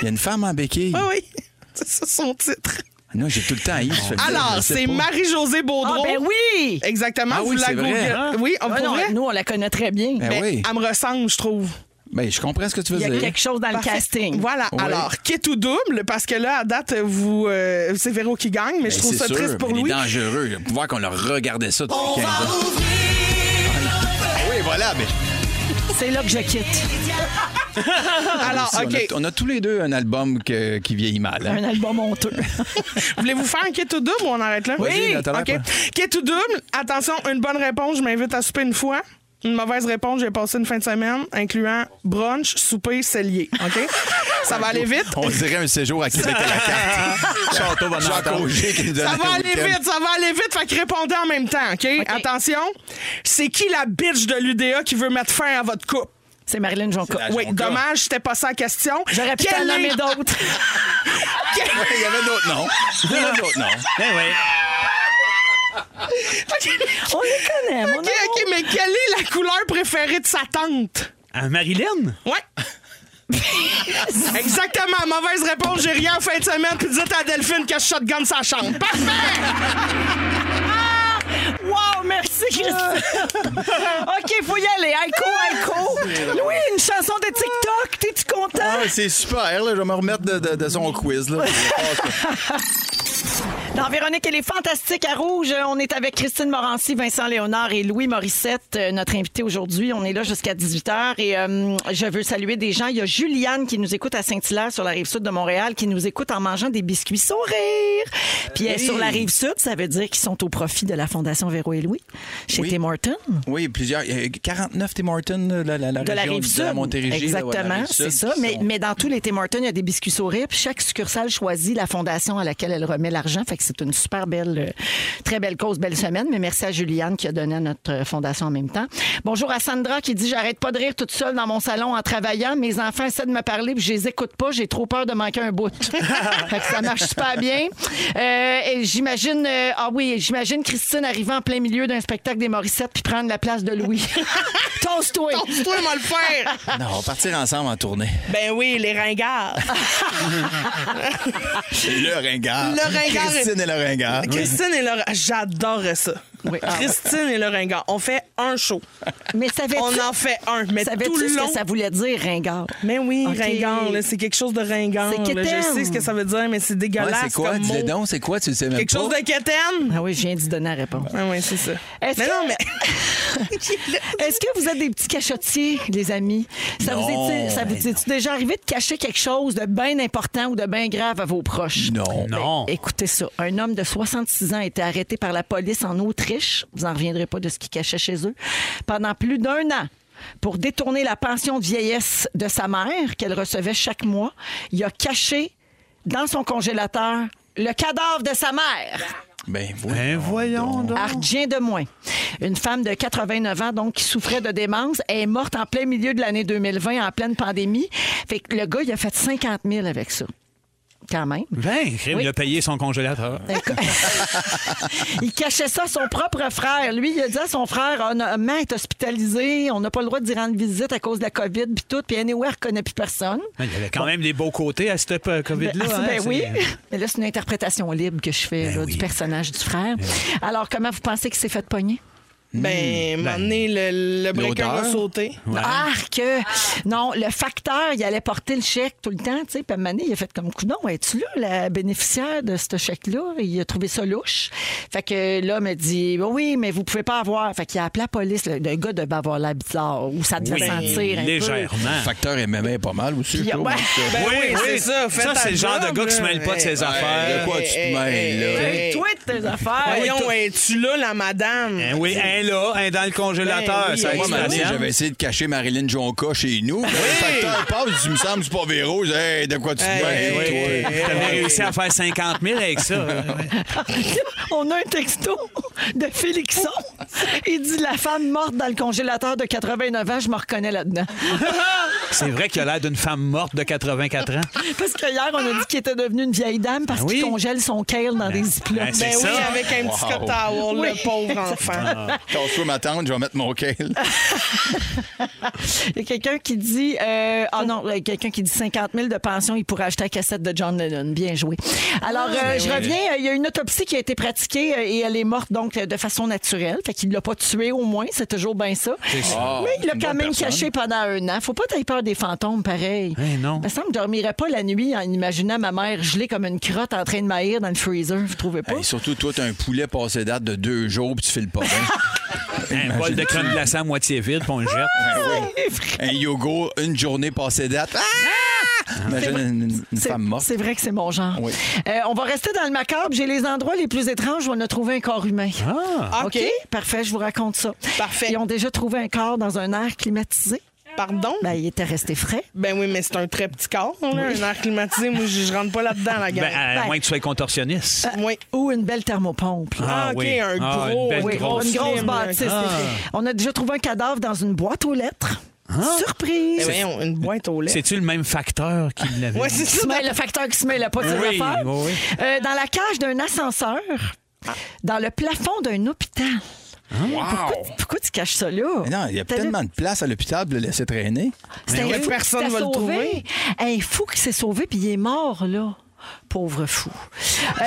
[SPEAKER 2] Il y a une femme en béquille.
[SPEAKER 1] Ah oui, c'est ça son titre.
[SPEAKER 2] Non, j'ai tout le temps haï. ce film, je
[SPEAKER 1] Alors,
[SPEAKER 2] sais
[SPEAKER 1] c'est
[SPEAKER 2] pas.
[SPEAKER 1] Marie-Josée
[SPEAKER 3] Ah,
[SPEAKER 1] Baudreau.
[SPEAKER 3] ben oui!
[SPEAKER 1] Exactement,
[SPEAKER 2] Ah
[SPEAKER 1] vous
[SPEAKER 2] oui,
[SPEAKER 1] la
[SPEAKER 2] c'est vrai,
[SPEAKER 1] googlez.
[SPEAKER 2] hein?
[SPEAKER 1] Eh, Oui, on
[SPEAKER 3] Ah non, nous, on la connaît très bien.
[SPEAKER 2] Ben oui.
[SPEAKER 1] Elle me ressemble, je trouve.
[SPEAKER 2] Ben, je comprends ce que tu veux
[SPEAKER 3] Il y a
[SPEAKER 2] dire.
[SPEAKER 3] quelque chose dans
[SPEAKER 1] Parfait.
[SPEAKER 3] le casting.
[SPEAKER 1] Voilà.
[SPEAKER 2] Ouais.
[SPEAKER 1] Alors, qui est tout double, parce que là, à date, vous, euh, c'est Véro qui gagne, mais je
[SPEAKER 2] Ben,
[SPEAKER 1] trouve
[SPEAKER 2] c'est
[SPEAKER 1] ça
[SPEAKER 2] sûr,
[SPEAKER 1] triste pour
[SPEAKER 2] mais
[SPEAKER 1] Louis.
[SPEAKER 2] Il est dangereux. Je voir qu'on leur regardait ça
[SPEAKER 12] Oh,
[SPEAKER 2] depuis 15 ans.
[SPEAKER 12] Oui, voilà, mais.
[SPEAKER 3] C'est là que je quitte.
[SPEAKER 1] Alors,
[SPEAKER 2] Si, on a-
[SPEAKER 1] OK.
[SPEAKER 2] on, a, tous les deux un album que- qui vieillit mal. hein.
[SPEAKER 3] Un album honteux.
[SPEAKER 1] Voulez-vous faire un quête ou double ou on arrête là?
[SPEAKER 2] Vas-y, Oui. Nathalie,
[SPEAKER 1] OK. Quête ou double, attention, une bonne réponse, je m'invite à souper une fois. Une mauvaise réponse, j'ai passé une fin de semaine, incluant brunch, souper, cellier. OK? Ça va aller vite.
[SPEAKER 12] On dirait un séjour à Québec à la carte.
[SPEAKER 4] Château Bonanza.
[SPEAKER 12] Jacques Auger qui nous donne
[SPEAKER 1] Ça va
[SPEAKER 12] un
[SPEAKER 1] aller
[SPEAKER 12] week-end.
[SPEAKER 1] vite, ça va aller vite. Fait que répondez en même temps, OK? Attention. C'est qui la bitch de l'UDA qui veut mettre fin à votre couple?
[SPEAKER 3] C'est Marilyn Jonca.
[SPEAKER 1] Oui, dommage, c'était pas ça la question.
[SPEAKER 3] J'aurais pu en nommer d'autres.
[SPEAKER 2] Il y avait d'autres noms. Il y avait d'autres noms.
[SPEAKER 4] Eh oui.
[SPEAKER 3] Okay. On les connaît, mon
[SPEAKER 1] OK, OK, mais quelle est la couleur préférée de sa tante?
[SPEAKER 4] À Marilyn?
[SPEAKER 1] Ouais. Exactement, mauvaise réponse. J'ai rien en fin de semaine, puis dites à Delphine que je shotgun sa chambre. Parfait!
[SPEAKER 3] Wow, merci Christophe. OK, faut y aller. Aiko, Aiko. Louis, une chanson de TikTok. T'es-tu content?
[SPEAKER 12] Ah, c'est super. Là, je vais me remettre de, de- de son quiz. Là.
[SPEAKER 3] Dans Véronique, elle est fantastique à Rouge. On est avec Christine Morancy, Vincent Léonard et Louis Morissette, euh, notre invité aujourd'hui. On est là jusqu'à 18h et euh, je veux saluer des gens. Il y a Juliane qui nous écoute à Saint-Hilaire sur la rive sud de Montréal, qui nous écoute en mangeant des biscuits sourires. Puis elle est sur la rive sud, ça veut dire qu'ils sont au profit de la Fondation Véro et Louis chez
[SPEAKER 2] Oui.
[SPEAKER 3] Tim Hortons.
[SPEAKER 2] Oui, plusieurs. Il y a 49 Tim Hortons, là, la, la, la
[SPEAKER 3] De la
[SPEAKER 2] région
[SPEAKER 3] rive
[SPEAKER 2] du-
[SPEAKER 3] sud.
[SPEAKER 2] de la Montérégie. là, ouais, la
[SPEAKER 3] Exactement,
[SPEAKER 2] Rive-Sud,
[SPEAKER 3] c'est ça.
[SPEAKER 2] qui
[SPEAKER 3] Mais,
[SPEAKER 2] sont-
[SPEAKER 3] mais dans tous les Tim Hortons, il y a des biscuits sourires. Puis chaque succursale choisit la fondation à laquelle elle remet l'argent. Fait que c'est une super belle, euh, très belle cause, belle semaine. Mais merci à Juliane qui a donné à notre euh, fondation en même temps. Bonjour à Sandra qui dit J'arrête pas de rire toute seule dans mon salon en travaillant. Mes enfants essaient de me parler, puis je les écoute pas. J'ai trop peur de manquer un bout. fait que ça marche super bien. Euh, et j'imagine, euh, ah oui, j'imagine Christine arrivant en plein milieu d'un spectacle des Morissettes puis prendre la place de Louis. Toast-toi.
[SPEAKER 1] Pense-toi, moi le faire.
[SPEAKER 2] Non, on va partir ensemble en tournée.
[SPEAKER 1] Ben oui, les ringards.
[SPEAKER 2] Et le ringard.
[SPEAKER 1] Le ringard est-
[SPEAKER 2] Christine et le ringard.
[SPEAKER 1] Christine et le J'adorais ça.
[SPEAKER 3] Oui, ah.
[SPEAKER 1] Christine et le ringard. On fait un show.
[SPEAKER 3] Mais savais-tu
[SPEAKER 1] On en fait un, mais tout
[SPEAKER 3] Savais-tu
[SPEAKER 1] le
[SPEAKER 3] ce
[SPEAKER 1] long.
[SPEAKER 3] que ça voulait dire, ringard?
[SPEAKER 1] Mais oui,
[SPEAKER 3] Ok.
[SPEAKER 1] ringard, là, c'est quelque chose de ringard.
[SPEAKER 3] C'est
[SPEAKER 1] là.
[SPEAKER 3] quétaine.
[SPEAKER 1] Je sais ce que ça veut dire, mais c'est
[SPEAKER 2] Ouais,
[SPEAKER 1] dégueulasse.
[SPEAKER 2] c'est quoi?
[SPEAKER 1] comme
[SPEAKER 2] Dis-le
[SPEAKER 1] mot.
[SPEAKER 2] donc, c'est quoi? Tu le sais même
[SPEAKER 1] Quelque
[SPEAKER 2] pas?
[SPEAKER 1] chose de quétaine?
[SPEAKER 3] Ah oui, je viens d'y donner la réponse.
[SPEAKER 1] Ah oui, c'est ça.
[SPEAKER 3] Est-ce
[SPEAKER 1] Mais
[SPEAKER 3] que-
[SPEAKER 1] non, mais.
[SPEAKER 3] Est-ce que vous êtes des petits cachotiers, les amis? Ça vous
[SPEAKER 2] Non,
[SPEAKER 3] est ça vous
[SPEAKER 2] ben
[SPEAKER 3] est-tu déjà arrivé de cacher quelque chose de bien important ou de bien grave à vos proches? Ben,
[SPEAKER 2] Non.
[SPEAKER 4] Non.
[SPEAKER 3] Écoutez ça. Un homme de 66 ans a été arrêté par la police en Autriche. Vous n'en reviendrez pas de ce qu'il cachait chez eux. Pendant plus d'un an. Pour détourner la pension de vieillesse de sa mère qu'elle recevait chaque mois, il a caché dans son congélateur le cadavre de sa mère.
[SPEAKER 2] Ben,
[SPEAKER 4] Ben voyons donc.
[SPEAKER 3] Ardien de moins. Une femme de 89 ans, donc, qui souffrait de démence, est morte en plein milieu de l'année 2020, en pleine pandémie. Fait que le gars, il a fait 50 000 avec ça. Quand même.
[SPEAKER 4] Ben, crime,
[SPEAKER 3] Oui.
[SPEAKER 4] il a payé son congélateur.
[SPEAKER 3] il cachait ça à son propre frère. Lui, il a dit à son frère Ah, no- maman est hospitalisée, on n'a pas le droit d'y rendre visite à cause de la COVID, puis tout. Puis anyway, elle reconnaît plus personne.
[SPEAKER 4] Ben, Il y avait quand même des beaux côtés à cette euh,
[SPEAKER 3] Ben,
[SPEAKER 4] COVID-là.
[SPEAKER 3] ah,
[SPEAKER 4] hein,
[SPEAKER 3] ben
[SPEAKER 4] c'est- Ben
[SPEAKER 3] oui. Mais là, c'est une interprétation libre que je fais là,
[SPEAKER 4] oui. Ben
[SPEAKER 3] du personnage du frère. Alors, comment vous pensez qu'il s'est fait pogner?
[SPEAKER 1] Ben, m'en le, le breaker
[SPEAKER 2] L'odeur.
[SPEAKER 1] va sauter.
[SPEAKER 3] Arc! Non, le facteur, il allait porter le chèque tout le temps, tu sais. Puis à un moment donné, il a fait comme coudon, es-tu là, la bénéficiaire de ce chèque-là? Il a trouvé ça louche. Fait que l'homme a dit, oui, mais vous pouvez pas avoir. Fait qu'il a appelé la police. Le, le gars devait avoir l'air bizarre, ou ça devait
[SPEAKER 4] Oui,
[SPEAKER 3] sentir un peu.
[SPEAKER 2] Le
[SPEAKER 4] légèrement.
[SPEAKER 2] facteur MMA est pas mal
[SPEAKER 3] Hein.
[SPEAKER 2] aussi.
[SPEAKER 3] Puis,
[SPEAKER 2] je trouve. hein.
[SPEAKER 3] ouais.
[SPEAKER 1] Ben
[SPEAKER 4] oui,
[SPEAKER 1] oui,
[SPEAKER 4] oui,
[SPEAKER 1] c'est ça, fais
[SPEAKER 4] Ça,
[SPEAKER 1] ta
[SPEAKER 4] c'est le genre
[SPEAKER 1] job,
[SPEAKER 4] de gars qui se mêle pas de
[SPEAKER 1] là.
[SPEAKER 4] ses
[SPEAKER 2] Ouais,
[SPEAKER 4] affaires.
[SPEAKER 2] de quoi tu te
[SPEAKER 1] hey,
[SPEAKER 2] mêles, là?
[SPEAKER 1] hey, hey.
[SPEAKER 3] Hey, tweet tes affaires!
[SPEAKER 1] Voyons, es-tu là, la madame?
[SPEAKER 4] Ben oui, un là, un dans le congélateur.
[SPEAKER 1] Ben oui,
[SPEAKER 4] ça
[SPEAKER 1] hey,
[SPEAKER 2] Moi,
[SPEAKER 4] existe Eh
[SPEAKER 2] ma
[SPEAKER 4] la
[SPEAKER 2] mère,
[SPEAKER 4] tienne.
[SPEAKER 2] j'avais essayé de cacher Marilyn Jonca chez nous. Le facteur passe, il me semble, c'est pas Véro. Je dis, Hey, de quoi tu te
[SPEAKER 1] Hey,
[SPEAKER 2] mêles,
[SPEAKER 1] hey,
[SPEAKER 2] toi?
[SPEAKER 1] hey, hey.
[SPEAKER 4] Eh T'avais réussi à faire 50 000 avec ça.
[SPEAKER 3] On a un texto de Félixon. Il dit La femme morte dans le congélateur de 89 ans, je me reconnais là-dedans.
[SPEAKER 4] C'est vrai qu'il a l'air d'une femme morte de 84 ans.
[SPEAKER 3] Parce que hier, on a dit qu'il était devenu une vieille dame parce
[SPEAKER 4] Ah oui.
[SPEAKER 3] qu'il congèle son kale dans des ziplocs.
[SPEAKER 4] Ben, c'est
[SPEAKER 1] Ben oui,
[SPEAKER 4] ça.
[SPEAKER 1] avec un petit
[SPEAKER 2] Wow.
[SPEAKER 1] cotton towel,
[SPEAKER 3] Oui.
[SPEAKER 1] le pauvre enfant.
[SPEAKER 2] Quand soit ma tante, je vais mettre mon kale.
[SPEAKER 3] Il y a quelqu'un qui dit euh, Ah non, il y a quelqu'un qui dit 50 000 de pension, il pourrait acheter la cassette de John Lennon. Bien joué. Alors, euh, je reviens, euh, il y a une autopsie qui a été pratiquée euh, et elle est morte donc euh, de façon naturelle. Fait qu'il ne l'a pas tuée au moins, c'est toujours bien ça.
[SPEAKER 2] Ah,
[SPEAKER 3] Mais il l'a
[SPEAKER 2] une
[SPEAKER 3] quand
[SPEAKER 2] bonne
[SPEAKER 3] même
[SPEAKER 2] personne.
[SPEAKER 3] caché pendant un an. Faut pas t'aille peur des fantômes pareil.
[SPEAKER 4] Eh non.
[SPEAKER 3] Il me semble que je dormirais pas la nuit en imaginant ma mère gelée comme une crotte en train de maïr dans le freezer. Vous trouvez pas?
[SPEAKER 2] Hey, surtout, toi, t'as un poulet passé date de deux jours, puis tu files pas bien.
[SPEAKER 4] Un bol de crème glacée à moitié vide, puis on le jette.
[SPEAKER 2] un yogourt, une journée passée date. Ah! Imagine une, une
[SPEAKER 3] C'est-
[SPEAKER 2] femme morte.
[SPEAKER 3] C'est vrai que c'est mon genre.
[SPEAKER 2] Oui.
[SPEAKER 3] Euh, on va rester dans le macabre. J'ai les endroits les plus étranges où on a trouvé un corps humain.
[SPEAKER 1] Ah, OK.
[SPEAKER 3] Parfait, je vous raconte ça.
[SPEAKER 1] Parfait.
[SPEAKER 3] Ils ont déjà trouvé un corps dans un air climatisé.
[SPEAKER 1] Pardon?
[SPEAKER 3] Ben, il était resté frais.
[SPEAKER 1] Ben oui, mais c'est un très petit corps, là, un air climatisé. Moi, je, je rentre pas là-dedans, la
[SPEAKER 4] Ben,
[SPEAKER 1] gang.
[SPEAKER 4] à moins que tu sois contorsionniste.
[SPEAKER 1] oui.
[SPEAKER 3] Ou une belle thermopompe. là.
[SPEAKER 1] Ah,
[SPEAKER 4] Ah,
[SPEAKER 1] OK,
[SPEAKER 4] oui.
[SPEAKER 1] un
[SPEAKER 4] Ah,
[SPEAKER 1] gros.
[SPEAKER 4] une belle
[SPEAKER 3] Oui,
[SPEAKER 4] grosse
[SPEAKER 3] une grosse
[SPEAKER 1] film,
[SPEAKER 3] bâtisse.
[SPEAKER 1] là.
[SPEAKER 3] On a déjà trouvé un cadavre dans une boîte aux lettres. Hein? Surprise!
[SPEAKER 13] C'est,
[SPEAKER 4] euh,
[SPEAKER 13] une boîte au lait.
[SPEAKER 4] C'est-tu le même facteur qui l'avait?
[SPEAKER 3] oui, c'est ça. Le facteur qui se mêle à pas de ses
[SPEAKER 4] Oui,
[SPEAKER 3] affaires.
[SPEAKER 4] oui.
[SPEAKER 3] Euh, dans la cage d'un ascenseur, dans le plafond d'un hôpital. Pourquoi, pourquoi tu caches ça là?
[SPEAKER 2] Mais non, il y a
[SPEAKER 3] T'as
[SPEAKER 2] tellement de place à l'hôpital de le laisser traîner.
[SPEAKER 3] C'est un
[SPEAKER 13] oui.
[SPEAKER 3] fou qui
[SPEAKER 13] Personne
[SPEAKER 3] t'a
[SPEAKER 13] va le
[SPEAKER 3] sauvé.
[SPEAKER 13] trouver.
[SPEAKER 3] Un fou qui s'est sauvé puis il est mort, là. Pauvre fou.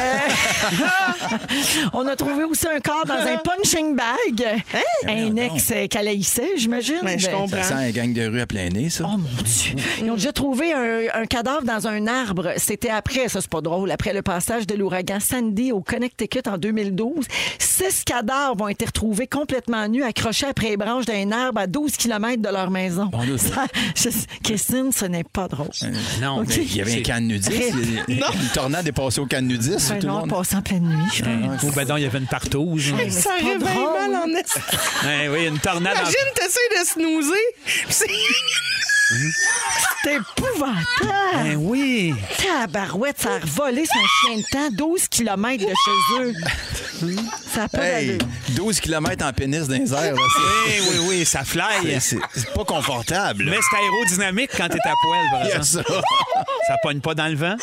[SPEAKER 3] Euh, on a trouvé aussi un corps dans un punching bag. Un ex euh, qu'elle haïssait, j'imagine.
[SPEAKER 13] Mais je
[SPEAKER 3] Ben,
[SPEAKER 13] comprends.
[SPEAKER 2] Ça sent un gang de rue à plein nez, ça.
[SPEAKER 3] Oh mon Dieu! Ils
[SPEAKER 13] Mm.
[SPEAKER 3] ont déjà trouvé un, un cadavre dans un arbre. C'était après, ça c'est pas drôle, après le passage de l'ouragan Sandy au Connecticut en 2012. Six cadavres ont été retrouvés complètement nus, accrochés après les branches d'un arbre à 12 km de leur maison.
[SPEAKER 2] Bon Dieu.
[SPEAKER 3] Ça- je- Christine, ce n'est pas drôle.
[SPEAKER 4] Non,
[SPEAKER 3] Ok.
[SPEAKER 4] mais
[SPEAKER 2] Il y avait un
[SPEAKER 4] c'est-
[SPEAKER 2] can de nudiste. Une tornade est passée au can de nudiste.
[SPEAKER 3] Ben
[SPEAKER 2] tout le
[SPEAKER 3] non,
[SPEAKER 2] monde. Ah,
[SPEAKER 3] passe en pleine nuit. je-
[SPEAKER 4] Ou ben non, il y avait une partouze.
[SPEAKER 3] Mais c'est
[SPEAKER 13] Ça
[SPEAKER 3] pas
[SPEAKER 13] réveille
[SPEAKER 3] drôle.
[SPEAKER 13] mal en est.
[SPEAKER 4] Ouais, oui, une tornade. en-
[SPEAKER 13] Imagine, t'essayes de snoozer. pis c'est-
[SPEAKER 3] C'est épouvantable!
[SPEAKER 4] Ben oui.
[SPEAKER 3] Tabarouette, ça a revolé son chien de temps 12 km de chez eux. Ça a pas
[SPEAKER 2] Hey,
[SPEAKER 3] d'allure.
[SPEAKER 2] 12 km en pénis dans les airs. là,
[SPEAKER 4] Oui, Eh oui, oui, ça fly.
[SPEAKER 2] c'est- C'est c'est pas confortable.
[SPEAKER 4] Mais c'est aérodynamique quand t'es à poil, par
[SPEAKER 2] Il y a
[SPEAKER 4] exemple.
[SPEAKER 2] ça.
[SPEAKER 4] Ça pogne pas dans le vent.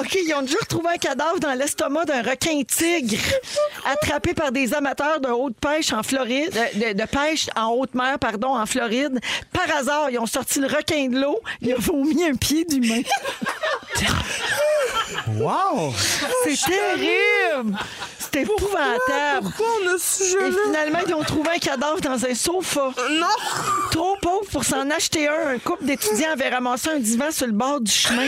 [SPEAKER 3] OK, ils ont déjà retrouvé un cadavre dans l'estomac d'un requin tigre attrapé par des amateurs de haute pêche en Floride, euh, de, de- de pêche en haute mer, pardon, en Floride. Par hasard, ils ont sorti le requin de l'eau, ils ont vomi un pied d'humain.
[SPEAKER 4] Wow!
[SPEAKER 3] C'est terrible! C'est épouvantable!
[SPEAKER 13] Pourquoi on a ce
[SPEAKER 3] Et
[SPEAKER 13] jeu-là?
[SPEAKER 3] finalement, ils ont trouvé un cadavre dans un sofa.
[SPEAKER 13] Non!
[SPEAKER 3] Trop pauvre pour s'en acheter un. Un couple d'étudiants avait ramassé un divan sur le bord du chemin.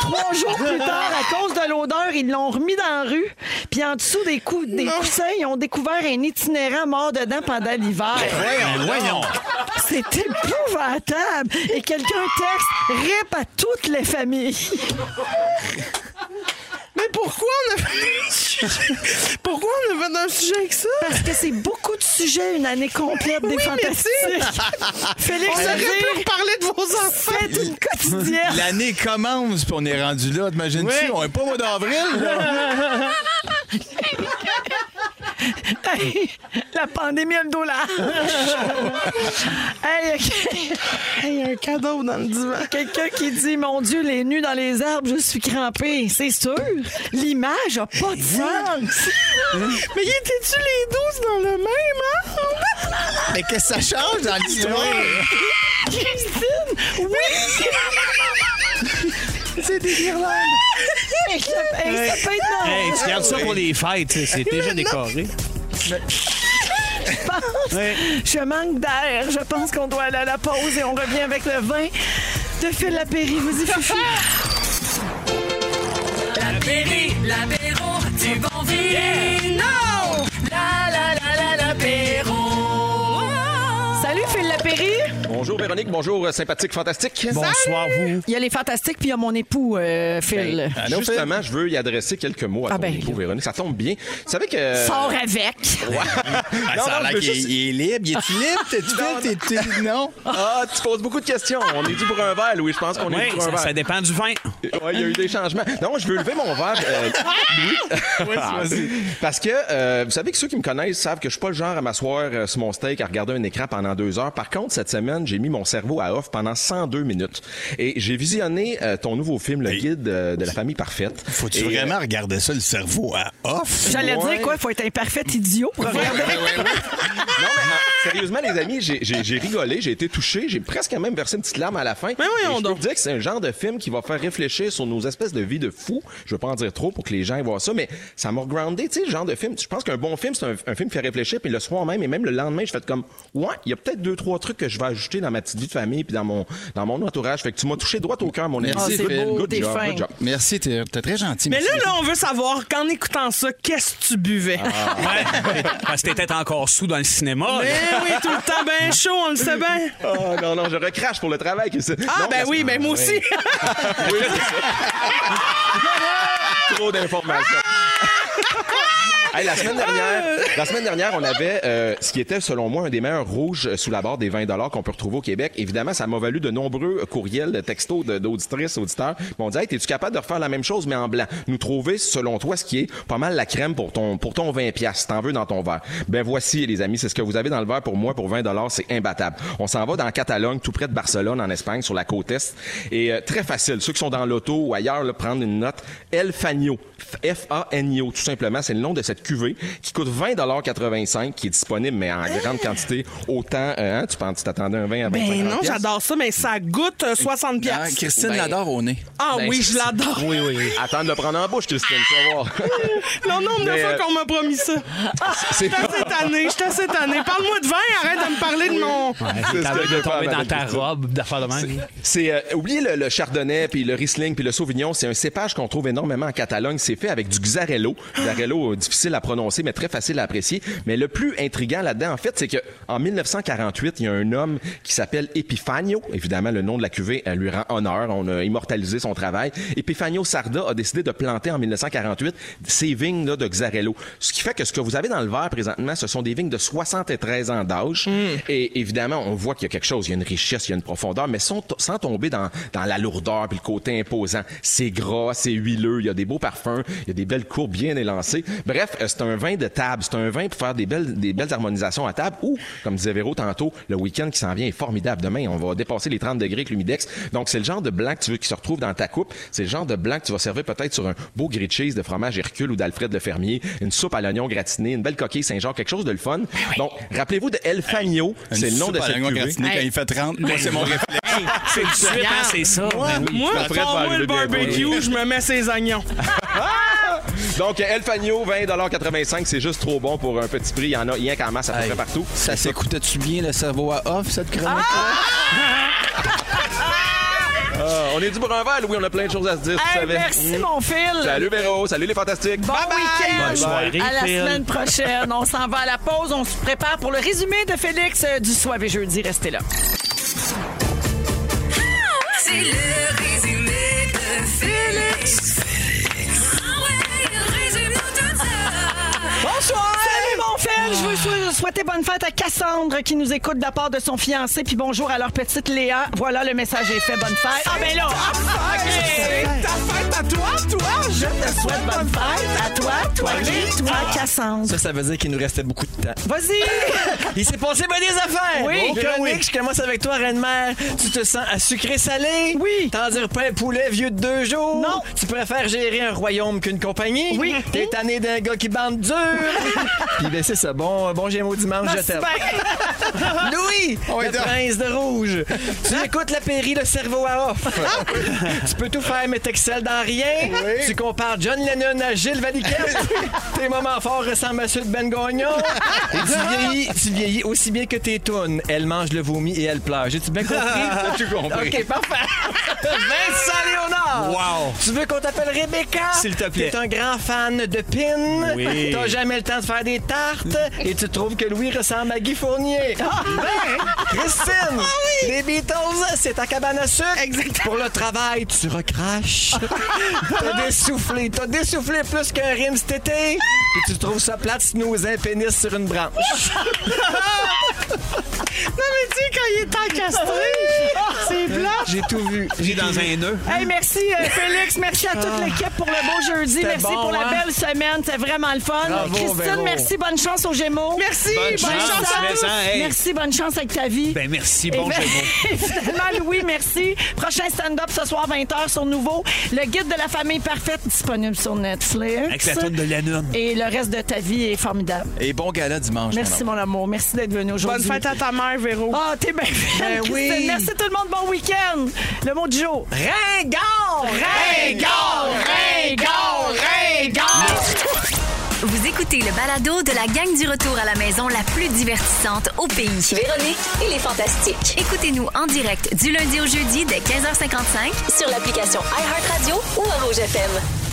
[SPEAKER 3] Trois jours plus tard, à cause de l'odeur, ils l'ont remis dans la rue. Puis en dessous des, cou- des coussins, ils ont découvert un itinérant mort dedans pendant l'hiver.
[SPEAKER 4] Ben voyons!
[SPEAKER 3] C'est épouvantable. Et quelqu'un texte RIP à toutes les familles.
[SPEAKER 13] Mais pourquoi on a fait Pourquoi on a fait un sujet avec ça?
[SPEAKER 3] Parce que c'est beaucoup de sujets, une année complète des fantastiques. Félix,
[SPEAKER 13] On aurait pu
[SPEAKER 3] Lemire,
[SPEAKER 13] reparler de vos enfants.
[SPEAKER 3] faites une quotidienne.
[SPEAKER 2] L'année commence, puis on est rendu là. T'imagines-tu?
[SPEAKER 13] Oui.
[SPEAKER 2] On est pas au mois d'avril. là.
[SPEAKER 3] Hey, la pandémie a le dos là. Hey, ok.
[SPEAKER 13] Hey, un cadeau dans le divan.
[SPEAKER 3] Quelqu'un qui dit Mon Dieu, les nus dans les arbres, je suis crampé. C'est sûr. L'image a pas de sens.
[SPEAKER 13] Mais y étaient-tu les 12 dans le même, hein?
[SPEAKER 2] Mais qu'est-ce que ça change dans l'histoire?
[SPEAKER 3] Christine, oui.
[SPEAKER 13] C'est des guirlandes.
[SPEAKER 3] Hey, ça hey, ça peut être non.
[SPEAKER 4] Hey, tu gardes ça pour les fêtes, tu sais, c'est déjà décoré.
[SPEAKER 3] je pense. Je manque d'air. Je pense qu'on doit aller à la pause et on revient avec le vin de Phil Lapéry. Vous y Fifi.
[SPEAKER 7] La Berry, l'apéro du bon vino. La la la la l'apéro.
[SPEAKER 3] Salut Phil Lapéry.
[SPEAKER 1] Bonjour Véronique, bonjour euh, sympathique, fantastique.
[SPEAKER 4] Bonsoir, vous.
[SPEAKER 3] Il y a les fantastiques, puis il y a mon époux, euh, Phil.
[SPEAKER 1] Justement, je veux y adresser quelques mots à
[SPEAKER 3] Ah
[SPEAKER 1] ton
[SPEAKER 3] ben,
[SPEAKER 1] époux,
[SPEAKER 3] là.
[SPEAKER 1] Véronique. Ça tombe bien. Vous savez que...
[SPEAKER 3] Sors avec.
[SPEAKER 1] Non,
[SPEAKER 2] ça a
[SPEAKER 1] non,
[SPEAKER 2] l'air
[SPEAKER 1] je veux
[SPEAKER 2] qu'il est-
[SPEAKER 1] juste-
[SPEAKER 2] il est libre. Il est libre? T'es-tu t'es- t'es- Non?
[SPEAKER 1] Ah, tu poses beaucoup de questions. On est dû pour un verre, Louis. Je pense qu'on est
[SPEAKER 4] Oui,
[SPEAKER 1] dû pour un
[SPEAKER 4] ça,
[SPEAKER 1] verre.
[SPEAKER 4] ça dépend du vin.
[SPEAKER 1] Ouais, il y a eu des changements. Non, je veux lever mon verre, euh, Louis.
[SPEAKER 4] Ah.
[SPEAKER 1] Parce que euh, vous savez que ceux qui me connaissent savent que je suis pas le genre à m'asseoir euh, sur mon steak à regarder un écran pendant deux heures. Par contre, cette semaine, j'ai mis mon cerveau à off pendant 102 minutes et j'ai visionné euh, ton nouveau film, Le Guide euh, de la famille parfaite.
[SPEAKER 9] Faut-tu
[SPEAKER 1] Et, euh,
[SPEAKER 9] vraiment regarder ça, le cerveau à off?
[SPEAKER 3] J'allais
[SPEAKER 1] Ouais.
[SPEAKER 3] dire quoi? Faut être un parfait idiot pour regarder.
[SPEAKER 1] Non, mais euh, sérieusement, les amis, j'ai- j'ai j'ai rigolé, j'ai été touché, j'ai presque même versé une petite larme à la fin. Mais
[SPEAKER 13] voyons
[SPEAKER 1] je peux
[SPEAKER 13] donc.
[SPEAKER 1] vous dire que c'est un genre de film qui va faire réfléchir sur nos espèces de vies de fous. Je veux pas en dire trop pour que les gens aient voir ça, mais ça m'a regroundé, tu sais, le genre de film. Je pense qu'un bon film, c'est un, un film qui fait réfléchir, puis le soir même et même le lendemain, je fais comme, ouais, il y a peut-être deux, trois trucs que je vais ajouter dans ma petite vie de famille puis dans mon, dans mon entourage. Fait que tu m'as touché droit au cœur, mon ami.
[SPEAKER 2] Merci,
[SPEAKER 3] Ah, c'est
[SPEAKER 2] Phil.
[SPEAKER 3] beau,
[SPEAKER 1] Good
[SPEAKER 3] t'es
[SPEAKER 1] job,
[SPEAKER 3] fin.
[SPEAKER 1] good job.
[SPEAKER 2] Merci, t'es t'es très gentil.
[SPEAKER 13] Mais
[SPEAKER 2] monsieur.
[SPEAKER 13] là, là, on veut savoir qu'en écoutant ça, qu'est-ce que tu buvais?
[SPEAKER 3] Ah.
[SPEAKER 4] Ouais. Parce que t'étais encore sous dans le
[SPEAKER 3] Oh,
[SPEAKER 4] cinéma.
[SPEAKER 13] Eh
[SPEAKER 4] là.
[SPEAKER 13] oui, tout le temps bien chaud, on le sait bien.
[SPEAKER 1] Oh, non, non, je recrache pour le travail. que c'est-
[SPEAKER 13] Ah,
[SPEAKER 1] Non,
[SPEAKER 13] ben
[SPEAKER 1] la-
[SPEAKER 13] oui, ben moi aussi.
[SPEAKER 1] Trop d'informations. Hey, la, semaine dernière, la semaine dernière, on avait euh, ce qui était, selon moi, un des meilleurs rouges sous la barre des 20 qu'on peut retrouver au Québec. Évidemment, ça m'a valu de nombreux courriels, textos de- d'auditrices, auditeurs. Ils m'ont dit Hey, es-tu capable de refaire la même chose, mais en blanc Nous trouver, selon toi, ce qui est pas mal la crème pour ton, pour ton 20 piastres, si t'en veux dans ton verre. Ben voici, les amis, c'est ce que vous avez dans le verre pour moi pour 20 c'est imbattable. On s'en va dans Catalogne, tout près de Barcelone, en Espagne, sur la côte Est. Et euh, très facile. Ceux qui sont dans l'auto ou ailleurs, là, prendre une note. El Fagno. F-A-N-I-O, tout simplement. C'est le nom de cette cuvée qui coûte 20,85 qui est disponible, mais en grande quantité. Autant, euh, hein, tu penses, tu t'attendais un 20 à 25
[SPEAKER 14] Eh! Ben non,
[SPEAKER 1] 40 piastres?
[SPEAKER 14] j'adore ça, mais ça goûte euh, 60 piastres.
[SPEAKER 1] Ben-
[SPEAKER 14] Ah
[SPEAKER 1] Ben,
[SPEAKER 14] oui,
[SPEAKER 1] c'est-
[SPEAKER 14] je l'adore.
[SPEAKER 1] Oui, oui, oui. Attends de le prendre en bouche, Christine, tu vas voir.
[SPEAKER 14] Le nombre de
[SPEAKER 1] Mais,
[SPEAKER 14] fois
[SPEAKER 1] euh, Ah,
[SPEAKER 14] qu'on m'a promis ça.
[SPEAKER 1] c'est-
[SPEAKER 14] J'étais assez tanné, j'étais assez tanné. Parle-moi de vin, arrête de me parler de mon...
[SPEAKER 1] C'est ce que je vais faire,
[SPEAKER 4] tomber dans
[SPEAKER 1] madame
[SPEAKER 4] ta
[SPEAKER 1] Christine.
[SPEAKER 4] robe d'affaires de même.
[SPEAKER 1] C'est euh, oubliez le, le chardonnay puis le riesling puis le sauvignon, c'est un cépage qu'on trouve énormément en Catalogne, c'est fait avec du xarello. Xarello euh, difficile à prononcer mais très facile à apprécier, mais le plus intriguant là-dedans en fait, c'est que en 1948, il y a un homme qui s'appelle Epifanio, évidemment le nom de la cuvée euh, lui rend honneur, on a immortalisé son travail. Epifanio Sarda a décidé de planter en 1948 ces vignes là, de xarello, ce qui fait que ce que vous avez dans le verre présentement, ce sont des vignes de 73 ans d'âge et évidemment, on voit qu'il y a quelque chose, il y a une richesse, il y a une profondeur, mais sans, to- sans tomber dans, dans la lourdeur puis le côté imposant. C'est gras, c'est huileux, il y a des beaux parfums, il y a des belles courbes bien élancées. Bref, euh, c'est un vin de table, c'est un vin pour faire des belles, des belles harmonisations à table ou, comme disait Véro tantôt, le week-end qui s'en vient est formidable. Demain, on va dépasser les 30 degrés avec l'humidex. Donc, c'est le genre de blanc que tu veux qui se retrouve dans ta coupe. C'est le genre de blanc que tu vas servir peut-être sur un beau grilled cheese de fromage Hercule ou d'Alfred le Fermier, une soupe à l'oignon gratiné, une belle coquille Saint-Jean, quelque chose de le fun. Donc, rappelez-vous de El Fagno,
[SPEAKER 2] Ben Une
[SPEAKER 1] c'est le nom
[SPEAKER 2] soupe
[SPEAKER 1] de
[SPEAKER 2] à
[SPEAKER 1] cette
[SPEAKER 2] l'oignon
[SPEAKER 1] cuvée.
[SPEAKER 2] gratiné quand il fait 30. Moi, c'est mon réflexe.
[SPEAKER 4] C'est le suite, hein, c'est ça.
[SPEAKER 14] Moi,
[SPEAKER 4] Ben oui.
[SPEAKER 14] moi,
[SPEAKER 1] Je suis prêt pour
[SPEAKER 14] moi le
[SPEAKER 1] arriver bien
[SPEAKER 14] barbecue,
[SPEAKER 1] loin.
[SPEAKER 14] je me mets ses oignons.
[SPEAKER 7] Ah,
[SPEAKER 1] Donc, El Fagno, 20,85 c'est juste trop bon pour un petit prix. Il y en a rien qu'en masse à peu près partout.
[SPEAKER 2] Ça s'écoutait-tu bien le cerveau à off, cette chronique?
[SPEAKER 1] Ah, on est dû pour un verre, Louis. On a plein de choses à se dire, tu
[SPEAKER 3] Hey,
[SPEAKER 1] savais.
[SPEAKER 3] merci,
[SPEAKER 1] Mm.
[SPEAKER 3] mon Phil.
[SPEAKER 1] Salut, Véro. Salut, les fantastiques.
[SPEAKER 3] Bon week-end.
[SPEAKER 1] Bonne soirée,
[SPEAKER 3] à la
[SPEAKER 1] Phil.
[SPEAKER 3] semaine prochaine. On s'en va à la pause. On se prépare pour le résumé de Félix euh, du soir et jeudi. Restez là.
[SPEAKER 15] C'est le résumé de Félix. Ah ouais, il résume tout ça.
[SPEAKER 3] Bonsoir! Salut mon Phil! Je veux sou- souhaiter bonne fête à Cassandre qui nous écoute de la part de son fiancé. Puis bonjour à leur petite Léa. Voilà, le message est fait. Bonne fête. Ah ben là! ah, ok.
[SPEAKER 14] Ta fête à toi, toi, je te
[SPEAKER 3] souhaite bonne fête à toi, toi, qui, toi, Cassandre.
[SPEAKER 7] Ça, ça veut dire qu'il nous restait beaucoup de temps.
[SPEAKER 3] Vas-y!
[SPEAKER 7] Il s'est passé bien des affaires.
[SPEAKER 3] Oui.
[SPEAKER 7] Véronique,
[SPEAKER 3] Que oui.
[SPEAKER 7] je commence avec toi, reine-mère. Tu te sens à sucré-salé? Oui. T'en dire pain poulet vieux de deux jours? Non. Tu préfères gérer un royaume qu'une compagnie? Oui. T'es tanné d'un gars qui bande dur? Puis ben, c'est ça. Bon, bon gémeaux dimanche, je t'aime. Louis, le prince de rouge. Tu écoutes la Péri, le cerveau à off. tu peux tout faire, mais t'excelles dans rien. Tu compares John Lennon à Gilles Valiquette. tes moments forts ressemblent à ceux de Ben Gagnon. Et tu vieillis, tu vieillis aussi bien que tes tounes. Elle mange le vomi et elle pleure. J'ai-tu bien compris?
[SPEAKER 2] T'as tout compris.
[SPEAKER 7] OK, parfait. Vincent Léonard.
[SPEAKER 2] Wow.
[SPEAKER 7] Tu veux qu'on t'appelle Rebecca?
[SPEAKER 2] S'il te plaît.
[SPEAKER 7] T'es un grand fan de pin.
[SPEAKER 2] Oui.
[SPEAKER 7] T'as jamais le temps de faire des tartes. Et tu trouves que Louis ressemble à Guy Fournier.
[SPEAKER 2] Ah,
[SPEAKER 7] Ben, Christine, les Beatles, c'est ta cabane à sucre. Pour le travail, tu recraches. t'as dessoufflé. T'as dessoufflé plus qu'un rime cet été. Et tu trouves ça plate si nous un pénis sur une branche.
[SPEAKER 14] Non, mais tu sais, quand il est encastré, c'est blanc.
[SPEAKER 7] J'ai tout vu.
[SPEAKER 4] J'ai dans un nœud.
[SPEAKER 3] Hey, merci euh, Félix, merci à toute l'équipe pour le beau jeudi,
[SPEAKER 7] C'était
[SPEAKER 3] merci
[SPEAKER 7] bon,
[SPEAKER 3] pour la
[SPEAKER 7] hein?
[SPEAKER 3] belle semaine, c'est vraiment le fun.
[SPEAKER 7] Bravo,
[SPEAKER 3] Christine,
[SPEAKER 7] Véro.
[SPEAKER 3] merci, bonne chance aux Gémeaux.
[SPEAKER 14] Merci,
[SPEAKER 4] Bonne bonne chance, chance à Vincent, tous. hey.
[SPEAKER 3] Merci, bonne chance avec ta vie.
[SPEAKER 4] Ben merci,
[SPEAKER 3] Et
[SPEAKER 4] bon
[SPEAKER 3] ben-
[SPEAKER 4] Gémeaux.
[SPEAKER 3] et finalement, Louis, merci. Prochain stand-up ce soir, 20h, sur Nouveau. Le guide de la famille parfaite disponible sur Netflix.
[SPEAKER 2] Avec la toune de Lennon.
[SPEAKER 3] Et le reste de ta vie est formidable.
[SPEAKER 2] Et bon gala dimanche.
[SPEAKER 3] Merci, mon amour. Merci d'être venu
[SPEAKER 14] Bonne
[SPEAKER 3] aujourd'hui.
[SPEAKER 14] fête à ta mère, Véro.
[SPEAKER 3] Ah, t'es bien
[SPEAKER 14] Ben
[SPEAKER 3] fine, Christine.
[SPEAKER 14] oui.
[SPEAKER 3] Merci tout le monde. Bon week-end. Le mot du jour. Ringard!
[SPEAKER 14] Ringard!
[SPEAKER 3] Ringard! Ringard!
[SPEAKER 16] Vous écoutez le balado de la gang du retour à la maison la plus divertissante au pays.
[SPEAKER 17] Véronique et les Fantastiques.
[SPEAKER 16] Écoutez-nous en direct du lundi au jeudi dès 15h55
[SPEAKER 17] Sur l'application iHeartRadio ou à Rouge FM.